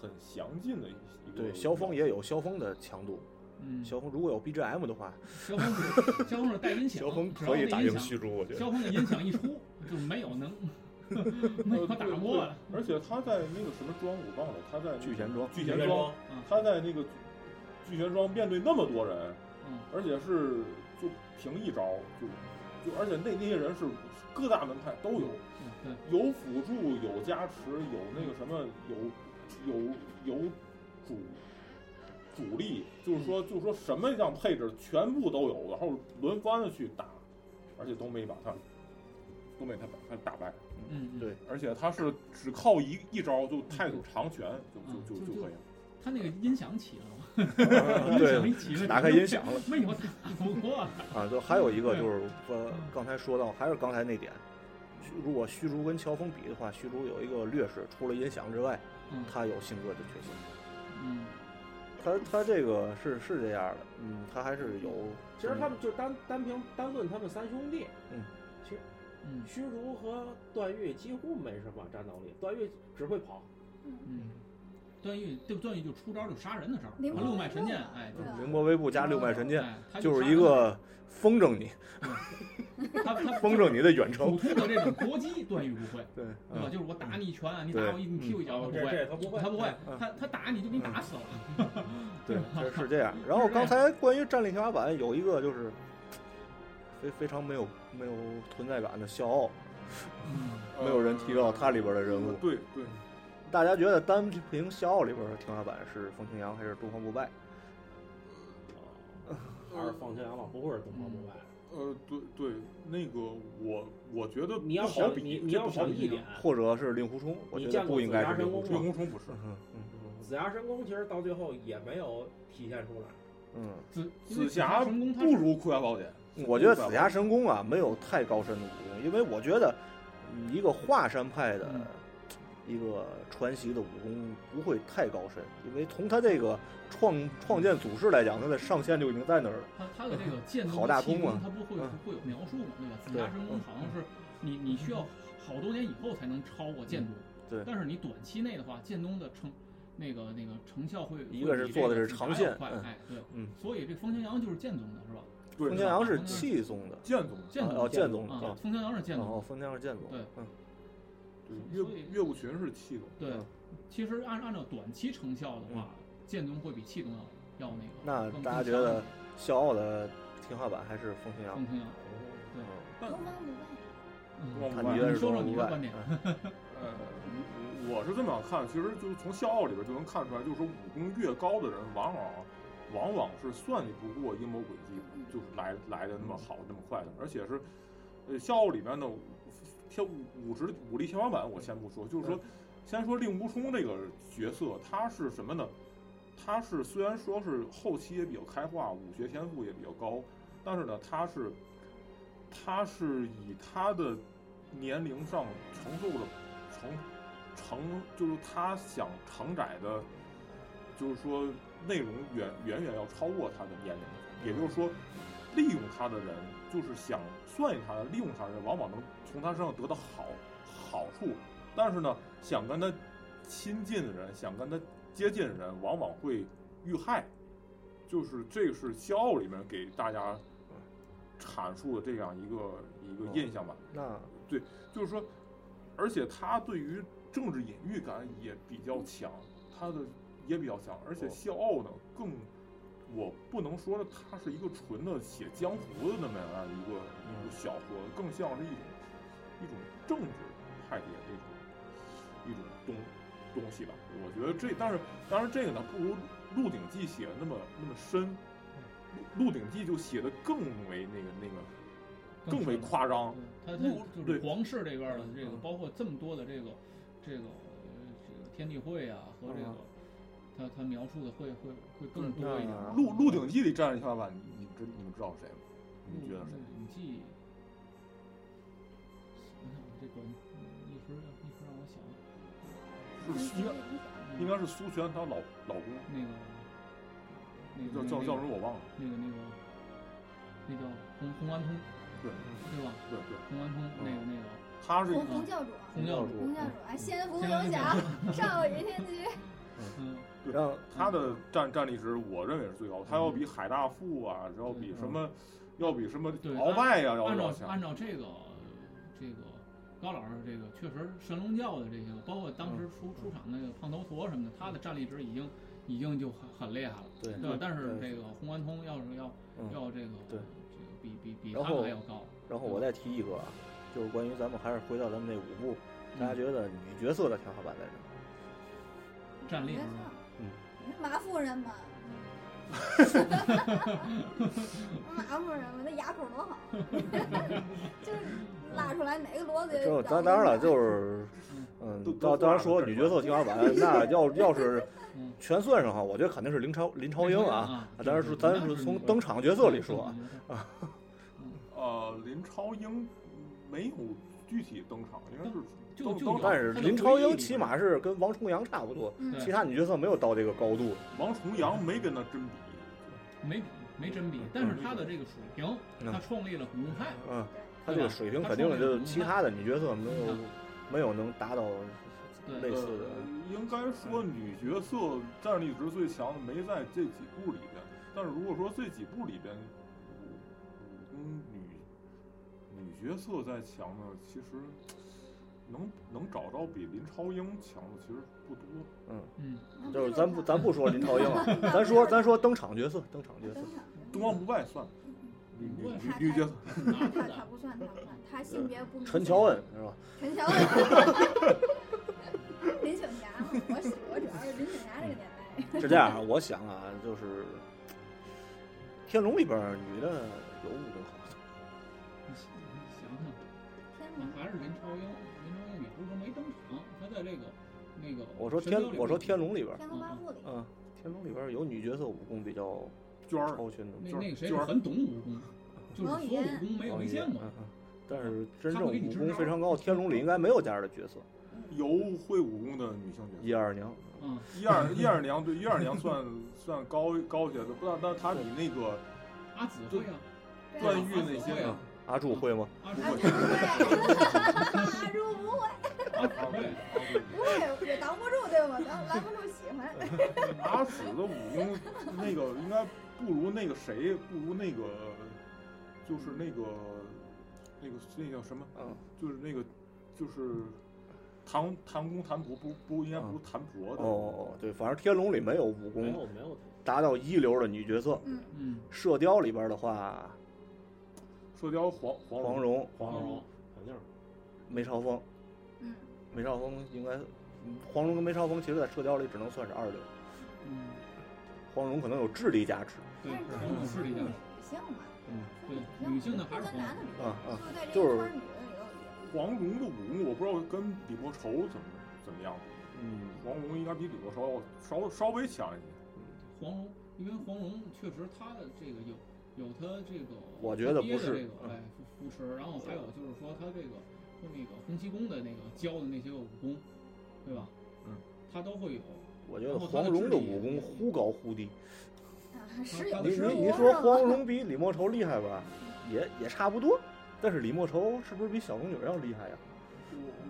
[SPEAKER 4] 很详尽的一一个
[SPEAKER 5] 对，萧峰
[SPEAKER 4] 描
[SPEAKER 5] 也有萧峰的强度。
[SPEAKER 3] 嗯，
[SPEAKER 5] 萧峰如果有 BGM 的话，
[SPEAKER 3] 萧峰是萧峰是
[SPEAKER 5] <laughs>
[SPEAKER 3] 带音响，
[SPEAKER 5] 萧峰
[SPEAKER 3] 只
[SPEAKER 5] 可以
[SPEAKER 3] 要那
[SPEAKER 5] 打
[SPEAKER 3] 音
[SPEAKER 5] 赢
[SPEAKER 3] 响
[SPEAKER 5] 虚竹，我觉得。
[SPEAKER 3] 萧峰的音响一
[SPEAKER 5] <laughs>
[SPEAKER 3] 出，就没有能没有
[SPEAKER 4] 呃
[SPEAKER 3] 打
[SPEAKER 4] 对
[SPEAKER 3] 磨
[SPEAKER 4] 对
[SPEAKER 3] 的。
[SPEAKER 4] 而且他在那个什么庄，我忘了，他在那个
[SPEAKER 5] 聚贤庄
[SPEAKER 4] 聚贤庄，
[SPEAKER 3] 嗯
[SPEAKER 4] 他在那个聚贤庄面对那么多人，
[SPEAKER 3] 嗯，
[SPEAKER 4] 而且是就凭一招就就，而且那那些人是各大门派都有，
[SPEAKER 3] 嗯对，
[SPEAKER 4] 有辅助，有加持，有那个什么，有有有主主力，就是说就是说什么样配置全部都有，然后轮番的去打，而且都没把他都没他把他打败，
[SPEAKER 3] 嗯嗯
[SPEAKER 5] 对
[SPEAKER 4] 而且他是只靠一一招就太祖长拳
[SPEAKER 3] 嗯
[SPEAKER 4] 就就就
[SPEAKER 3] 就
[SPEAKER 4] 就可以了。
[SPEAKER 3] 他那个音响起了嘛，音响
[SPEAKER 5] <laughs> 对
[SPEAKER 3] 一起了，
[SPEAKER 5] 打开音响了
[SPEAKER 3] <laughs> 没有打不过
[SPEAKER 5] <laughs>
[SPEAKER 3] 了。
[SPEAKER 5] 啊，就还有一
[SPEAKER 3] 嗯
[SPEAKER 5] 个就是说刚才说到，还是刚才那点，虚如果虚竹跟萧峰比的话，虚竹有一个劣势，除了音响之外，
[SPEAKER 3] 嗯
[SPEAKER 5] 他有性格的缺陷。
[SPEAKER 3] 嗯，
[SPEAKER 5] 他他这个是是这样的，嗯，他还是有。
[SPEAKER 6] 其实他们就单单凭单论他们三兄弟，
[SPEAKER 3] 嗯
[SPEAKER 6] 虚竹和段誉几乎没什么战斗力，段誉只会跑，
[SPEAKER 3] 嗯，段誉对段誉就出招就杀人的招儿，
[SPEAKER 1] 灵
[SPEAKER 3] 和
[SPEAKER 1] 光
[SPEAKER 3] 六脉神
[SPEAKER 1] 剑
[SPEAKER 3] 剑
[SPEAKER 1] 嘛，
[SPEAKER 3] 哎，
[SPEAKER 1] 对吧
[SPEAKER 5] 凌波微步加
[SPEAKER 3] 嗯
[SPEAKER 5] 六脉神剑，
[SPEAKER 3] 哎他
[SPEAKER 5] 就是
[SPEAKER 3] 杀
[SPEAKER 5] 一
[SPEAKER 3] 人
[SPEAKER 5] 个 <laughs> 风筝你，
[SPEAKER 3] 他他
[SPEAKER 5] <laughs> 风筝你的远
[SPEAKER 3] 普
[SPEAKER 5] 程。
[SPEAKER 3] 通的这种搏击，段誉不会，对
[SPEAKER 5] 对，
[SPEAKER 3] 吧？
[SPEAKER 5] 嗯
[SPEAKER 3] 就是我打你一拳，你打
[SPEAKER 5] 对
[SPEAKER 3] 我一你踢我一脚，他
[SPEAKER 6] 嗯
[SPEAKER 3] 不会，
[SPEAKER 6] 这这他不会
[SPEAKER 3] 哦他不会，
[SPEAKER 5] 嗯
[SPEAKER 3] 他他打你就给你打死了。 <laughs>
[SPEAKER 5] 对，是是这样。然后刚才关于战力天花板有一个就是非非常没有没有存在感的笑傲，
[SPEAKER 3] 嗯
[SPEAKER 5] 没有人提到他里边的人物。
[SPEAKER 4] 呃对对，
[SPEAKER 5] 大家觉得单凭笑傲里边的天花板是风清扬还是东方不败？
[SPEAKER 6] 还是放枪养老不会是东方不败。
[SPEAKER 4] 呃对对，那个我我觉得
[SPEAKER 6] 你要
[SPEAKER 4] 不好
[SPEAKER 6] 想
[SPEAKER 4] 比，
[SPEAKER 6] 你你
[SPEAKER 4] 嗯这
[SPEAKER 6] 要
[SPEAKER 4] 不好
[SPEAKER 6] 想
[SPEAKER 4] 比啊
[SPEAKER 6] 一点，
[SPEAKER 5] 或者是令狐冲？我
[SPEAKER 6] 哎
[SPEAKER 5] 觉
[SPEAKER 6] 你
[SPEAKER 5] 得
[SPEAKER 6] 见过
[SPEAKER 5] 不应该是
[SPEAKER 6] 紫霞
[SPEAKER 5] 令狐
[SPEAKER 4] 月
[SPEAKER 5] 冲
[SPEAKER 6] 神功。
[SPEAKER 4] 空冲不是
[SPEAKER 5] 嗯。嗯
[SPEAKER 6] 嗯紫霞神功其实到最后也没有体现出来。
[SPEAKER 5] 嗯
[SPEAKER 3] 紫
[SPEAKER 4] 紫霞
[SPEAKER 3] 神功他
[SPEAKER 4] 不如葵花宝典，
[SPEAKER 5] 嗯，我觉得紫霞神功啊没有太高深的武功，因为我觉得嗯一个华山派的
[SPEAKER 3] 嗯
[SPEAKER 5] 一个传习的武功不会太高深，因为从他这个创创建祖师来讲，他的上限就已经在那儿了。
[SPEAKER 3] 他他的这个剑
[SPEAKER 5] 好大
[SPEAKER 3] 功
[SPEAKER 5] 功啊
[SPEAKER 3] 他不会
[SPEAKER 5] 嗯
[SPEAKER 3] 会有描述嘛，对吧？紫
[SPEAKER 5] 对嗯
[SPEAKER 3] 霞神功好像是你你需要好多年以后才能超过剑宗，
[SPEAKER 5] 嗯对
[SPEAKER 3] 但是你短期内的话，剑宗的成那个那个成效会
[SPEAKER 5] 一个是做的是长
[SPEAKER 3] 会
[SPEAKER 5] 线
[SPEAKER 3] 比这个紫霞要
[SPEAKER 5] 嗯
[SPEAKER 3] 快，哎，对，
[SPEAKER 5] 嗯
[SPEAKER 3] 所以这风清扬就是剑宗的是吧？
[SPEAKER 4] 对
[SPEAKER 5] 风清
[SPEAKER 3] 啊
[SPEAKER 5] 扬是气宗的，
[SPEAKER 4] 剑宗
[SPEAKER 3] 剑宗
[SPEAKER 5] 哦，剑宗的
[SPEAKER 3] 啊
[SPEAKER 5] 啊，，
[SPEAKER 3] 风清扬是剑宗
[SPEAKER 5] 哦，，风清扬是剑宗，
[SPEAKER 3] 对
[SPEAKER 5] 嗯，
[SPEAKER 4] 对
[SPEAKER 3] 所
[SPEAKER 4] 岳
[SPEAKER 3] 以
[SPEAKER 4] 岳不群是气宗。
[SPEAKER 3] 对
[SPEAKER 5] 嗯，
[SPEAKER 3] 其实按按照短期成效的话，剑宗会比气宗要要那
[SPEAKER 5] 那
[SPEAKER 3] 个更。
[SPEAKER 5] 大家觉得笑傲的天花板还是风清扬？
[SPEAKER 3] 风清扬？
[SPEAKER 5] 嗯
[SPEAKER 4] 但
[SPEAKER 1] 东方不败，
[SPEAKER 3] 嗯，
[SPEAKER 5] 他觉得
[SPEAKER 3] 你
[SPEAKER 5] 是
[SPEAKER 3] 说
[SPEAKER 5] 东
[SPEAKER 3] 说你
[SPEAKER 5] 方不
[SPEAKER 3] 的
[SPEAKER 5] 败
[SPEAKER 3] 观点。 <laughs>
[SPEAKER 5] 嗯
[SPEAKER 4] 呃，我是这么想看，其实就是从《笑傲》里边就能看出来，就是说武功越高的人，往往往往是算计不过阴谋诡计，就是来来的那么好、那么快的，而且是，呃，《笑傲》里面的天武职武力天花板，我先不说，就是说，先说令狐冲这个角色，他是什么呢？他是虽然说是后期也比较开化，武学天赋也比较高，但是呢，他是他是以他的年龄上承受的承承就是他想承载的，就是说内容远远远要超过他的年龄，也就是说，利用他的人就是想算计他的，利用他的人往往能从他身上得到好好处，但是呢，想跟他亲近的人，想跟他接近的人，往往会遇害，就是这个是《笑傲》里面给大家阐述的这样一个一个印象吧。
[SPEAKER 5] 那
[SPEAKER 4] 就是说，而且他对于政治隐喻感也比较强，他的也比较强，而且
[SPEAKER 5] 哦
[SPEAKER 4] 笑傲呢更，我不能说他是一个纯的写江湖的那么样一个一部小说，更像是一种一种政治派别的一种一种东东西吧。我觉得这，但是当然这个呢，不如《鹿鼎记》写的那么那么深。鹿鹿鼎记》就写的更为那个那个更为
[SPEAKER 3] 深
[SPEAKER 4] 夸张，
[SPEAKER 3] 他
[SPEAKER 4] 陆
[SPEAKER 3] 他就是
[SPEAKER 4] 对
[SPEAKER 3] 皇室这边的这个
[SPEAKER 5] 嗯，
[SPEAKER 3] 包括这么多的这个这个呃这个天地会啊和这个
[SPEAKER 5] 嗯，
[SPEAKER 3] 他他描述的会会会更多一点
[SPEAKER 5] 那。
[SPEAKER 4] 鹿鹿鼎记》里站着天花板，你你知你们知道是谁吗？你们觉得谁？
[SPEAKER 3] 你记？想想这关，一时一时让我想嗯
[SPEAKER 4] 是苏应该应该是苏璇她老老公，
[SPEAKER 3] 那个那个
[SPEAKER 4] 叫叫叫什么我忘了。
[SPEAKER 3] 那个那个那那叫红红安通，
[SPEAKER 4] 对
[SPEAKER 3] 对吧？
[SPEAKER 4] 对对，
[SPEAKER 3] 红安通那个
[SPEAKER 4] 嗯
[SPEAKER 3] 那个
[SPEAKER 4] 他是一
[SPEAKER 1] 红
[SPEAKER 4] 个
[SPEAKER 1] 红教主，啊
[SPEAKER 3] 红教主，
[SPEAKER 1] 红教主啊，先福游侠， <laughs> 上有云天居，
[SPEAKER 3] 嗯，
[SPEAKER 4] 对
[SPEAKER 5] 让
[SPEAKER 4] 他的战战力值，我认为是最高的，他
[SPEAKER 3] 嗯
[SPEAKER 4] 要比海大富啊，要比什么，要比什么
[SPEAKER 3] 对
[SPEAKER 4] 鳌拜呀、要
[SPEAKER 3] 按
[SPEAKER 4] 要
[SPEAKER 3] 照
[SPEAKER 4] 强
[SPEAKER 3] 按。照这个这个高老师这个，确实神龙教的这些，包括当
[SPEAKER 5] 嗯
[SPEAKER 3] 时出出场那个胖头陀什么的，他的战力值已经已经就很很厉害了，
[SPEAKER 6] 对
[SPEAKER 5] 嗯
[SPEAKER 3] 对吧？但是
[SPEAKER 5] 对
[SPEAKER 3] 这个红丸通要是要
[SPEAKER 5] 嗯
[SPEAKER 3] 要这个这
[SPEAKER 5] 对
[SPEAKER 3] 个比比比他
[SPEAKER 5] 然后
[SPEAKER 3] 们还要高，
[SPEAKER 5] 然后我再提一个啊，就是关于咱们还是回到咱们这五部，大家
[SPEAKER 3] 嗯
[SPEAKER 5] 觉得女角色的天花板在哪儿？
[SPEAKER 3] 战力
[SPEAKER 1] 没
[SPEAKER 3] 是
[SPEAKER 1] 错
[SPEAKER 3] 吧？，
[SPEAKER 5] 嗯
[SPEAKER 1] 你是马夫人
[SPEAKER 3] <laughs>
[SPEAKER 1] 吗？马夫人嘛，那牙口多好，就是拉出来哪个骡子也
[SPEAKER 5] 这
[SPEAKER 1] 咬
[SPEAKER 5] 咱
[SPEAKER 1] 一
[SPEAKER 5] 当然了，
[SPEAKER 1] 口
[SPEAKER 3] <laughs>
[SPEAKER 5] 就是
[SPEAKER 3] 嗯，
[SPEAKER 4] 都
[SPEAKER 5] 嗯，
[SPEAKER 4] 都
[SPEAKER 5] 当当然
[SPEAKER 4] 挂
[SPEAKER 5] 说
[SPEAKER 4] 了
[SPEAKER 5] 女
[SPEAKER 4] 这
[SPEAKER 5] 角色天花板，那
[SPEAKER 3] <laughs>
[SPEAKER 5] 要要是
[SPEAKER 3] 嗯
[SPEAKER 5] 全算上哈，我觉得肯定是林超林超英啊。
[SPEAKER 3] 啊
[SPEAKER 5] 啊，当然是咱是从登场角色里说啊，，
[SPEAKER 3] 啊，
[SPEAKER 4] 呃，林超英没有具体登场，应该是
[SPEAKER 3] 就
[SPEAKER 4] 登
[SPEAKER 3] 就有
[SPEAKER 4] 登场
[SPEAKER 5] 但是林超英起码是跟王重阳差不多，
[SPEAKER 1] 嗯
[SPEAKER 3] 对
[SPEAKER 5] 其他女角色没有到这个高度。
[SPEAKER 4] 王重阳没跟他真比，
[SPEAKER 3] 没没真比，但是他的这个水平，
[SPEAKER 5] 嗯
[SPEAKER 3] 他创立了古墓派，
[SPEAKER 5] 嗯，她
[SPEAKER 3] 对
[SPEAKER 5] 这个
[SPEAKER 3] 吧
[SPEAKER 5] 水平
[SPEAKER 3] 她
[SPEAKER 5] 肯定
[SPEAKER 3] 创立了
[SPEAKER 5] 就
[SPEAKER 3] 古墓
[SPEAKER 5] 其
[SPEAKER 3] 派
[SPEAKER 5] 他的女角色没有
[SPEAKER 3] 嗯
[SPEAKER 5] 没有能达到
[SPEAKER 3] 对
[SPEAKER 5] 类似
[SPEAKER 4] 呃
[SPEAKER 5] 的。
[SPEAKER 4] 应该说女角色战力值最强的没在这几部里边，但是如果说这几部里边，嗯，女女角色在强的，其实能能找到比林超英强的其实不多。
[SPEAKER 3] 嗯，
[SPEAKER 1] 那
[SPEAKER 5] 就是
[SPEAKER 1] 不
[SPEAKER 5] 咱不
[SPEAKER 1] 我
[SPEAKER 5] 咱不说林超英啊，
[SPEAKER 1] 那
[SPEAKER 5] <laughs>
[SPEAKER 1] 不
[SPEAKER 5] 咱说
[SPEAKER 1] 是
[SPEAKER 5] 咱说登场角色，登场角色
[SPEAKER 1] 登
[SPEAKER 3] 嗯
[SPEAKER 1] 场
[SPEAKER 4] 东方不败算女女女女角色，
[SPEAKER 1] 他 <laughs>
[SPEAKER 3] 哪
[SPEAKER 1] 他
[SPEAKER 3] 嗯的
[SPEAKER 1] 他不算，他不算，他性别不明显
[SPEAKER 5] 陈乔，恩是吧？
[SPEAKER 1] 陈乔恩，林犬霞，我喜我主要是林犬霞这个年代，
[SPEAKER 5] 是这样啊，我想啊，就是天龙里边儿女的有武功好，
[SPEAKER 3] 你想想想。
[SPEAKER 1] 天
[SPEAKER 3] 那
[SPEAKER 1] 哪！
[SPEAKER 3] 还是林超英，林超英也不是说没登场，他在这个那个
[SPEAKER 5] 我说
[SPEAKER 3] 神
[SPEAKER 5] 天
[SPEAKER 3] 雕里
[SPEAKER 5] 我说
[SPEAKER 3] 面
[SPEAKER 5] 天龙里边儿，
[SPEAKER 1] 天龙八部里，
[SPEAKER 5] 嗯，天龙里边儿有女角色武功比较
[SPEAKER 4] 娟儿，
[SPEAKER 5] 超群的，
[SPEAKER 3] 那
[SPEAKER 4] 就是
[SPEAKER 3] 那个谁
[SPEAKER 4] 就是
[SPEAKER 3] 很懂武功，就是
[SPEAKER 1] 王
[SPEAKER 3] 所
[SPEAKER 1] 语
[SPEAKER 3] 有
[SPEAKER 1] 嫣
[SPEAKER 3] 武功没有没见过
[SPEAKER 5] 嗯。嗯但是真
[SPEAKER 3] 他
[SPEAKER 5] 正
[SPEAKER 3] 会给你
[SPEAKER 5] 武
[SPEAKER 3] 支
[SPEAKER 5] 功
[SPEAKER 3] 招
[SPEAKER 5] 非常高，天龙里应该没有这样的角色。
[SPEAKER 4] 有会武功的女性角色。
[SPEAKER 5] 一二娘，
[SPEAKER 3] 嗯，
[SPEAKER 4] 一二一二娘对一二娘算算高高些的，不但但她比那个
[SPEAKER 3] 阿紫会啊，
[SPEAKER 1] 对
[SPEAKER 4] 段
[SPEAKER 1] 啊
[SPEAKER 4] 誉那
[SPEAKER 3] 对
[SPEAKER 4] 些
[SPEAKER 3] 啊
[SPEAKER 5] 阿柱会吗？
[SPEAKER 3] 阿
[SPEAKER 1] 啊，
[SPEAKER 3] 紫
[SPEAKER 1] 不
[SPEAKER 3] 会，
[SPEAKER 1] 会，阿朱不会，
[SPEAKER 3] 阿
[SPEAKER 4] 啊
[SPEAKER 3] 紫会，
[SPEAKER 1] 不会，也挡不住对我，挡拦不住喜欢。
[SPEAKER 4] 阿紫的武功，那个应该不如那个谁，不如那个就是那个那个那叫什么，
[SPEAKER 5] 嗯，
[SPEAKER 4] 就是那个就是唐唐公谭婆，不不应该不如谭婆
[SPEAKER 5] 哦
[SPEAKER 4] 的。
[SPEAKER 5] 哦哦，对，反正天龙里没有武
[SPEAKER 6] 没
[SPEAKER 5] 功
[SPEAKER 6] 有没有，
[SPEAKER 5] 达到一流的女角色。
[SPEAKER 1] 嗯，
[SPEAKER 3] 嗯，
[SPEAKER 5] 射雕里边儿的话，
[SPEAKER 4] 射雕黄黄
[SPEAKER 5] 黄
[SPEAKER 4] 蓉，
[SPEAKER 5] 蓉、
[SPEAKER 6] 黄
[SPEAKER 3] 蓉
[SPEAKER 6] 蓉肯定是
[SPEAKER 5] 梅超风，
[SPEAKER 1] 嗯，
[SPEAKER 5] 梅超风应该，嗯黄蓉跟梅超风其实在射雕里只能算是二流，
[SPEAKER 3] 嗯，
[SPEAKER 5] 黄蓉可能有智力加持。
[SPEAKER 3] 对，
[SPEAKER 1] 但是
[SPEAKER 3] 很有势力
[SPEAKER 1] 女
[SPEAKER 3] 的，
[SPEAKER 1] 性嘛，
[SPEAKER 3] 对，女性的还
[SPEAKER 1] 不
[SPEAKER 3] 是
[SPEAKER 1] 跟
[SPEAKER 3] 黄
[SPEAKER 1] 男
[SPEAKER 3] 蓉
[SPEAKER 1] 的比，
[SPEAKER 5] 啊啊，
[SPEAKER 1] 就在这
[SPEAKER 5] 就是
[SPEAKER 1] 一圈儿女的里头，
[SPEAKER 4] 黄蓉的武功我不知道跟李莫愁怎么怎么样，
[SPEAKER 5] 嗯，
[SPEAKER 4] 黄蓉应该比李莫愁要稍稍微强一些。
[SPEAKER 3] 黄蓉，因为黄蓉确实她的这个有有她这个
[SPEAKER 5] 我觉得
[SPEAKER 3] 她爹
[SPEAKER 5] 不
[SPEAKER 3] 的
[SPEAKER 5] 是
[SPEAKER 3] 这个
[SPEAKER 5] 嗯
[SPEAKER 3] 哎扶扶持，然后还有就是说她这个和那个洪七公的那个教的那些武功，对吧？
[SPEAKER 4] 嗯，
[SPEAKER 3] 她都会有。
[SPEAKER 5] 我觉得黄蓉的武功忽高忽低。
[SPEAKER 1] 啊，时有
[SPEAKER 5] 你
[SPEAKER 1] 时
[SPEAKER 5] 你
[SPEAKER 1] 无
[SPEAKER 5] 你说
[SPEAKER 1] 是吧
[SPEAKER 5] 黄蓉比李莫愁厉害吧，也也差不多，但是李莫愁是不是比小龙女儿要厉害呀？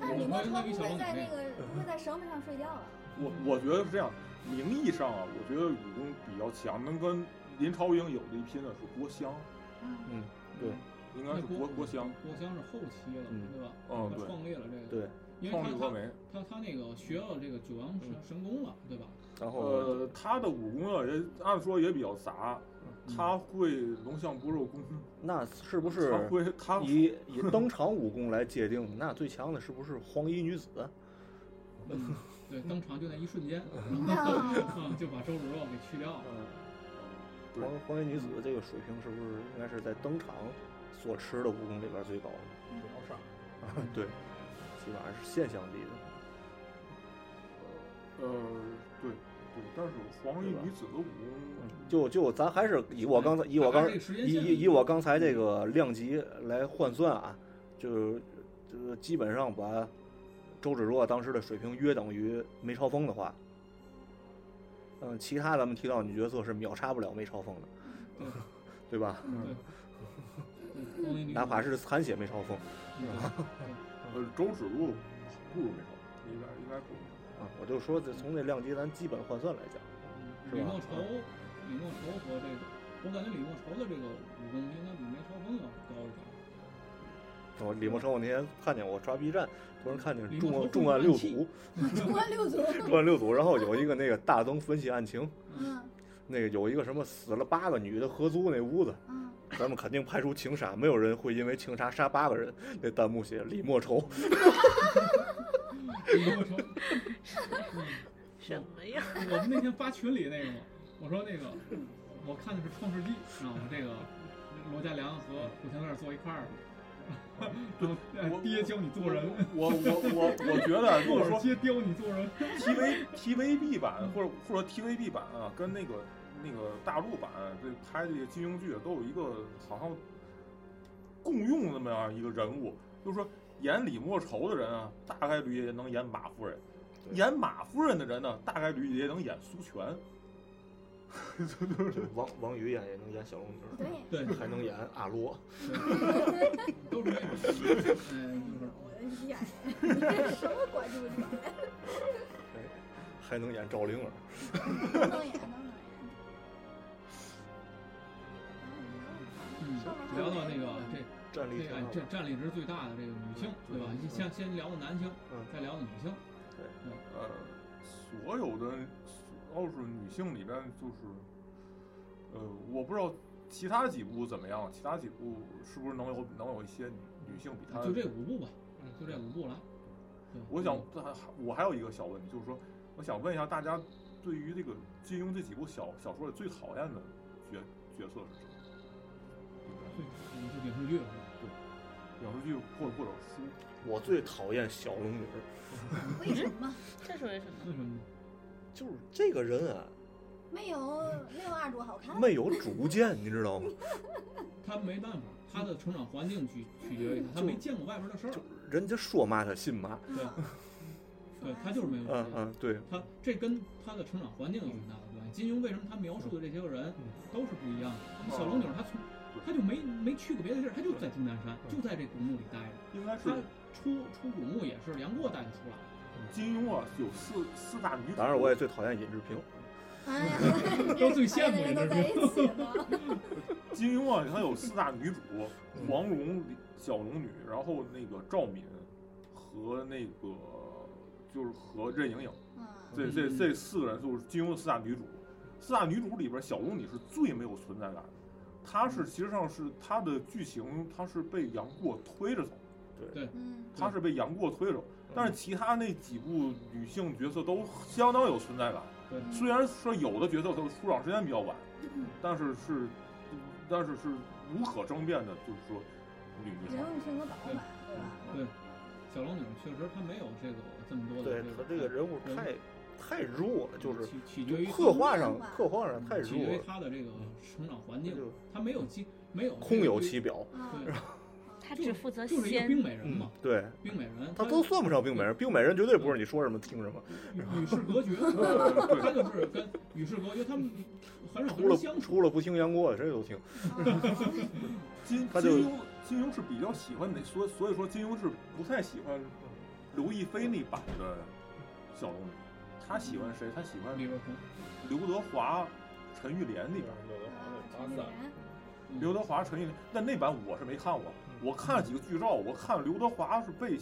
[SPEAKER 1] 但是李
[SPEAKER 3] 我
[SPEAKER 1] 莫愁
[SPEAKER 3] 我
[SPEAKER 1] 不会在那
[SPEAKER 3] 个，
[SPEAKER 1] 个不会在绳子上睡觉了。
[SPEAKER 4] 我我觉得是这样，名义上啊，我觉得武功比较强，能跟林超英有的一拼的是郭襄，
[SPEAKER 1] 嗯，
[SPEAKER 5] 嗯，对，
[SPEAKER 4] 应该
[SPEAKER 3] 那
[SPEAKER 4] 是郭郭襄，，
[SPEAKER 3] 郭襄是后期了，
[SPEAKER 5] 嗯
[SPEAKER 3] 对吧？
[SPEAKER 4] 嗯，
[SPEAKER 3] 他
[SPEAKER 4] 对，
[SPEAKER 3] 创立了这个，
[SPEAKER 5] 对，
[SPEAKER 3] 因为
[SPEAKER 4] 创立峨
[SPEAKER 3] 他
[SPEAKER 4] 眉。
[SPEAKER 3] 他他他那个学了这个九阳神
[SPEAKER 5] 嗯
[SPEAKER 3] 神功了，
[SPEAKER 5] <laughs>
[SPEAKER 3] 对吧？
[SPEAKER 5] 然后
[SPEAKER 4] 呃，他的武功啊，也按说也比较杂，
[SPEAKER 3] 嗯
[SPEAKER 4] 他会龙象不肉功，
[SPEAKER 5] 那是不
[SPEAKER 4] 他
[SPEAKER 5] 是
[SPEAKER 4] 会他
[SPEAKER 5] 以以登场武功来界定，那最强的是不是黄衣女子？
[SPEAKER 3] 嗯，对，登场就那一
[SPEAKER 1] <laughs>
[SPEAKER 3] 瞬间，
[SPEAKER 1] 哦
[SPEAKER 3] <laughs>
[SPEAKER 1] 啊
[SPEAKER 3] 嗯，就把周芷若给去掉了。
[SPEAKER 5] 嗯，
[SPEAKER 4] 对
[SPEAKER 5] 黄黄衣女子
[SPEAKER 3] 嗯
[SPEAKER 5] 这个水平是不是应该是在登场所持的武功里边最高的？ <laughs>
[SPEAKER 6] 只要上，
[SPEAKER 5] 啊，对，起码是现象级的。
[SPEAKER 4] 呃，对对，但是黄衣女子的武功，
[SPEAKER 5] 就就咱还是以我刚才以我
[SPEAKER 3] 按
[SPEAKER 5] 刚
[SPEAKER 3] 这个时间
[SPEAKER 5] 以
[SPEAKER 3] 线嗯
[SPEAKER 5] 以以我刚才这个量级来换算啊，就是就是基本上把周芷若当时的水平约等于梅超风的话，嗯，其他咱们提到女角色是秒杀不了梅超风的，对吧？
[SPEAKER 3] 对，嗯
[SPEAKER 5] <laughs>
[SPEAKER 3] 光一绿
[SPEAKER 5] 哪怕是残血没嘲讽
[SPEAKER 3] 嗯
[SPEAKER 5] 嗯
[SPEAKER 4] 呃，周芷若不如梅超，应该应该不如梅超。
[SPEAKER 5] 啊，我就说这从这量级咱基本换算来讲，是
[SPEAKER 3] 李
[SPEAKER 5] 吧
[SPEAKER 3] 莫愁，李莫愁和这个，我感觉李莫愁的这个武功应该比梅超风要高一点。
[SPEAKER 5] 我李莫愁，我那天看见我刷 B 站，突然看
[SPEAKER 3] 李
[SPEAKER 5] 见
[SPEAKER 3] 莫
[SPEAKER 5] 重
[SPEAKER 3] 愁会
[SPEAKER 5] 案重案
[SPEAKER 3] 暗
[SPEAKER 5] 六
[SPEAKER 3] 器
[SPEAKER 5] 组，
[SPEAKER 1] 中关六组，
[SPEAKER 5] 重案六组，然后有一个那个大灯分析案情，
[SPEAKER 1] 嗯
[SPEAKER 5] 那个有一个什么死了八个女的合租那屋子，
[SPEAKER 1] 嗯，
[SPEAKER 5] 咱们肯定排除情杀，没有人会因为情杀杀八个人。那弹幕写李莫愁，
[SPEAKER 3] 李莫愁，
[SPEAKER 2] 什么呀？
[SPEAKER 3] 我们那天发群里那个嘛，我说那个，我看的是《创世纪》，然后这个罗嘉良和古天乐坐一块儿 <laughs> 了，然后呃爹教你做人，
[SPEAKER 4] 我我我我觉得，如
[SPEAKER 3] 我
[SPEAKER 4] 果说
[SPEAKER 3] 爹教你做人，
[SPEAKER 4] TV TVB 版或者或者 TVB 版啊，跟那个那个大陆版啊这拍这个金庸剧都有一个好像共用那么样一个人物，就是说演李莫愁的人啊，大概率也能演马夫人；
[SPEAKER 5] 对
[SPEAKER 4] 演马夫人的人呢，大概率也能演苏权。
[SPEAKER 5] 王王宇演也能演小龙女，
[SPEAKER 1] 对。
[SPEAKER 3] 对，
[SPEAKER 5] <laughs> 还能演阿罗，
[SPEAKER 3] 都是那
[SPEAKER 5] <laughs>
[SPEAKER 3] 种，嗯，就是。
[SPEAKER 1] 哎呀，你这什么关注点？
[SPEAKER 5] 还能演赵灵儿。
[SPEAKER 1] 能演能演。
[SPEAKER 3] 嗯，聊到那个这
[SPEAKER 5] 战力啊嗯
[SPEAKER 3] 这哎
[SPEAKER 5] 挺
[SPEAKER 3] 占
[SPEAKER 5] 好
[SPEAKER 3] 占力值最大的这个女性，对吧？先先聊的男性，
[SPEAKER 5] 嗯
[SPEAKER 3] 再聊的女性，
[SPEAKER 4] 呃，所有的要是女性里边就是，呃，我不知道其他几部怎么样，其他几部是不是能有能有一些女女性比
[SPEAKER 5] 嗯
[SPEAKER 4] 她
[SPEAKER 3] 就这五部吧，就这五部来。对
[SPEAKER 4] 我想，这还我还有一个小问题，就是说，我想问一下大家，对于这个金庸这几部小小说里最讨厌的角角色是谁？
[SPEAKER 3] 最嗯就影视剧了
[SPEAKER 4] 影视剧或者或者书？
[SPEAKER 5] 我最讨厌小龙女，
[SPEAKER 1] 为什么
[SPEAKER 2] 这是为什么？
[SPEAKER 3] 为什么呢？
[SPEAKER 5] 就是这个人啊，
[SPEAKER 1] 没有没有二主好看？
[SPEAKER 5] 没有主见，你知道吗？
[SPEAKER 3] 他没办法，他的成长环境取取决于他，他没见过外边的事儿
[SPEAKER 5] 就，人家说嘛他信嘛，
[SPEAKER 1] 嗯，
[SPEAKER 3] 对他就是没有
[SPEAKER 5] 嗯
[SPEAKER 3] 经验。
[SPEAKER 5] 嗯，对，
[SPEAKER 3] 他这跟他的成长环境有很大的关系。金庸为什么他描述的这些个人
[SPEAKER 5] 嗯
[SPEAKER 3] 都是不一样的？小龙女她从她就没没去过别的地儿，她就在终南山，
[SPEAKER 5] 嗯
[SPEAKER 3] 就在这古墓里待着。
[SPEAKER 4] 应该
[SPEAKER 3] 他
[SPEAKER 4] 是
[SPEAKER 3] 出出古墓也是杨过带他出来的。
[SPEAKER 4] 金庸啊，有四四大女主。
[SPEAKER 5] 当然我也最讨厌尹志平，
[SPEAKER 1] 哎呀，人都在一起了。
[SPEAKER 4] 金庸啊，他有四大
[SPEAKER 5] <laughs>
[SPEAKER 4] 女主：
[SPEAKER 5] 嗯
[SPEAKER 4] 黄蓉、李小龙女，然后那个赵敏和那个就是和任盈盈。
[SPEAKER 1] 嗯，
[SPEAKER 4] 这这这四个人就是金庸的四大女主，四大女主里边小龙女是最没有存在感的，她
[SPEAKER 1] 嗯
[SPEAKER 4] 是其实上是她的剧情，她是被杨过推着走，
[SPEAKER 1] 嗯，
[SPEAKER 4] 她是被杨过推着走，但是其他那几部女性角色都相当有存在感，
[SPEAKER 1] 嗯
[SPEAKER 4] 虽然说有的角色都出场时间比较晚，但是是但是是无可争辩的，就是说女女
[SPEAKER 1] 人
[SPEAKER 4] 强，
[SPEAKER 1] 物群和导演对吧？
[SPEAKER 3] 对，小龙女确实她没有这个这么多的
[SPEAKER 5] 对
[SPEAKER 3] 种
[SPEAKER 5] 他这个人物太太弱了，就是
[SPEAKER 3] 取取决于
[SPEAKER 5] 刻画上
[SPEAKER 1] 嗯
[SPEAKER 5] 刻画上太
[SPEAKER 3] 取决
[SPEAKER 5] 弱
[SPEAKER 3] 于
[SPEAKER 5] 了，嗯
[SPEAKER 3] 她的这个成长环境，
[SPEAKER 5] 就
[SPEAKER 3] 她没有机没有这个
[SPEAKER 5] 空有
[SPEAKER 3] 对
[SPEAKER 5] 其表，
[SPEAKER 1] 嗯
[SPEAKER 3] 对，
[SPEAKER 2] 他只负责
[SPEAKER 3] 就是一个
[SPEAKER 2] 先
[SPEAKER 3] 冰美人
[SPEAKER 5] 嗯
[SPEAKER 3] 嘛，，
[SPEAKER 5] 对。
[SPEAKER 3] 冰美人
[SPEAKER 5] 他
[SPEAKER 3] 她
[SPEAKER 5] 都算不上病美人，病美人绝对不是你说什么听什么。
[SPEAKER 3] 与与世隔
[SPEAKER 5] <laughs>
[SPEAKER 3] 绝， <laughs> 她就是跟与世隔绝，他们很少跟
[SPEAKER 5] 除了
[SPEAKER 3] 人相处
[SPEAKER 5] 除。了不听杨过的，谁都听。
[SPEAKER 4] 金
[SPEAKER 5] 她
[SPEAKER 4] 金
[SPEAKER 5] 就
[SPEAKER 4] 庸金庸是比较喜欢哪，所以所以说金庸是不太喜欢刘亦菲那版的小龙女，他喜欢谁？他喜欢
[SPEAKER 3] 李若彤，
[SPEAKER 4] 刘德华、陈玉莲那边。
[SPEAKER 1] 哦
[SPEAKER 4] 刘德华、陈玉莲，但那版我是没看过，我看了几个剧照，我看刘德华是被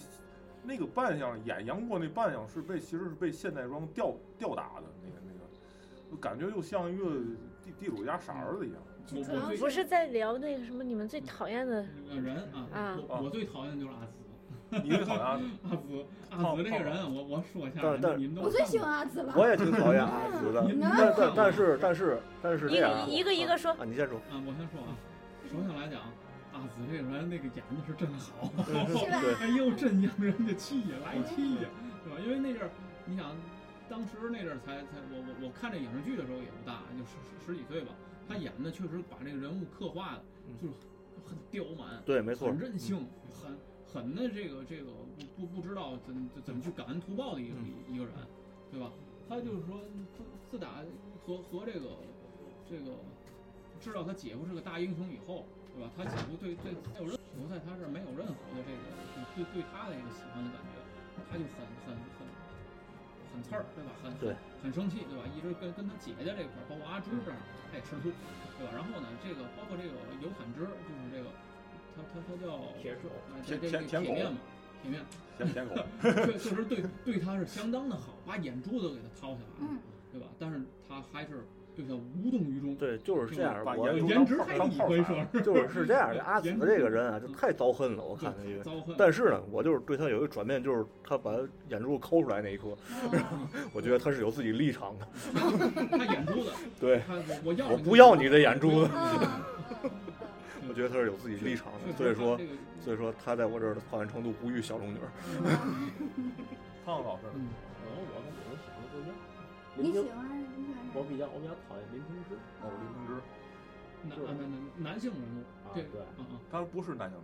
[SPEAKER 4] 那个扮相演杨过那扮相是被其实是被现代装吊吊打的那个那个，就感觉就像一个地地主家傻儿子一样。
[SPEAKER 3] 我我最
[SPEAKER 2] 不是在聊那个什么你们最讨厌的
[SPEAKER 3] 这个人啊
[SPEAKER 2] 啊，
[SPEAKER 4] 啊
[SPEAKER 3] 我我最讨厌的就是阿紫，
[SPEAKER 4] 你好像
[SPEAKER 3] 阿紫阿紫这个人啊，我我说一下
[SPEAKER 5] 但，但
[SPEAKER 3] 你们都
[SPEAKER 1] 我最喜欢阿紫了。
[SPEAKER 5] 我也挺讨厌阿紫的
[SPEAKER 3] 你，们
[SPEAKER 5] 但
[SPEAKER 3] 都看
[SPEAKER 5] 但
[SPEAKER 3] 过
[SPEAKER 5] 但是但是但是这
[SPEAKER 2] 一
[SPEAKER 5] 样啊
[SPEAKER 2] 个，一个一个说，
[SPEAKER 5] 啊，你先说。
[SPEAKER 3] 啊，我先说啊，首先来讲，阿紫这个人那个演的是真
[SPEAKER 5] <laughs>
[SPEAKER 3] 好，
[SPEAKER 5] 嗯
[SPEAKER 1] 是吧？
[SPEAKER 3] 哎呦，真让人家气呀，来气呀，对吧？因为那阵儿，你想，当时那阵儿才才我我我看这影视剧的时候也不大，就十十十几岁吧，他演的确实把这个人物刻画的，就是很刁蛮，
[SPEAKER 5] 对，没错嗯
[SPEAKER 3] 很，任性，很很的这个这个不不知道怎么怎么去感恩图报的一个、
[SPEAKER 5] 嗯
[SPEAKER 3] 一个人，对吧？他就是说，自自打和和这个这个知道他姐夫是个大英雄以后，对吧？他姐夫对对没有任留在他这儿没有任何的这个对对对他的一个喜欢的感觉，他就很很很很刺儿，对吧？很
[SPEAKER 5] 对
[SPEAKER 3] 很生气，对吧？一直跟跟他姐姐这一块儿，包括阿芝这样，他也吃醋，对吧？然后呢，这个包括这个尤坦之，就是这个他他他叫
[SPEAKER 6] 铁手
[SPEAKER 3] 呃这这
[SPEAKER 4] 舔
[SPEAKER 3] 这
[SPEAKER 4] 舔
[SPEAKER 3] 铁
[SPEAKER 4] 狗
[SPEAKER 3] 面嘛，铁面，
[SPEAKER 4] 舔舔狗，
[SPEAKER 3] 对，就是对对他是相当的好，把眼珠子给他掏下来了，
[SPEAKER 1] 嗯，
[SPEAKER 3] 对吧？但是他还是对他无动于衷，呃
[SPEAKER 5] 对，就是这样。
[SPEAKER 4] 把
[SPEAKER 5] 我
[SPEAKER 4] 眼
[SPEAKER 3] 颜值还是
[SPEAKER 4] 当
[SPEAKER 3] 你
[SPEAKER 4] 炮
[SPEAKER 3] 回
[SPEAKER 4] 打
[SPEAKER 3] 事儿，
[SPEAKER 5] 就是是这样的，
[SPEAKER 3] 对
[SPEAKER 5] 阿紫
[SPEAKER 3] 颜值
[SPEAKER 5] 这个人啊，就太遭恨了。我
[SPEAKER 3] 对
[SPEAKER 5] 看他这个，
[SPEAKER 3] 遭恨。
[SPEAKER 5] 但是呢，我就是对他有一个转变，就是他把眼珠抠出来那一刻，我觉得他是有自己立场的。 <laughs>
[SPEAKER 3] 他眼珠子，
[SPEAKER 5] 对，
[SPEAKER 3] 他我我要
[SPEAKER 5] 我
[SPEAKER 3] 你
[SPEAKER 5] 不要你的眼珠子
[SPEAKER 1] 嗯，嗯
[SPEAKER 5] 我觉得他是有自己立场的。
[SPEAKER 3] 确
[SPEAKER 5] 所以
[SPEAKER 3] 实
[SPEAKER 5] 说
[SPEAKER 3] 这，个
[SPEAKER 5] 所以说他在我这儿的好感程度不遇小龙女儿。
[SPEAKER 4] 胖老师，
[SPEAKER 3] 嗯，
[SPEAKER 6] 可能我跟我们想的不一样。
[SPEAKER 1] 你
[SPEAKER 6] 林
[SPEAKER 1] 喜
[SPEAKER 6] 平，
[SPEAKER 1] 欢你喜欢
[SPEAKER 6] 我
[SPEAKER 1] 谁？
[SPEAKER 6] 比较我比较讨厌林平之
[SPEAKER 4] 哦，林平之，
[SPEAKER 3] 男啊男男男性人物，
[SPEAKER 6] 啊，
[SPEAKER 3] 对，
[SPEAKER 6] 对。
[SPEAKER 3] 嗯嗯，
[SPEAKER 4] 他不是男性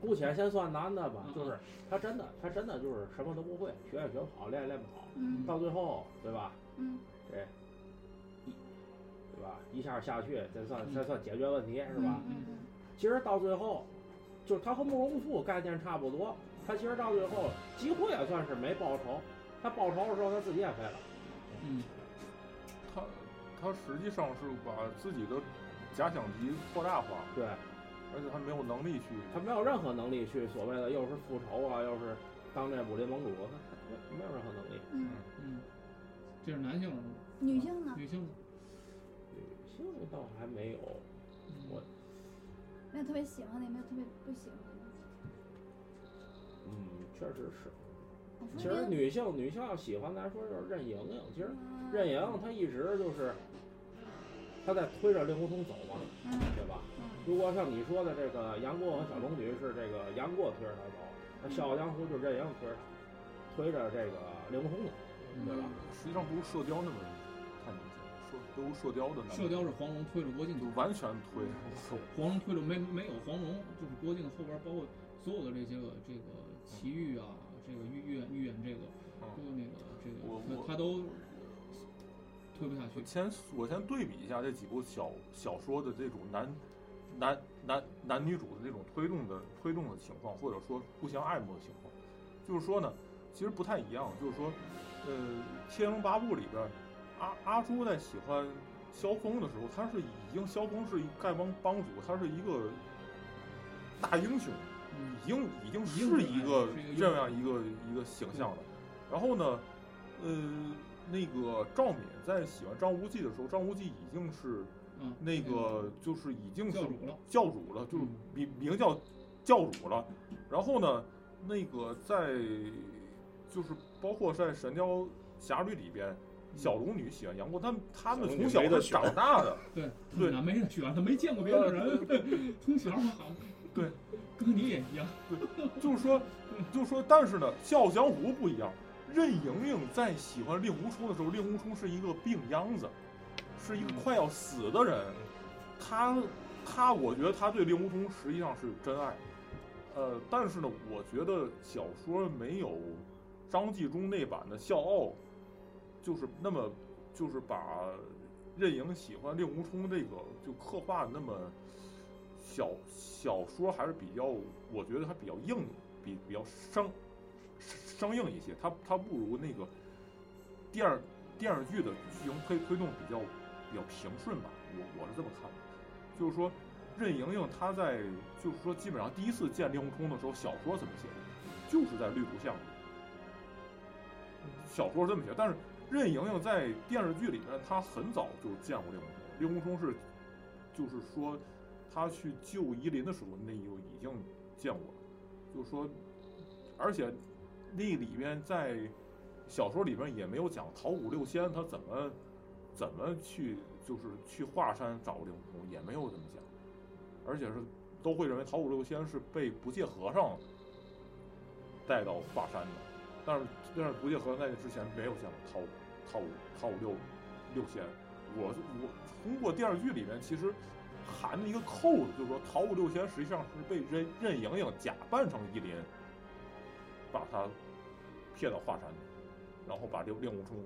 [SPEAKER 6] 姑且先算男的吧
[SPEAKER 3] 嗯，
[SPEAKER 6] 就是他真的，他真的就是什么都不会，学也学不好，练也练不好，
[SPEAKER 1] 嗯
[SPEAKER 6] 到最后，对吧？
[SPEAKER 1] 嗯，
[SPEAKER 6] 这一，对吧？一下下去，再
[SPEAKER 3] 嗯
[SPEAKER 6] 算再算解决问题，是吧？
[SPEAKER 1] 嗯嗯
[SPEAKER 6] 其实到最后，就是他和慕容复概念差不多，他其实到最后几乎也算是没报仇，他报仇的时候他自己也废了，
[SPEAKER 3] 嗯，
[SPEAKER 4] 他他实际上是把自己的假想敌扩大化，
[SPEAKER 6] 对
[SPEAKER 4] 而且他没有能力去，
[SPEAKER 6] 他没有任何能力去所谓的又是复仇啊，又是当这武林盟主，他没没有任何能力。
[SPEAKER 1] 嗯，
[SPEAKER 3] 嗯，这是男性人物，
[SPEAKER 1] 女性呢？
[SPEAKER 3] 女性呢，
[SPEAKER 6] 女性倒还没有，
[SPEAKER 3] 嗯
[SPEAKER 6] 我
[SPEAKER 1] 没有特别喜欢的，也没有特别不喜欢的。
[SPEAKER 6] 嗯，确实是。
[SPEAKER 1] 我说
[SPEAKER 6] 其实
[SPEAKER 1] 这个
[SPEAKER 6] 女性女性要喜欢来说就是任盈盈，其实
[SPEAKER 1] 嗯
[SPEAKER 6] 任盈盈她一直就是她在推着令狐冲走嘛，
[SPEAKER 1] 嗯
[SPEAKER 6] 对吧？如果像你说的这个杨过和小龙女是这个杨过推着她走，那《笑傲江湖》就是任盈盈推着她推着这个令狐冲走，
[SPEAKER 3] 嗯
[SPEAKER 6] 对吧？
[SPEAKER 4] 实际上不如射雕那么太明显，射都是射雕的那么
[SPEAKER 3] 射雕嗯是黄蓉推着郭靖
[SPEAKER 4] 就
[SPEAKER 3] 走，
[SPEAKER 4] 完全推，
[SPEAKER 3] 黄蓉推着没没有黄蓉，就是郭靖后边包括所有的这些个这个祁煜啊，这个预预演预演这个，
[SPEAKER 4] 嗯
[SPEAKER 3] 包括那个这
[SPEAKER 4] 我
[SPEAKER 3] 个
[SPEAKER 4] 我
[SPEAKER 3] 他他都推不下
[SPEAKER 4] 我
[SPEAKER 3] 去，
[SPEAKER 4] 先我先对比一下这几部小小说的这种男男男男女主的这种推动的推动的情况，或者说互相爱慕的情况，就是说呢，其实不太一样。就是说，呃，《天龙八部》里边，阿阿朱在喜欢萧峰的时候，他是已经萧峰是一丐帮帮主，他是一个大英雄，
[SPEAKER 3] 嗯，
[SPEAKER 4] 已经已经
[SPEAKER 3] 已
[SPEAKER 4] 是
[SPEAKER 3] 经是
[SPEAKER 4] 一
[SPEAKER 3] 哎
[SPEAKER 4] 个
[SPEAKER 3] 是一个
[SPEAKER 4] 这
[SPEAKER 3] 英
[SPEAKER 4] 样一个一个形象了。然后呢，呃，那个赵敏在喜欢张无忌的时候，张无忌已经是
[SPEAKER 3] 嗯，
[SPEAKER 4] 那个就是已经是
[SPEAKER 3] 教主了，
[SPEAKER 4] 教主了，就是
[SPEAKER 3] 嗯
[SPEAKER 4] 名名叫教主了。然后呢，那个在就是包括在《神雕侠侣》里
[SPEAKER 3] 嗯
[SPEAKER 4] 边，小龙女喜欢杨过，他们他们
[SPEAKER 5] 小龙
[SPEAKER 4] 从
[SPEAKER 5] 女
[SPEAKER 4] 小
[SPEAKER 5] 没得
[SPEAKER 4] 是
[SPEAKER 5] 选
[SPEAKER 4] 长大的，
[SPEAKER 3] 对，
[SPEAKER 4] 对
[SPEAKER 3] 那没得选，他没见过别的人， <laughs> 从小嘛好，
[SPEAKER 4] 对，
[SPEAKER 3] 跟你也一样，
[SPEAKER 4] 就是说，嗯就是说，但是呢，《笑傲江湖》不一样。任盈盈在喜欢令狐冲的时候，令狐冲是一个病秧子，是一个快要死的人。他，他，我觉得他对令狐冲实际上是真爱。呃，但是呢，我觉得小说没有张纪中那版的《笑傲》，就是那么，就是把任盈喜欢令狐冲这个就刻画得那么小小说还是比较，我觉得它比较硬，比比较生生硬一些。它它不如那个电视电视剧的剧情推推动比较比较平顺吧，我我是这么看的。就是说，任盈盈她在就是说基本上第一次见令狐冲的时候，小说怎么写的，就是在绿竹巷里。小说是这么写，但是任盈盈在电视剧里面，她很早就见过令狐冲。令狐冲是，就是说他去救夷陵的时候，那就已经见过了。就是说，而且那里面在小说里边也没有讲桃谷六仙他怎么怎么去，就是去华山找令狐冲，也没有这么讲。而且是都会认为桃谷六仙是被不戒和尚带到华山的，但是但是不戒和尚在这之前没有见过桃谷桃谷桃谷六六仙。我我通过电视剧里面其实含的一个扣子，就是说桃谷六仙实际上是被任任盈盈假扮成夷陵，把他骗到华山，然后把令令狐冲，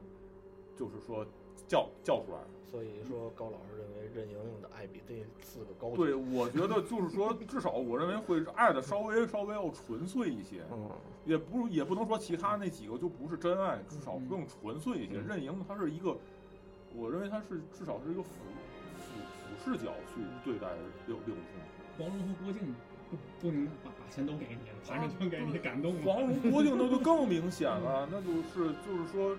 [SPEAKER 4] 就是说叫叫出来的。
[SPEAKER 5] 所以说高老师认为任盈盈的爱比这四个高级。
[SPEAKER 4] 对，我觉得就是说，至少我认为会爱的稍微稍微要纯粹一些，
[SPEAKER 7] 嗯，
[SPEAKER 4] 也不也不能说其他那几个就不是真爱，至少
[SPEAKER 8] 嗯
[SPEAKER 4] 更纯粹一些。
[SPEAKER 5] 嗯
[SPEAKER 4] 任盈盈她是一个，我认为她是至少是一个俯俯俯视角去对待六六公
[SPEAKER 3] 黄蓉和郭靖不不能把把钱都给你了，把这全给你，感动
[SPEAKER 4] 公。
[SPEAKER 3] 了。
[SPEAKER 4] 啊黄蓉、郭靖那就更明显了，
[SPEAKER 3] 嗯
[SPEAKER 4] 那就是就是说，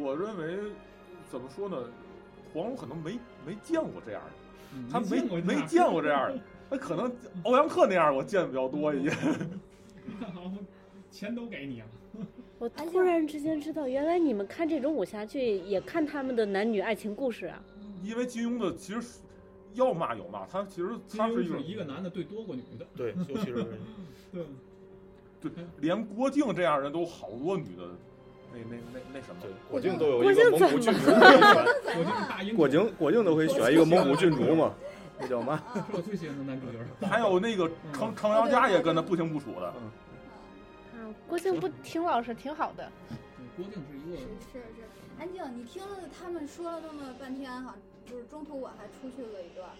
[SPEAKER 4] 我认为怎么说呢，黄蓉可能没没见过这样的。
[SPEAKER 3] 嗯
[SPEAKER 4] 他没
[SPEAKER 3] 过
[SPEAKER 4] 没见过这样的，他可能欧阳克那样我见的比较多一些。
[SPEAKER 3] <laughs> 样，好钱都给你了。啊
[SPEAKER 2] 我突然之间知道，原来你们看这种武侠剧也看他们的男女爱情故事啊！
[SPEAKER 3] 嗯
[SPEAKER 4] 因为金庸的其实是要骂有骂，他其实
[SPEAKER 3] 金
[SPEAKER 4] 他
[SPEAKER 3] 庸
[SPEAKER 4] 是
[SPEAKER 3] 是
[SPEAKER 4] 种
[SPEAKER 3] 一个男的对多个女的，
[SPEAKER 5] 对，尤其
[SPEAKER 7] <laughs>
[SPEAKER 5] 是
[SPEAKER 3] 对，
[SPEAKER 4] 连郭靖这样人都好多女的，那那那那什么
[SPEAKER 5] 对，郭靖都有一个蒙古
[SPEAKER 2] 郭靖
[SPEAKER 5] 郡主可以选。
[SPEAKER 3] 我
[SPEAKER 1] 哎
[SPEAKER 3] 就是大英
[SPEAKER 7] <laughs>
[SPEAKER 3] 雄
[SPEAKER 7] 郭靖郭靖都会选一个蒙古郡主嘛，那叫嘛？
[SPEAKER 3] 是我最喜欢的男主角。
[SPEAKER 4] 还有那个
[SPEAKER 3] 嗯
[SPEAKER 4] 程程阳家也跟他不清不楚的，
[SPEAKER 2] 啊，郭靖 <laughs> 不听老师挺好的，
[SPEAKER 3] 对 <laughs> 郭靖是一
[SPEAKER 1] <laughs> 是
[SPEAKER 3] 个
[SPEAKER 1] 是是，安静，你听了他们说了那么半天哈，就是中途我还出去了一段儿。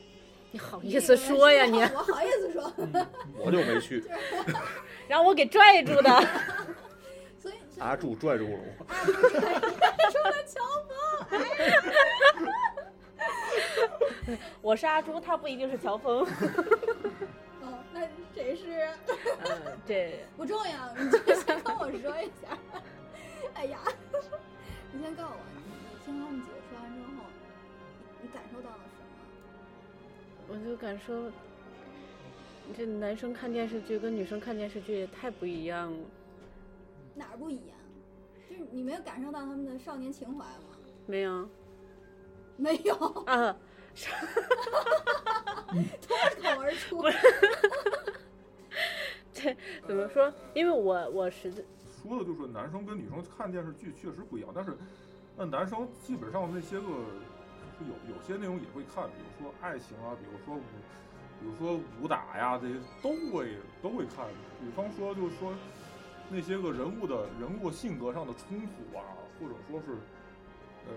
[SPEAKER 2] 你好意思说呀你？
[SPEAKER 1] <laughs> 我好意思说，
[SPEAKER 3] 嗯
[SPEAKER 7] 我就没去，
[SPEAKER 2] <laughs> 让我给拽住的。 <laughs>
[SPEAKER 1] 所以所以
[SPEAKER 7] 阿柱拽住了我。
[SPEAKER 1] 啊，不是，说了乔峰，哎
[SPEAKER 2] 我是阿朱，他不一定是乔峰。
[SPEAKER 1] 哦，那谁是？
[SPEAKER 2] <laughs> 嗯，对，
[SPEAKER 1] 不重要，你就先跟我说一下。 <laughs> 哎呀， <laughs> 你先告诉我，你你听他们几个说完之后，你你感受到了什么？
[SPEAKER 2] 我就感受，这男生看电视剧跟女生看电视剧也太不一样了。
[SPEAKER 1] 哪儿不一样？就是你没有感受到他们的少年情怀吗？
[SPEAKER 2] 没有
[SPEAKER 1] 没有，脱
[SPEAKER 2] 啊，
[SPEAKER 1] 口而出。
[SPEAKER 2] 怎么说？因为我我实在
[SPEAKER 4] 说的就是男生跟女生看电视剧确实不一样，但是那男生基本上那些个就是有有些内容也会看，比如说爱情啊，比如说武，比如说武打呀，这些都会都会看。比方说就是说那些个人物的人物性格上的冲突啊，或者说是呃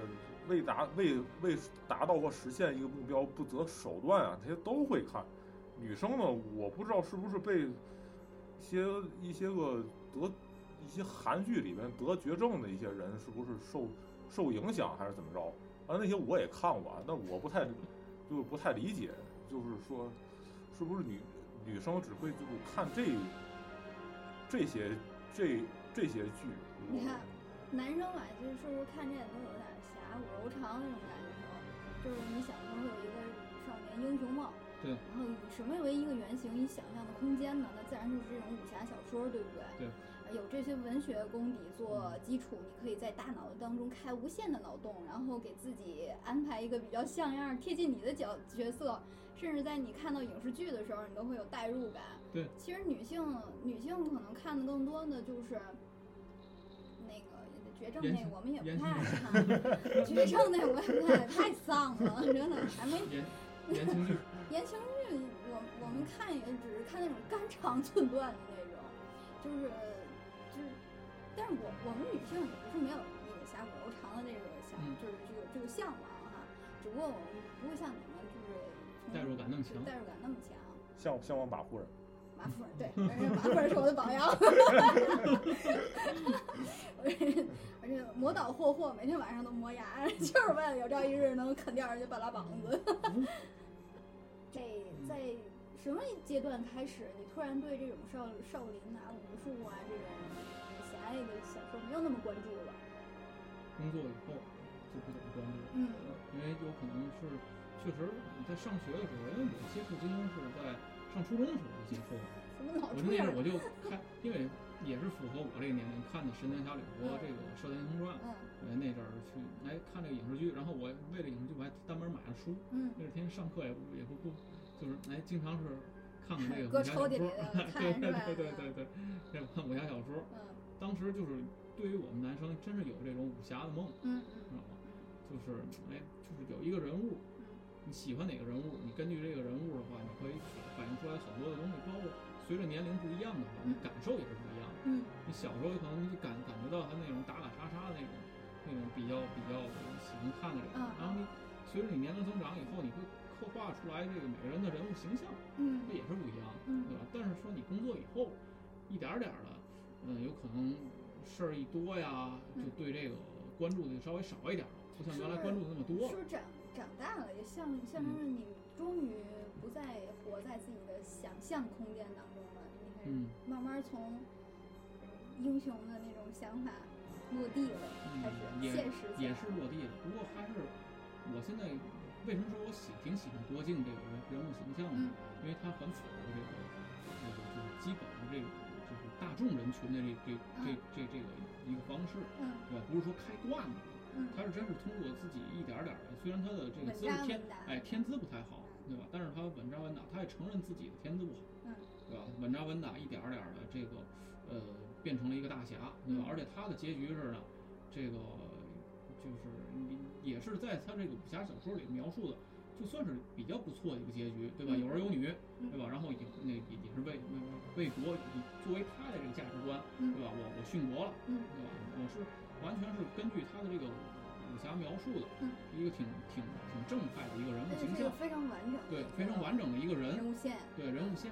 [SPEAKER 4] 为达为为达到或实现一个目标不择手段啊，这些都会看。女生呢，我不知道是不是被一些一些个得一些韩剧里面得绝症的一些人，是不是受受影响还是怎么着？啊，那些我也看过，啊，但我不太就是不太理解，就是说是不是女女生只会就是看这这些这这些剧？我
[SPEAKER 1] 你看男生嘛，就是是不是看这也都有点侠骨柔肠那种感觉？就是你想象会有一个少年英雄梦，
[SPEAKER 3] 对
[SPEAKER 1] 然后以什么为一个原型，以想象的空间呢？那自然就是这种武侠小说，对不对？
[SPEAKER 3] 对
[SPEAKER 1] 呃。有这些文学功底做基础，你可以在大脑当中开无限的脑洞，然后给自己安排一个比较像样、贴近你的角角色，甚至在你看到影视剧的时候，你都会有代入感。
[SPEAKER 3] 对，
[SPEAKER 1] 其实女性女性可能看的更多的就是那个绝症
[SPEAKER 3] 言
[SPEAKER 1] 那
[SPEAKER 3] 情
[SPEAKER 1] 我们也
[SPEAKER 3] 言
[SPEAKER 1] 不
[SPEAKER 3] 情
[SPEAKER 1] 太爱看，绝症那我也不太太丧了，真的还没
[SPEAKER 3] 言言情剧，
[SPEAKER 1] 言情剧，我我们看也只是看那种肝肠寸断的那种，就是就是，但是我我们女性也不是没有那个侠骨柔肠的这个想，
[SPEAKER 3] 嗯
[SPEAKER 1] 就是这个这个向往哈，只不过我们不会像你们就是从
[SPEAKER 3] 代入感那么强
[SPEAKER 1] 代入感那么强。
[SPEAKER 4] 像像我马夫人，
[SPEAKER 1] 马夫人，对，马夫人是我的榜样。而且魔导霍霍每天晚上都磨牙，就是为了有朝一日能啃掉人家半拉膀子。在在什么阶段开始，你突然对这种少少林啊、武术啊这种武侠类的小说没有那么关注了？
[SPEAKER 3] 工作以后就不怎么关注了。
[SPEAKER 1] 嗯
[SPEAKER 3] 因为有可能是确实你在上学的时候，因为我接触金庸是在上初中的时候就接触了，
[SPEAKER 1] 什么脑出
[SPEAKER 3] 我就那
[SPEAKER 1] 院
[SPEAKER 3] 阵儿？我就看，因为也是符合我这个年龄看的《神雕侠侣》和这个《射雕英雄传》，
[SPEAKER 1] 嗯
[SPEAKER 3] 我那阵儿去来看这个影视剧，然后我为了影视剧我还专门买了书，
[SPEAKER 1] 嗯，
[SPEAKER 3] 那天上课也不也不不，就是哎经常是看
[SPEAKER 1] <laughs>
[SPEAKER 3] 看这个
[SPEAKER 1] 搁
[SPEAKER 3] 武
[SPEAKER 1] 抽
[SPEAKER 3] 侠
[SPEAKER 1] 屉
[SPEAKER 3] 小
[SPEAKER 1] 里
[SPEAKER 3] 说，
[SPEAKER 1] 的
[SPEAKER 3] 对
[SPEAKER 1] 看 <laughs> 是
[SPEAKER 3] 对
[SPEAKER 1] 吧？
[SPEAKER 3] 对对对对，这看武侠小说，
[SPEAKER 1] 嗯
[SPEAKER 3] 当时就是对于我们男生真是有这种武侠的梦，
[SPEAKER 1] 嗯
[SPEAKER 3] 知
[SPEAKER 1] 嗯
[SPEAKER 3] 道吗？就是哎，就是有一个人物，你喜欢哪个人物，你根据这个人物的话，你会反映出来很多的东西，包括随着年龄不一样的话，你感受也是不一样的。
[SPEAKER 1] 嗯
[SPEAKER 3] 你小时候可能你感感觉到他那种打打杀杀的那种，那种比较比较喜欢看的人。
[SPEAKER 1] 嗯
[SPEAKER 3] 然后你随着你年龄增长以后，你会刻画出来这个每个人的人物形象，
[SPEAKER 1] 嗯
[SPEAKER 3] 这也是不一样，
[SPEAKER 1] 嗯
[SPEAKER 3] 对吧？但是说你工作以后，一点儿点儿的，嗯，有可能事儿一多呀，就
[SPEAKER 1] 嗯
[SPEAKER 3] 对这个关注的就稍微少一点儿了，不像原来
[SPEAKER 1] 是
[SPEAKER 3] 关注的那么多嗯
[SPEAKER 1] 是
[SPEAKER 3] 了
[SPEAKER 1] 不。是长长大了，也象象征着你终于不再活在自己的想象空间当中了，你开始
[SPEAKER 3] 嗯
[SPEAKER 1] 慢慢从英雄的那种想法落地了，开始
[SPEAKER 3] 嗯，也
[SPEAKER 1] 现实起
[SPEAKER 3] 也
[SPEAKER 1] 来
[SPEAKER 3] 是落地了，不过还是我现在为什么说我喜挺喜欢郭靖这个人人物形象
[SPEAKER 1] 嗯
[SPEAKER 3] 呢？因为他很符合这个这个就是基本的这个就是大众人群的这这这这这个一个方式，
[SPEAKER 1] 嗯
[SPEAKER 3] 对吧？不是说开挂那种，
[SPEAKER 1] 嗯
[SPEAKER 3] 他是真是通过自己一点儿点儿的，虽然他的这个
[SPEAKER 1] 稳
[SPEAKER 3] 资质
[SPEAKER 1] 扎
[SPEAKER 3] 天
[SPEAKER 1] 稳打
[SPEAKER 3] 哎天资不太好，对吧？但是他稳扎稳打，他也承认自己的天资不好，
[SPEAKER 1] 嗯
[SPEAKER 3] 对吧？稳扎稳打，一点儿点儿的这个呃变成了一个大侠，对吧？
[SPEAKER 1] 嗯
[SPEAKER 3] 而且他的结局是呢，这个就是你也是在他这个武侠小说里描述的，就算是比较不错的一个结局，对吧？
[SPEAKER 1] 嗯
[SPEAKER 3] 有儿有女，
[SPEAKER 1] 嗯
[SPEAKER 3] 对吧？然后也那也也是为为为国，以作为他的这个价值观，
[SPEAKER 1] 嗯
[SPEAKER 3] 对吧？我我殉国了。
[SPEAKER 1] 嗯
[SPEAKER 3] 对吧？我是完全是根据他的这个武侠描述的，
[SPEAKER 1] 嗯
[SPEAKER 3] 一个挺挺挺正派的一个人物
[SPEAKER 1] 这
[SPEAKER 3] 形
[SPEAKER 1] 是一个
[SPEAKER 3] 象，
[SPEAKER 1] 非常完整的
[SPEAKER 3] 对
[SPEAKER 1] 一，个
[SPEAKER 3] 非常完整的一个
[SPEAKER 1] 人
[SPEAKER 3] 人，
[SPEAKER 1] 物线，
[SPEAKER 3] 对人物线。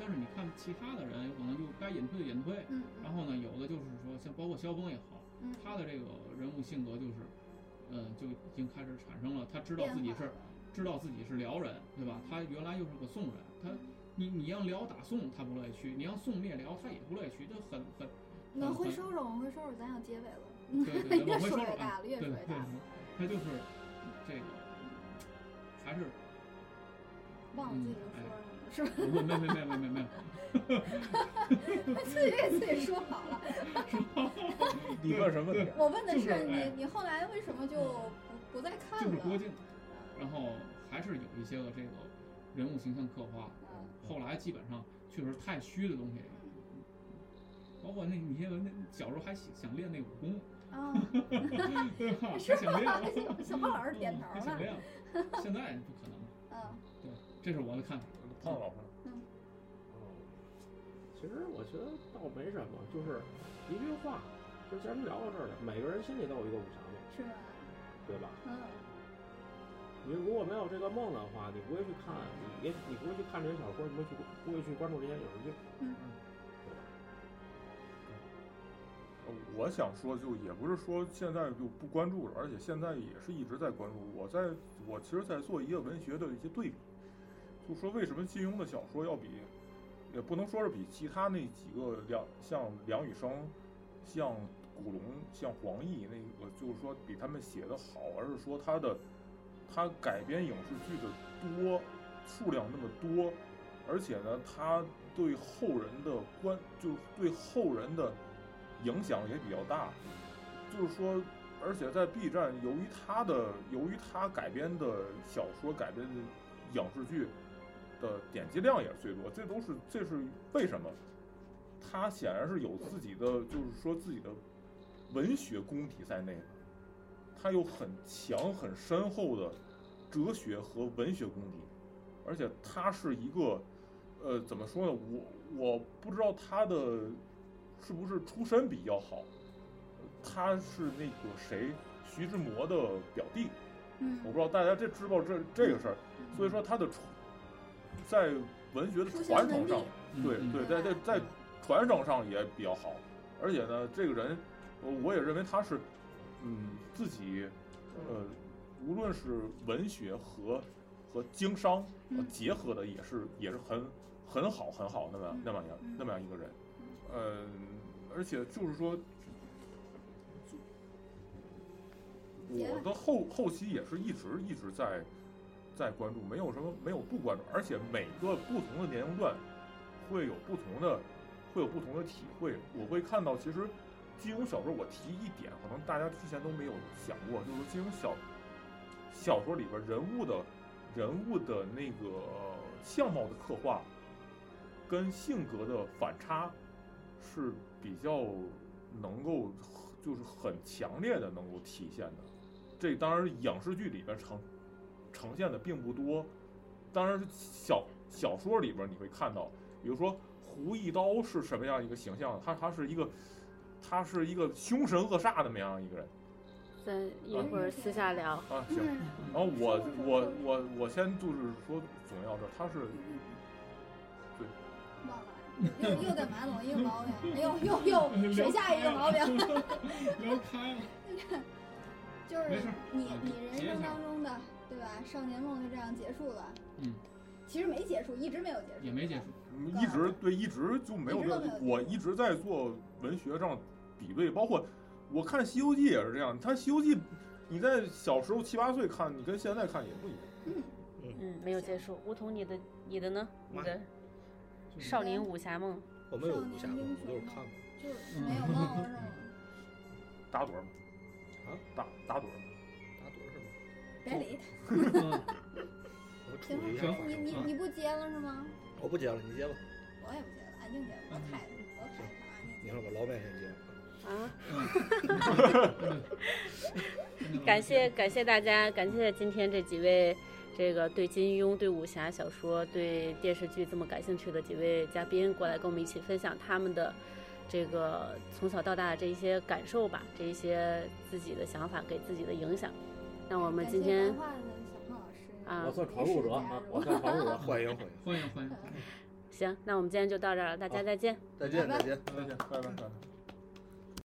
[SPEAKER 3] 但是你看其他的人，有可能就该隐退的隐退，
[SPEAKER 1] 嗯
[SPEAKER 3] 然后呢，有的就是说，像包括萧峰也好，
[SPEAKER 1] 嗯，
[SPEAKER 3] 他的这个人物性格就是，呃，就已经开始产生了，他知道自己
[SPEAKER 1] 变化
[SPEAKER 3] 是
[SPEAKER 1] 了
[SPEAKER 3] 知道自己是辽人，对吧？他原来又是个宋人，
[SPEAKER 1] 嗯
[SPEAKER 3] 他你你让辽打宋，他不乐意去；你让宋灭辽，他也不乐意去，这很
[SPEAKER 1] <laughs>
[SPEAKER 3] 很
[SPEAKER 1] 那
[SPEAKER 3] 很
[SPEAKER 1] 会
[SPEAKER 3] 很
[SPEAKER 1] 收拾，我们会收拾，咱要结尾了，
[SPEAKER 3] 嗯对对对，
[SPEAKER 1] <laughs> 越
[SPEAKER 3] 往回
[SPEAKER 1] 说
[SPEAKER 3] 说
[SPEAKER 1] 越
[SPEAKER 3] 了
[SPEAKER 1] 大
[SPEAKER 3] 啊，
[SPEAKER 1] 了，
[SPEAKER 3] 对
[SPEAKER 1] 越
[SPEAKER 3] 对
[SPEAKER 1] 说
[SPEAKER 3] 对
[SPEAKER 1] 越大了，，
[SPEAKER 3] 他就是这个还是
[SPEAKER 1] 忘了自己
[SPEAKER 3] 嗯
[SPEAKER 1] 说什么了，是
[SPEAKER 3] 哎
[SPEAKER 1] 吧？
[SPEAKER 3] 没没没没没没
[SPEAKER 1] <laughs>
[SPEAKER 3] 没有，
[SPEAKER 1] 自己给自己说好了。
[SPEAKER 9] 你问什么问题？
[SPEAKER 1] 我问的
[SPEAKER 3] 就是
[SPEAKER 1] 是
[SPEAKER 3] 哎
[SPEAKER 1] 你，你后来为什么就不不再看
[SPEAKER 3] 就是
[SPEAKER 1] 了？
[SPEAKER 3] 郭靖，然后还是有一些个这个人物形象刻画，
[SPEAKER 1] 嗯
[SPEAKER 3] 后来基本上确实太虚的东西，包括那你那个那小时候还想想练那个武功，
[SPEAKER 1] 啊，
[SPEAKER 3] 对吧？还
[SPEAKER 1] 是
[SPEAKER 3] 想
[SPEAKER 1] 吧
[SPEAKER 3] 练，？
[SPEAKER 1] 小胖老师点头
[SPEAKER 3] 嗯还想
[SPEAKER 1] 了。
[SPEAKER 3] 练，现在不可能了，
[SPEAKER 1] 嗯
[SPEAKER 3] 对，这是我的看法。
[SPEAKER 9] 胖老师，
[SPEAKER 6] 嗯其实我觉得倒没什么，就是一句话，就咱们聊到这儿了，每个人心里都有一个武侠梦，
[SPEAKER 1] 是吧？
[SPEAKER 6] 对吧？
[SPEAKER 1] 嗯
[SPEAKER 6] 你如果没有这个梦的话，你不会去看，你也你不会去看这些小说，你不会去不会去关注这些影视剧。
[SPEAKER 1] 嗯
[SPEAKER 4] 呃我想说，就也不是说现在就不关注了，而且现在也是一直在关注。我在我其实，在做一个文学的一些对比，就说为什么金庸的小说要比，也不能说是比其他那几个梁像梁羽生、像古龙、像黄易那个，就是说比他们写的好，而是说他的他改编影视剧的多数量那么多，而且呢，他对后人的关，就是对后人的影响也比较大。就是说，而且在 B 站，由于他的，由于他改编的小说改编的影视剧的点击量也是最多，这都是这是为什么？他显然是有自己的，就是说自己的文学功底在内的，他有很强很深厚的哲学和文学功底。而且他是一个，呃，怎么说呢？我我不知道他的是不是出身比较好，他是那个谁徐志摩的表弟，我
[SPEAKER 1] 嗯
[SPEAKER 4] 不知道大家这知不知道这这个事儿，所以说他的传在文学的
[SPEAKER 1] 出身
[SPEAKER 4] 传
[SPEAKER 1] 文
[SPEAKER 4] 承上
[SPEAKER 1] 丽，
[SPEAKER 4] 对
[SPEAKER 3] 嗯
[SPEAKER 4] 对，在在在传承上也比较好，而且呢，这个人，呃我也认为他是，嗯，自己，呃，无论是文学和和经商呃
[SPEAKER 1] 嗯
[SPEAKER 4] 结合的，也是也是很很好很好那么
[SPEAKER 1] 嗯
[SPEAKER 4] 那么样
[SPEAKER 1] 嗯
[SPEAKER 4] 那么样一个人，嗯，而且就是说，
[SPEAKER 1] 别
[SPEAKER 4] 我
[SPEAKER 1] 了
[SPEAKER 4] 的后后期也是一直一直在在关注，没有什么没有不关注，而且每个不同的年龄段会有不同的会有不同的体会。我会看到，其实金庸小说我提一点，可能大家之前都没有想过，就是金庸小小说里边人物的人物的那个相貌的刻画跟性格的反差是比较能够就是很强烈的能够体现的。这当然影视剧里边呈呈现的并不多，当然是小小说里边你会看到，比如说胡一刀是什么样一个形象，他他是一个他是一个凶神恶煞的那么样一个人，
[SPEAKER 2] 咱一会儿私下聊。
[SPEAKER 4] 啊，行。
[SPEAKER 1] 嗯
[SPEAKER 4] 然后我我我我先就是说总要这，他是
[SPEAKER 1] 忘了，又又给马总一个毛病，哎呦又又水下一个毛
[SPEAKER 3] <laughs>
[SPEAKER 1] 病，
[SPEAKER 10] 聊开了，
[SPEAKER 1] 就是
[SPEAKER 10] 没事儿
[SPEAKER 1] 你
[SPEAKER 10] 嗯
[SPEAKER 1] 你人
[SPEAKER 10] 结一
[SPEAKER 1] 生
[SPEAKER 10] 下
[SPEAKER 1] 当中的对吧？少年梦就这样结束了。
[SPEAKER 10] 嗯，
[SPEAKER 1] 其实没结束，一直没有结束，
[SPEAKER 10] 也没结束。
[SPEAKER 4] 一直对，一直就没有
[SPEAKER 1] 一直
[SPEAKER 4] 这
[SPEAKER 1] 都没有，
[SPEAKER 4] 我一直在做文学上比对，包括我看《西游记》也是这样。它《西游记》，你在小时候七八岁看，你跟现在看也不一样。
[SPEAKER 2] 嗯，没有结束。梧桐，你的你的呢？你的《少林武侠梦
[SPEAKER 11] 我没有武侠梦，我就是看过。
[SPEAKER 1] 就是没有梦了是吗？
[SPEAKER 4] 打盹儿吗？
[SPEAKER 11] 啊，
[SPEAKER 4] 打打盹儿吗？
[SPEAKER 11] 打盹儿是吗？
[SPEAKER 1] 别理
[SPEAKER 10] 嗯
[SPEAKER 11] 我处理一下
[SPEAKER 1] 他，
[SPEAKER 11] 发
[SPEAKER 1] 你
[SPEAKER 11] 生
[SPEAKER 1] 你你不接了是吗？
[SPEAKER 11] 我不接了，你接吧。
[SPEAKER 1] 我也不接了，安静接了，我
[SPEAKER 6] 嗯
[SPEAKER 1] 开的，我开的安静
[SPEAKER 11] 你
[SPEAKER 1] 接
[SPEAKER 11] 看
[SPEAKER 1] 了。
[SPEAKER 11] 我老百姓接了。
[SPEAKER 2] 啊！
[SPEAKER 10] 真的
[SPEAKER 2] <laughs> 感谢感谢大家，感谢今天这几位。这个对金庸、对武侠小说、对电视剧这么感兴趣的几位嘉宾过来跟我们一起分享他们的这个从小到大的这一些感受吧，这一些自己的想法给自己的影响。那我们今天
[SPEAKER 1] 感谢白话的小胖老师，
[SPEAKER 2] 啊
[SPEAKER 6] 我，算闯入者啊，我算闯入者，
[SPEAKER 11] 欢迎欢迎，
[SPEAKER 10] 欢迎欢迎。
[SPEAKER 2] 行，那我们今天就到这儿了，大家再见。
[SPEAKER 11] 再见再见。
[SPEAKER 4] 再见，拜拜拜拜。